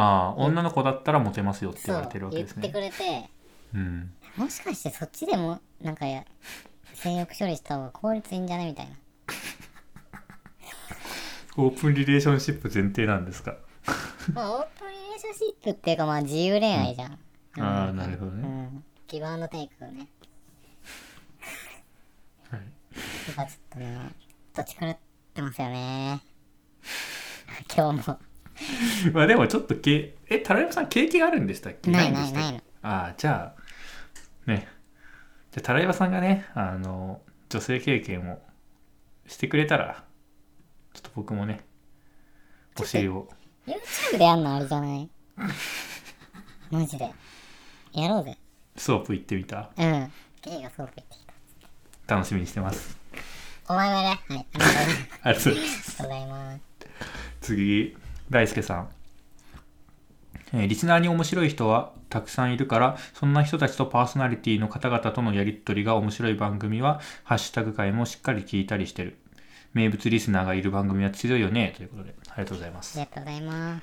A: ああ女の子だったらモテますよって言わ
B: そう
A: れてるわけ
B: 言っ
A: です
B: て
A: ね
B: く。れて
A: うん。
B: もしかしてそっちでもなんかや性欲処理した方が効率いいんじゃないみたいな
A: オープンリレーションシップ前提なんですか。
B: まあオープンリレーションシップっていうかまあ自由恋愛じゃん、うん、
A: ああなるほど
B: う
A: ね。
B: んギブアンドテイクね
A: はい。
B: やっぱちょっとねどっち狂ってますよね今日も
A: まあでもちょっとけえタラヤマさん経験あるんでしたっけ
B: ないないない
A: いんでした
B: の
A: っけああじゃあねじゃあタラヤマさんがねあの女性経験をしてくれたらちょっと僕もねお尻を
B: YouTube でやんのあれじゃないマジでやろうぜ
A: ソープ行ってみた
B: うんゲイがそう言ってきた
A: 楽しみにしてます
B: お前はねはいありがとうございます
A: ありがとうございます
B: ありがとうございます。
A: 次大輔さん、えーリスナーに面白い人はたくさんいるからそんな人たちとパーソナリティの方々とのやり取りが面白い番組は「ハッシュタグ会」もしっかり聞いたりしてる名物リスナーがいる番組は強いよねということでありがとうございま
B: あり
A: す
B: がとうございます。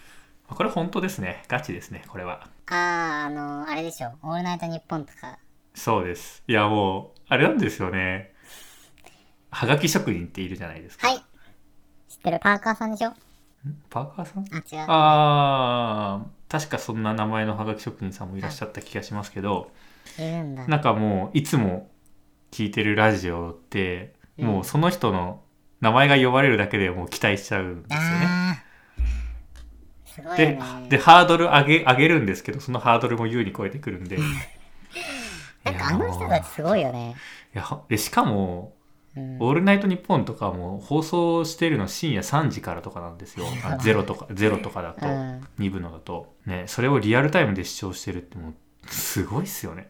A: これ本当ですねガチですねこれは
B: あー、あのー、あれでしょ、オールナイトニッポンとか、
A: そうです。いや、もう、あれなんですよね。はがき職人っているじゃないですか。
B: はい。知ってるパーカーさんでしょ
A: パーカーさん
B: あ、違う。
A: あー、確かそんな名前のはがき職人さんもいらっしゃった気がしますけど、
B: いるんだ。
A: なんかもう、いつも聞いてるラジオって、もうその人の名前が呼ばれるだけでもう期待しちゃうんですよね。
B: あーすごい
A: で
B: よね。
A: でハードル上げ上げるんですけどそのハードルも優に超えてくるんで
B: なんかあの人たちすごいよね。
A: いやほでしかも
B: うん
A: 「オールナイトニッポン」とかも放送してるの深夜3時からとかなんですよ
B: やばい
A: ゼロとかゼロとかだと、
B: うん
A: 2部のだとねそれをリアルタイムで視聴してるってもうすごいっすよね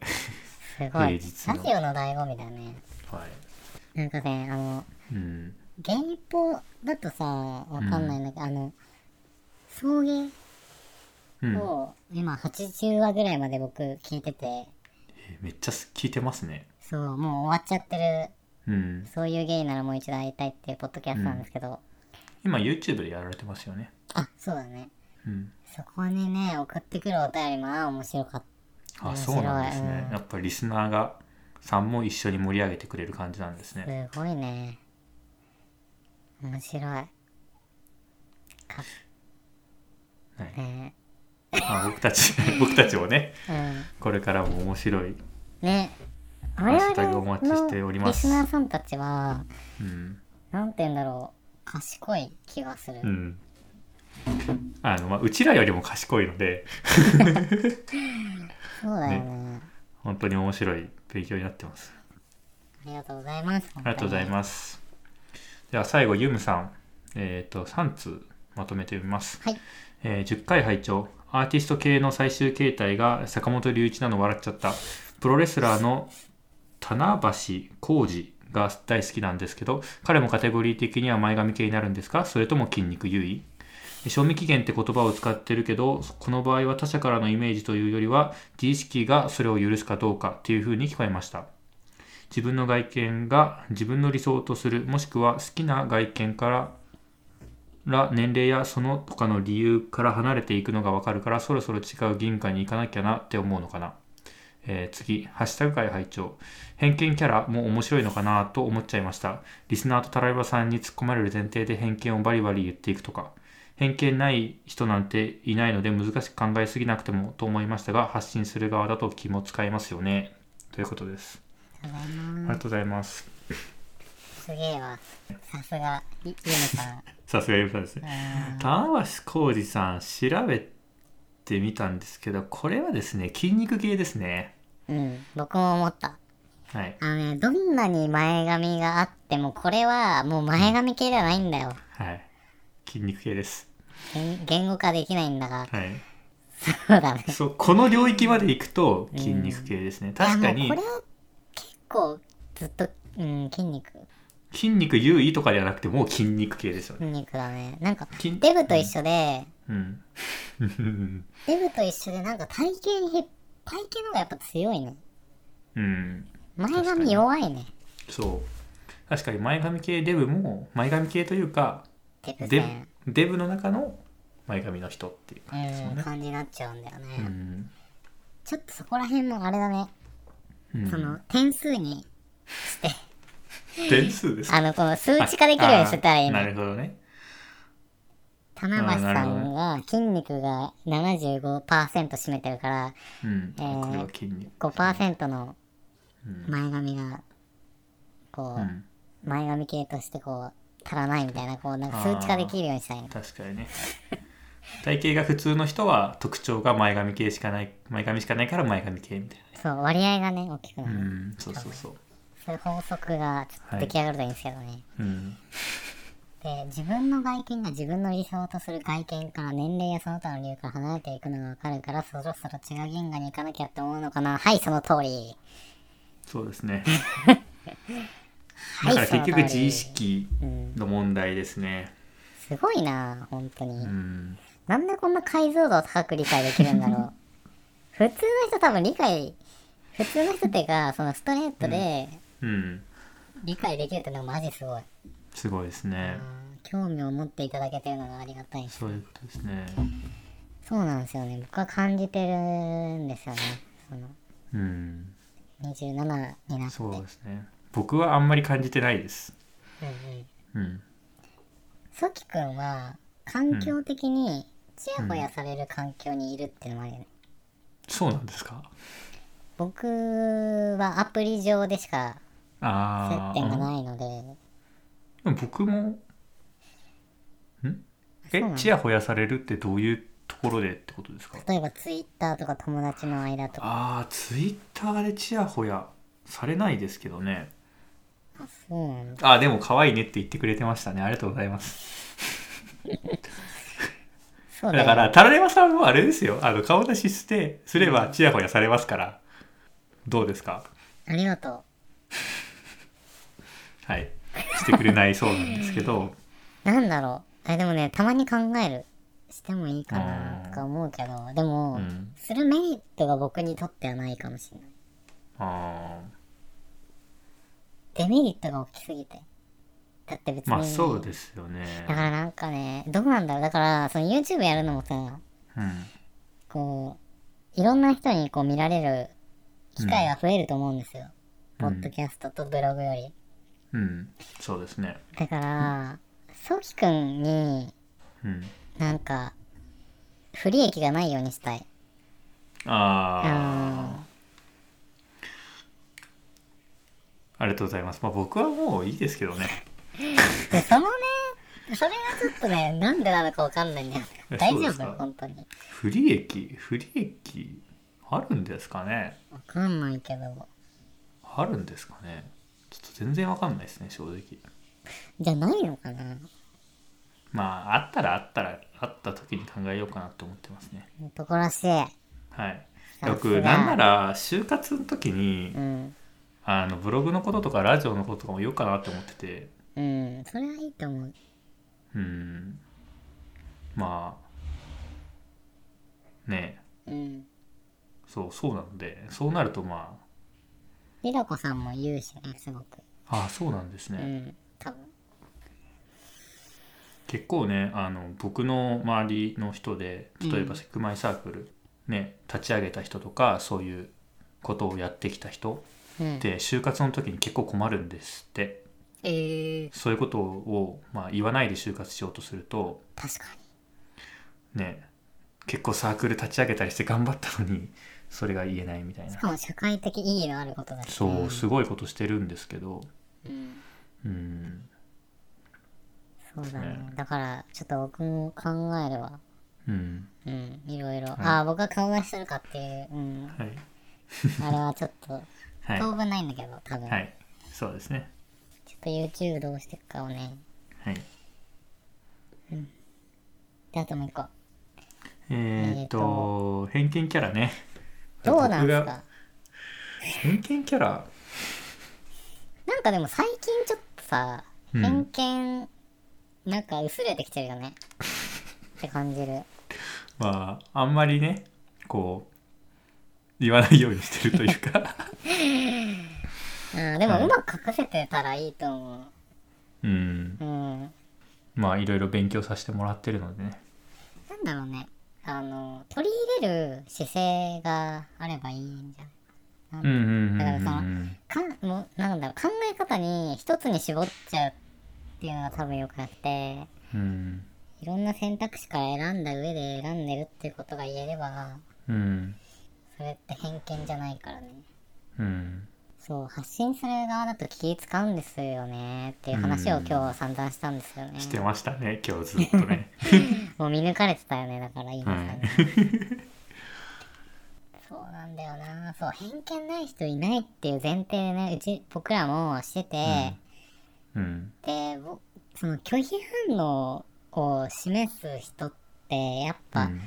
B: すごい。
A: 平
B: ラ
A: 日
B: ジ
A: の
B: オの醍醐味だね。
A: はい
B: なんかね、あの、
A: うん
B: 原稿だとさ、わかんないんだけど、あの、送迎
A: うん、
B: を今80話ぐらいまで僕聞いてて、
A: えめっちゃす聞いてますね
B: そう、もう終わっちゃって
A: うん
B: る、そういうゲイならもう一度会いたいっていうポッドキャストなんですけど、
A: 今 YouTube でやられてますよね
B: あ、そうだね。
A: うん
B: そこにね、送ってくるお便りも、あ面白かっ
A: あ
B: 面
A: そ
B: 白いう
A: なんですね、
B: うん
A: やっぱリスナーがさんも一緒に盛り上げてくれる感じなんですね
B: た。すごいね。面白い。か
A: はい
B: ね
A: まあ、僕たち (laughs) 僕たちもね
B: うん。
A: これからも面白い、
B: ね。我
A: ハッシュタグお待ちしており
B: 々の
A: ま
B: リ
A: す
B: スナーさんたちは、
A: うん
B: なんて言うんだろう、賢い気がする。
A: うんあのまあ、うちらよりも賢いので (laughs)
B: そうだよね
A: 本当に面白い勉強になってます
B: ありがとうございます。
A: ありがとうございますでは最後ユムさん、えー、と3通まとめてみます、
B: はい
A: えー10回拝聴アーティスト系の最終形態が坂本龍一なの笑っちゃったプロレスラーの棚橋浩二が大好きなんですけど彼もカテゴリー的には前髪系になるんですかそれとも筋肉優位賞味期限って言葉を使ってるけどこの場合は他者からのイメージというよりは自意識がそれを許すかどうかっていう風に聞こえました自分の外見が自分の理想とするもしくは好きな外見からら年齢やその他の理由から離れていくのがわかるからそろそろ違う銀河に行かなきゃなって思うのかな、えー次「ハッシュタグ会拝聴偏見キャラも面白いのかなと思っちゃいましたリスナーとタライバさんに突っ込まれる前提で偏見をバリバリ言っていくとか偏見ない人なんていないので難しく考えすぎなくてもと思いましたが発信する側だと気も使えますよねということです
B: ありがとうござ
A: あ
B: い
A: り
B: ま
A: がとうございます
B: す。すげえわ。さすが、いゆめさん。
A: さすがゆうさんですね。
B: うん
A: 棚橋浩二さん調べてみたんですけどこれはですね筋肉系ですね。
B: うん、僕も思った。
A: はい、
B: あのね、どんなに前髪があっても、これはもう前髪系ではないんだよ。
A: はい、筋肉系です。
B: 言言語化できないんだが。
A: はい、
B: (laughs) そうだね。
A: そうこの領域まで行くと筋肉系ですね。確か
B: い
A: に
B: やもうこれ、結構、ずっと、うん、筋肉。
A: 筋肉優位とかではなくてもう筋肉系ですよね。
B: 筋肉だね。なんか、
A: 筋
B: デブと一緒で、
A: うん、 (laughs)
B: デブと一緒で、なんか体型にへ、体型の方がやっぱ強いね。
A: うん、
B: 前髪弱いね。
A: そう確かに前髪系デブも前髪系というか
B: デブ
A: デ
B: 線。
A: ブデブの中の前髪の人っていう感じですもん
B: うん、
A: ね。
B: 感じになっちゃうんだよね。
A: うん
B: ちょっとそこら辺もあれだね。
A: うん
B: その、点数にして、
A: 点数です
B: あの、この数値化できるようにしてたらいい
A: あーな
B: ね。
A: るほどね。
B: 棚橋さんが筋肉が75%占めてるから、
A: うん、
B: えー
A: これは筋肉。
B: 5%の
A: うん
B: 前髪が、こ
A: う
B: う、
A: ん、
B: 前髪系としてこう足らないみたいなこうなんか数値化できるようにしたいな
A: 確かにね。体型が普通の人は特徴が前髪系しかない、前髪しかないから前髪系みたい
B: そう割合がね大きくな
A: な。う
B: る、
A: ん、そうそうそう。
B: そういう法則がちょっと出来上がるといいんですけどね、
A: うん、
B: で自分の外見が自分の理想とする外見から年齢やその他の理由から離れていくのが分かるからそろそろ違う銀河に行かなきゃって思うのかなはいその通り
A: そうですね。
B: は
A: だ
B: い
A: から結局
B: その通
A: 自
B: り
A: 意識の問題ですね。
B: すごいな本当に、
A: うん、
B: なんでこんな解像度を高く理解できるん
A: (laughs)
B: だろう普通の人多分理解普通の人っていうかそのストレートで
A: うん、
B: 理解できるってのがマジすごい
A: すごいですね。
B: うん興味を持っていただけてるのがありがたいし
A: そういうことですね。
B: そうなんですよね僕は感じてるんですよねその
A: うん、
B: 27になって
A: そうですね僕はあんまり感じてないです
B: うんうん
A: うん
B: ソキ君は環境的にちやほやされる環境にいるっていうのもあるよね、
A: そうなんですか
B: 僕はアプリ上でしか接
A: あ
B: 点が
A: あ
B: ないので
A: 僕もん
B: そう
A: え
B: なの
A: ちやほやされるってどういうところでってことですか
B: 例えばツイッターとか友達の間とか
A: ああツイッターでちやほやされないですけどね
B: そうなんだ
A: あーでも可愛いねって言ってくれてましたねありがとうございます
B: そう
A: だ
B: だよ
A: からタラレバさんもあれですよあの顔出ししてすればちやほやされますからどうですか
B: ありがと
A: はいしてくれないそうなんですけど
B: うなんだろうえでもねたまに考えるしてもいいかなとか思うけどでも、
A: うん
B: するメリットが僕にとってはないかもしれない
A: あー
B: デメリットが大きすぎてだって別に、
A: まあそうですよね
B: だからなんかねどうなんだろうだからその YouTube やるのもさ
A: うん
B: こういろんな人にこう見られる機会が増えると思うんですよ、
A: うん
B: ポッドキャストとブログより
A: うんそうですね
B: だからソキくんに
A: うん
B: なんか不利益がないようにしたい
A: ああ
B: あ
A: ありがとうございますまあ僕はもういいですけど
B: (laughs)
A: ね
B: ーでそのねそれがちょっとねなんでなのかわかんないんだよ
A: え
B: ね大
A: そう
B: 丈
A: ですか
B: 夫本当に
A: 不利益不利益あるんですかね
B: わかんないけど
A: あるんですかねちょっと全然わかんないですね正直
B: じゃないのかな
A: まああったらあったらあった時に考えようかなと思ってますね
B: 男らしい
A: はい
B: さすが
A: 僕なんなら就活の時に
B: うん
A: あのブログのこととかラジオのこととかも言おうかなって思ってて
B: うんそれはいいと思う
A: うんまあねえ
B: うん
A: そうそうなのでそうなるとま
B: りらこさんも言うしねすごく
A: あああそうなんです
B: う
A: ね、
B: ん多分
A: 結構ねあの僕の周りの人で例え
B: うん
A: ばセクマイサークル、ね立ち上げた人とかそういうことをやってきた人
B: うん
A: って就活の時に結構困るんですって
B: えー、
A: そういうことを、まあ、言わないで就活しようとすると
B: 確かに
A: ね結構サークル立ち上げたりして頑張ったのにそれが言えないみたい
B: し
A: な
B: かも社会的意義のあることだしね
A: そうすごいことしてるんですけど
B: うん
A: うん
B: そうだね
A: ね
B: だからちょっと僕も考えるわ
A: うん
B: うんいろいろ、ああ僕が顔出しするかっていう、うん、
A: はい
B: あれはちょっと
A: はい
B: 当分ないんだけど多分、
A: はいそうですね
B: ちょっと YouTube どうしていくかをね
A: はい
B: であともう一個
A: えーっと、偏見キャラね。
B: どうなん
A: 僕
B: す
A: が
B: か
A: 偏見キャラ
B: なんかでも最近ちょっとさ
A: うん
B: 偏見、なんか薄れてきてるよねって感じる
A: まあ、あんまりね、こう、言わないようにしてるというか。
B: (laughs) うんで
A: は
B: も
A: いう
B: まく隠せてたらいいと思
A: うん。
B: ううん
A: まあ、いろいろ勉強させてもらってるのでね。
B: なんだろうねあの取り入れる姿勢があればいいんじゃん
A: うんうんうんう
B: だから
A: ん
B: さ
A: うん。
B: かもうなんだろう考え方に一つに絞っちゃうっていうのが多分よくなくて
A: うん。
B: いろんな選択肢から選んだ上で選んでるっていうことが言えれば
A: うん。
B: それって偏見じゃないからね
A: うん。
B: そう発信する側だと気使うんですよねっていう話を
A: うん
B: 今日散々したんですよね
A: してましたね、今日ずっと
B: (laughs)
A: ね。
B: もう見抜かれてたよねだから今さん、
A: はい
B: そうなんだよなそう偏見ない人いないっていう前提でねうち僕らもしてて、
A: うん。
B: でぼその拒否反応を示す人ってやっ
A: う
B: ぱ、
A: ん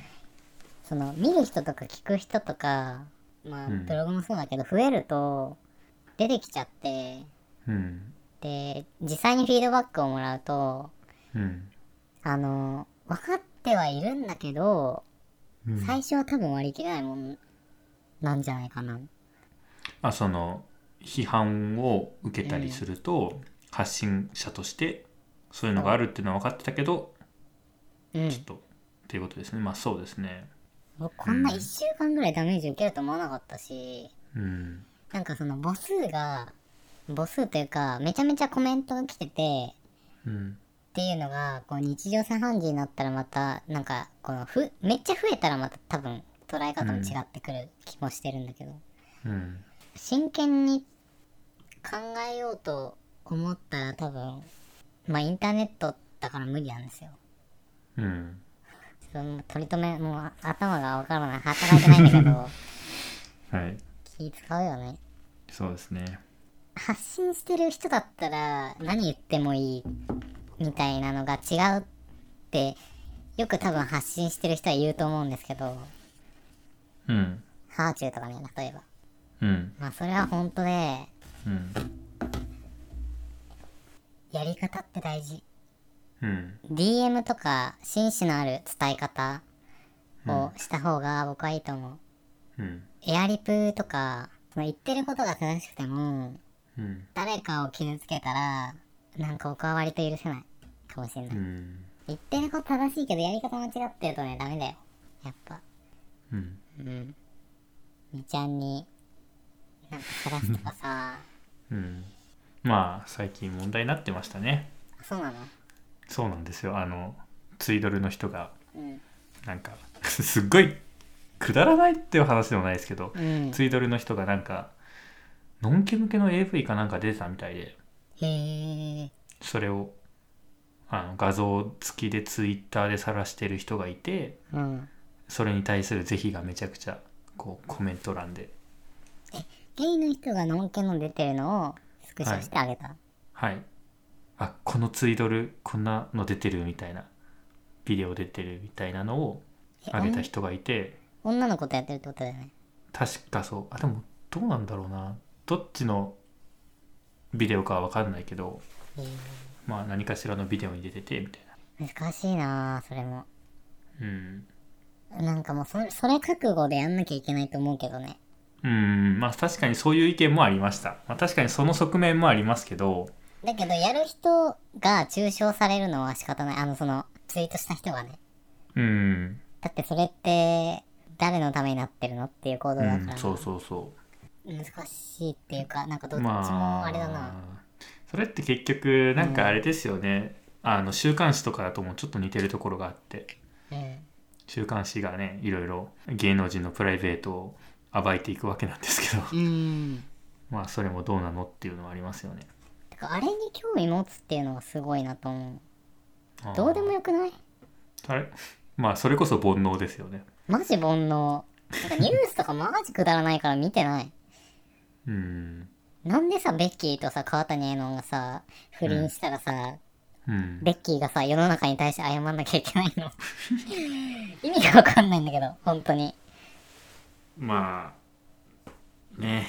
B: その見る人とか聞く人とかまあ
A: うん
B: ブログもそうだけど増えると出てきちゃって
A: うん。
B: で実際にフィードバックをもらうと
A: うん。
B: あの分かってはいるんだけど
A: うん
B: 最初は多分割り切れないもんなんじゃないかな
A: まあ、その批判を受けたりすると、発信者としてそういうのがあるっていうのは分かってたけど、
B: うん
A: ちょっとっていうことですねまあそうですね
B: 僕こんな1週間ぐらいダメージ受けると思わなかったし
A: うん
B: なんかその母数が、母数というか、めちゃめちゃコメントが来てて、
A: うん。
B: っていうのが、こう日常茶飯事になったらまた、なんか、このふ、めっちゃ増えたらまた多分、捉え方も違ってくる気もしてるんだけど、
A: うん。
B: 真剣に考えようと思ったら多分、まあインターネットだから無理なんですよ。
A: うん。
B: ちょっともう取り留め、もうあ頭がわからない、働いてないんだけど、 (laughs)
A: はい。
B: 気使うよね。
A: そうですね。
B: 発信してる人だったら何言ってもいいみたいなのが違うってよく多分発信してる人は言うと思うんですけど
A: うん。
B: ハーチューとかね例えば
A: うん。
B: まあそれは本当で
A: うん。
B: やり方って大事
A: うん。
B: DM とか紳士のある伝え方をした方が僕はいいと思
A: う
B: う、
A: ん。
B: エアリプとかその言ってることが正しくても
A: うん。
B: 誰かを傷つけたらなんか僕は割と許せないかもしれない、
A: うん。
B: 言ってること正しいけどやり方間違ってるとねダメだよやっぱ
A: うん。
B: うんみちゃんになんか晒すと (laughs) かさ
A: うん。まあ、最近問題になってましたね。
B: あそうなの
A: そうなんですよ。あの、ツイドルの人が、
B: うん
A: なんか、 (laughs) すっごい、くだらないっていう話でもないですけど、
B: うん
A: ツイドルの人がなんか、のんけ向けの AV かなんか出てたみたいで、
B: へえ
A: それを、あの画像付きでツイッターで晒してる人がいて、
B: うん
A: それに対する是非がめちゃくちゃ、こう、コメント欄で、
B: ゲイの人がのんけの出てるのをスクショしてあげた、
A: はい。あ、このツイドル、こんなの出てるみたいな、ビデオ出てるみたいなのを
B: え
A: 上げた人がいて、
B: おん女の子とやってるってことだよね
A: 確かそうあでもどうなんだろうなどっちのビデオかは分かんないけど
B: へ
A: まあ何かしらのビデオに出ててみたい
B: え難しいなあそれも
A: なうん
B: なんかもうそそれ覚悟でやんなきゃいけないと思うけどね
A: うんまあ確かにそういう意見もありました、まあ、確かにその側面もありますけど
B: だけどやる人が中傷されるのは仕方ないあのそのツイートした人がね
A: うん、
B: だってそれって誰のためになってるのっていう行動
A: う
B: だか
A: ん
B: ら、、
A: そうそうそ
B: 難しいっていうかなんかど
A: う
B: っち
A: ま
B: もあれだな、
A: それって結局なんかあれですよね、あの週刊誌とかだともちょっと似てるところがあって
B: うん
A: 週刊誌がねいろいろ芸能人のプライベートを暴いていくわけなんですけど (laughs)
B: うん
A: まあそれもどうなのっていうのはありますよね。
B: だからあれに興味持つっていうのがすごいなと思
A: あー
B: うどうでもよくない
A: あれまあそれこそ煩悩ですよね。
B: マジ煩悩なんかニュースとかマジくだらないから見てない
A: うん。
B: なんでさベッキーとさ川谷絵音がさ不倫したらさ、
A: うん。
B: ベッキーがさ世の中に対して謝んなきゃいけないの (laughs) 意味がわかんないんだけど本当に
A: まあね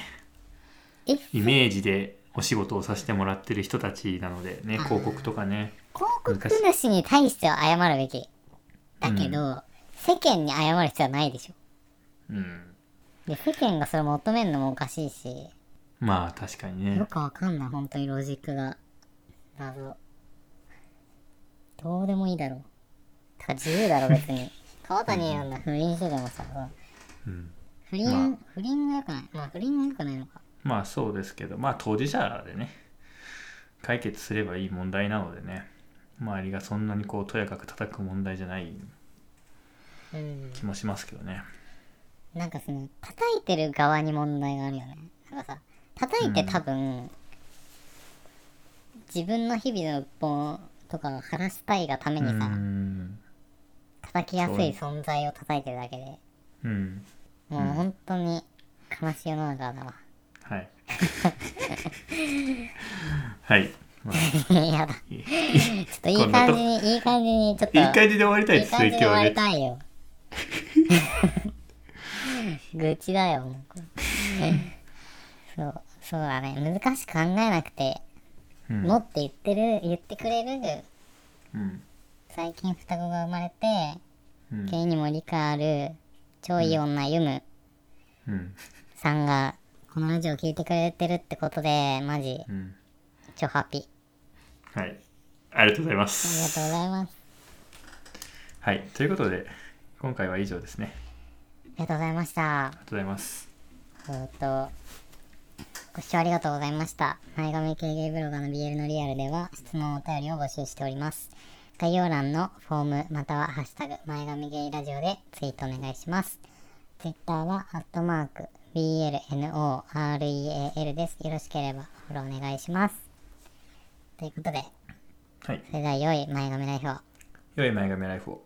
B: え
A: イメージでお仕事をさせてもらってる人たちなのでね広告とかね。
B: 広告主に対しては謝るべきだけど、世間に謝る必要はないでし
A: うん。
B: ょで世間がそれを求めるのもおかしいし
A: まあ確かにね
B: よ。くわかんない本当にロジックが謎どうでもいいだろうだから自由だろ別 (laughs) に川谷なんだ不倫してでもさ
A: うん、
B: 不倫、
A: ま
B: 不倫が良くないまあ不倫が良くないのか
A: まあそうですけどまあ当事者でね解決すればいい問題なのでね周りがそんなにこうとやかく叩く問題じゃない
B: うん
A: 気もしますけどね。
B: なんかその叩いてる側に問題があるよねなんかさ叩いて多分、自分の日々の鬱憤とかを晴らしたいがため
A: う
B: にさ、
A: ん。
B: 叩きやすい存在を叩いてるだけで
A: うん。
B: もう本当に悲しい世の中だわ (laughs)
A: はい。はい。まあ
B: やだ
A: いい
B: (laughs) ちょっといい感じにいい感じにちょっと
A: いい感じで終わりたい
B: い
A: で
B: い
A: すね、
B: 感じ
A: 今日
B: で終
A: は
B: わり
A: ね。
B: た
A: (laughs)
B: いよ愚痴だよもうこれそうそうだね難しく考えなくて
A: うん
B: もって言ってる言ってくれる
A: うん
B: 最近双子が生まれて
A: うん
B: 芸にも理解ある超いい女ゆむ
A: うん
B: さんがこのラジオ聞いてくれてるってことでマジ
A: うん
B: 超ハッピー
A: はい。ありがとうございま
B: ありがとう
A: す。
B: ございます
A: はい。ということで、今回は以上ですね。
B: ありがとうございました
A: ありがとうございます。
B: えーっとご視聴ありがとうございました。前髪系ゲイブロガーの BL のリアルでは質問お便りを募集しております。概要欄のフォームまたはハッシュタグ前髪ゲイラジオでツイートお願いします。Twitter はアットマーク BLNOREAL です。よろしければフォローお願いします。ということで、
A: はい。
B: それでは良い前髪ライフを。
A: 良い前髪ライフを。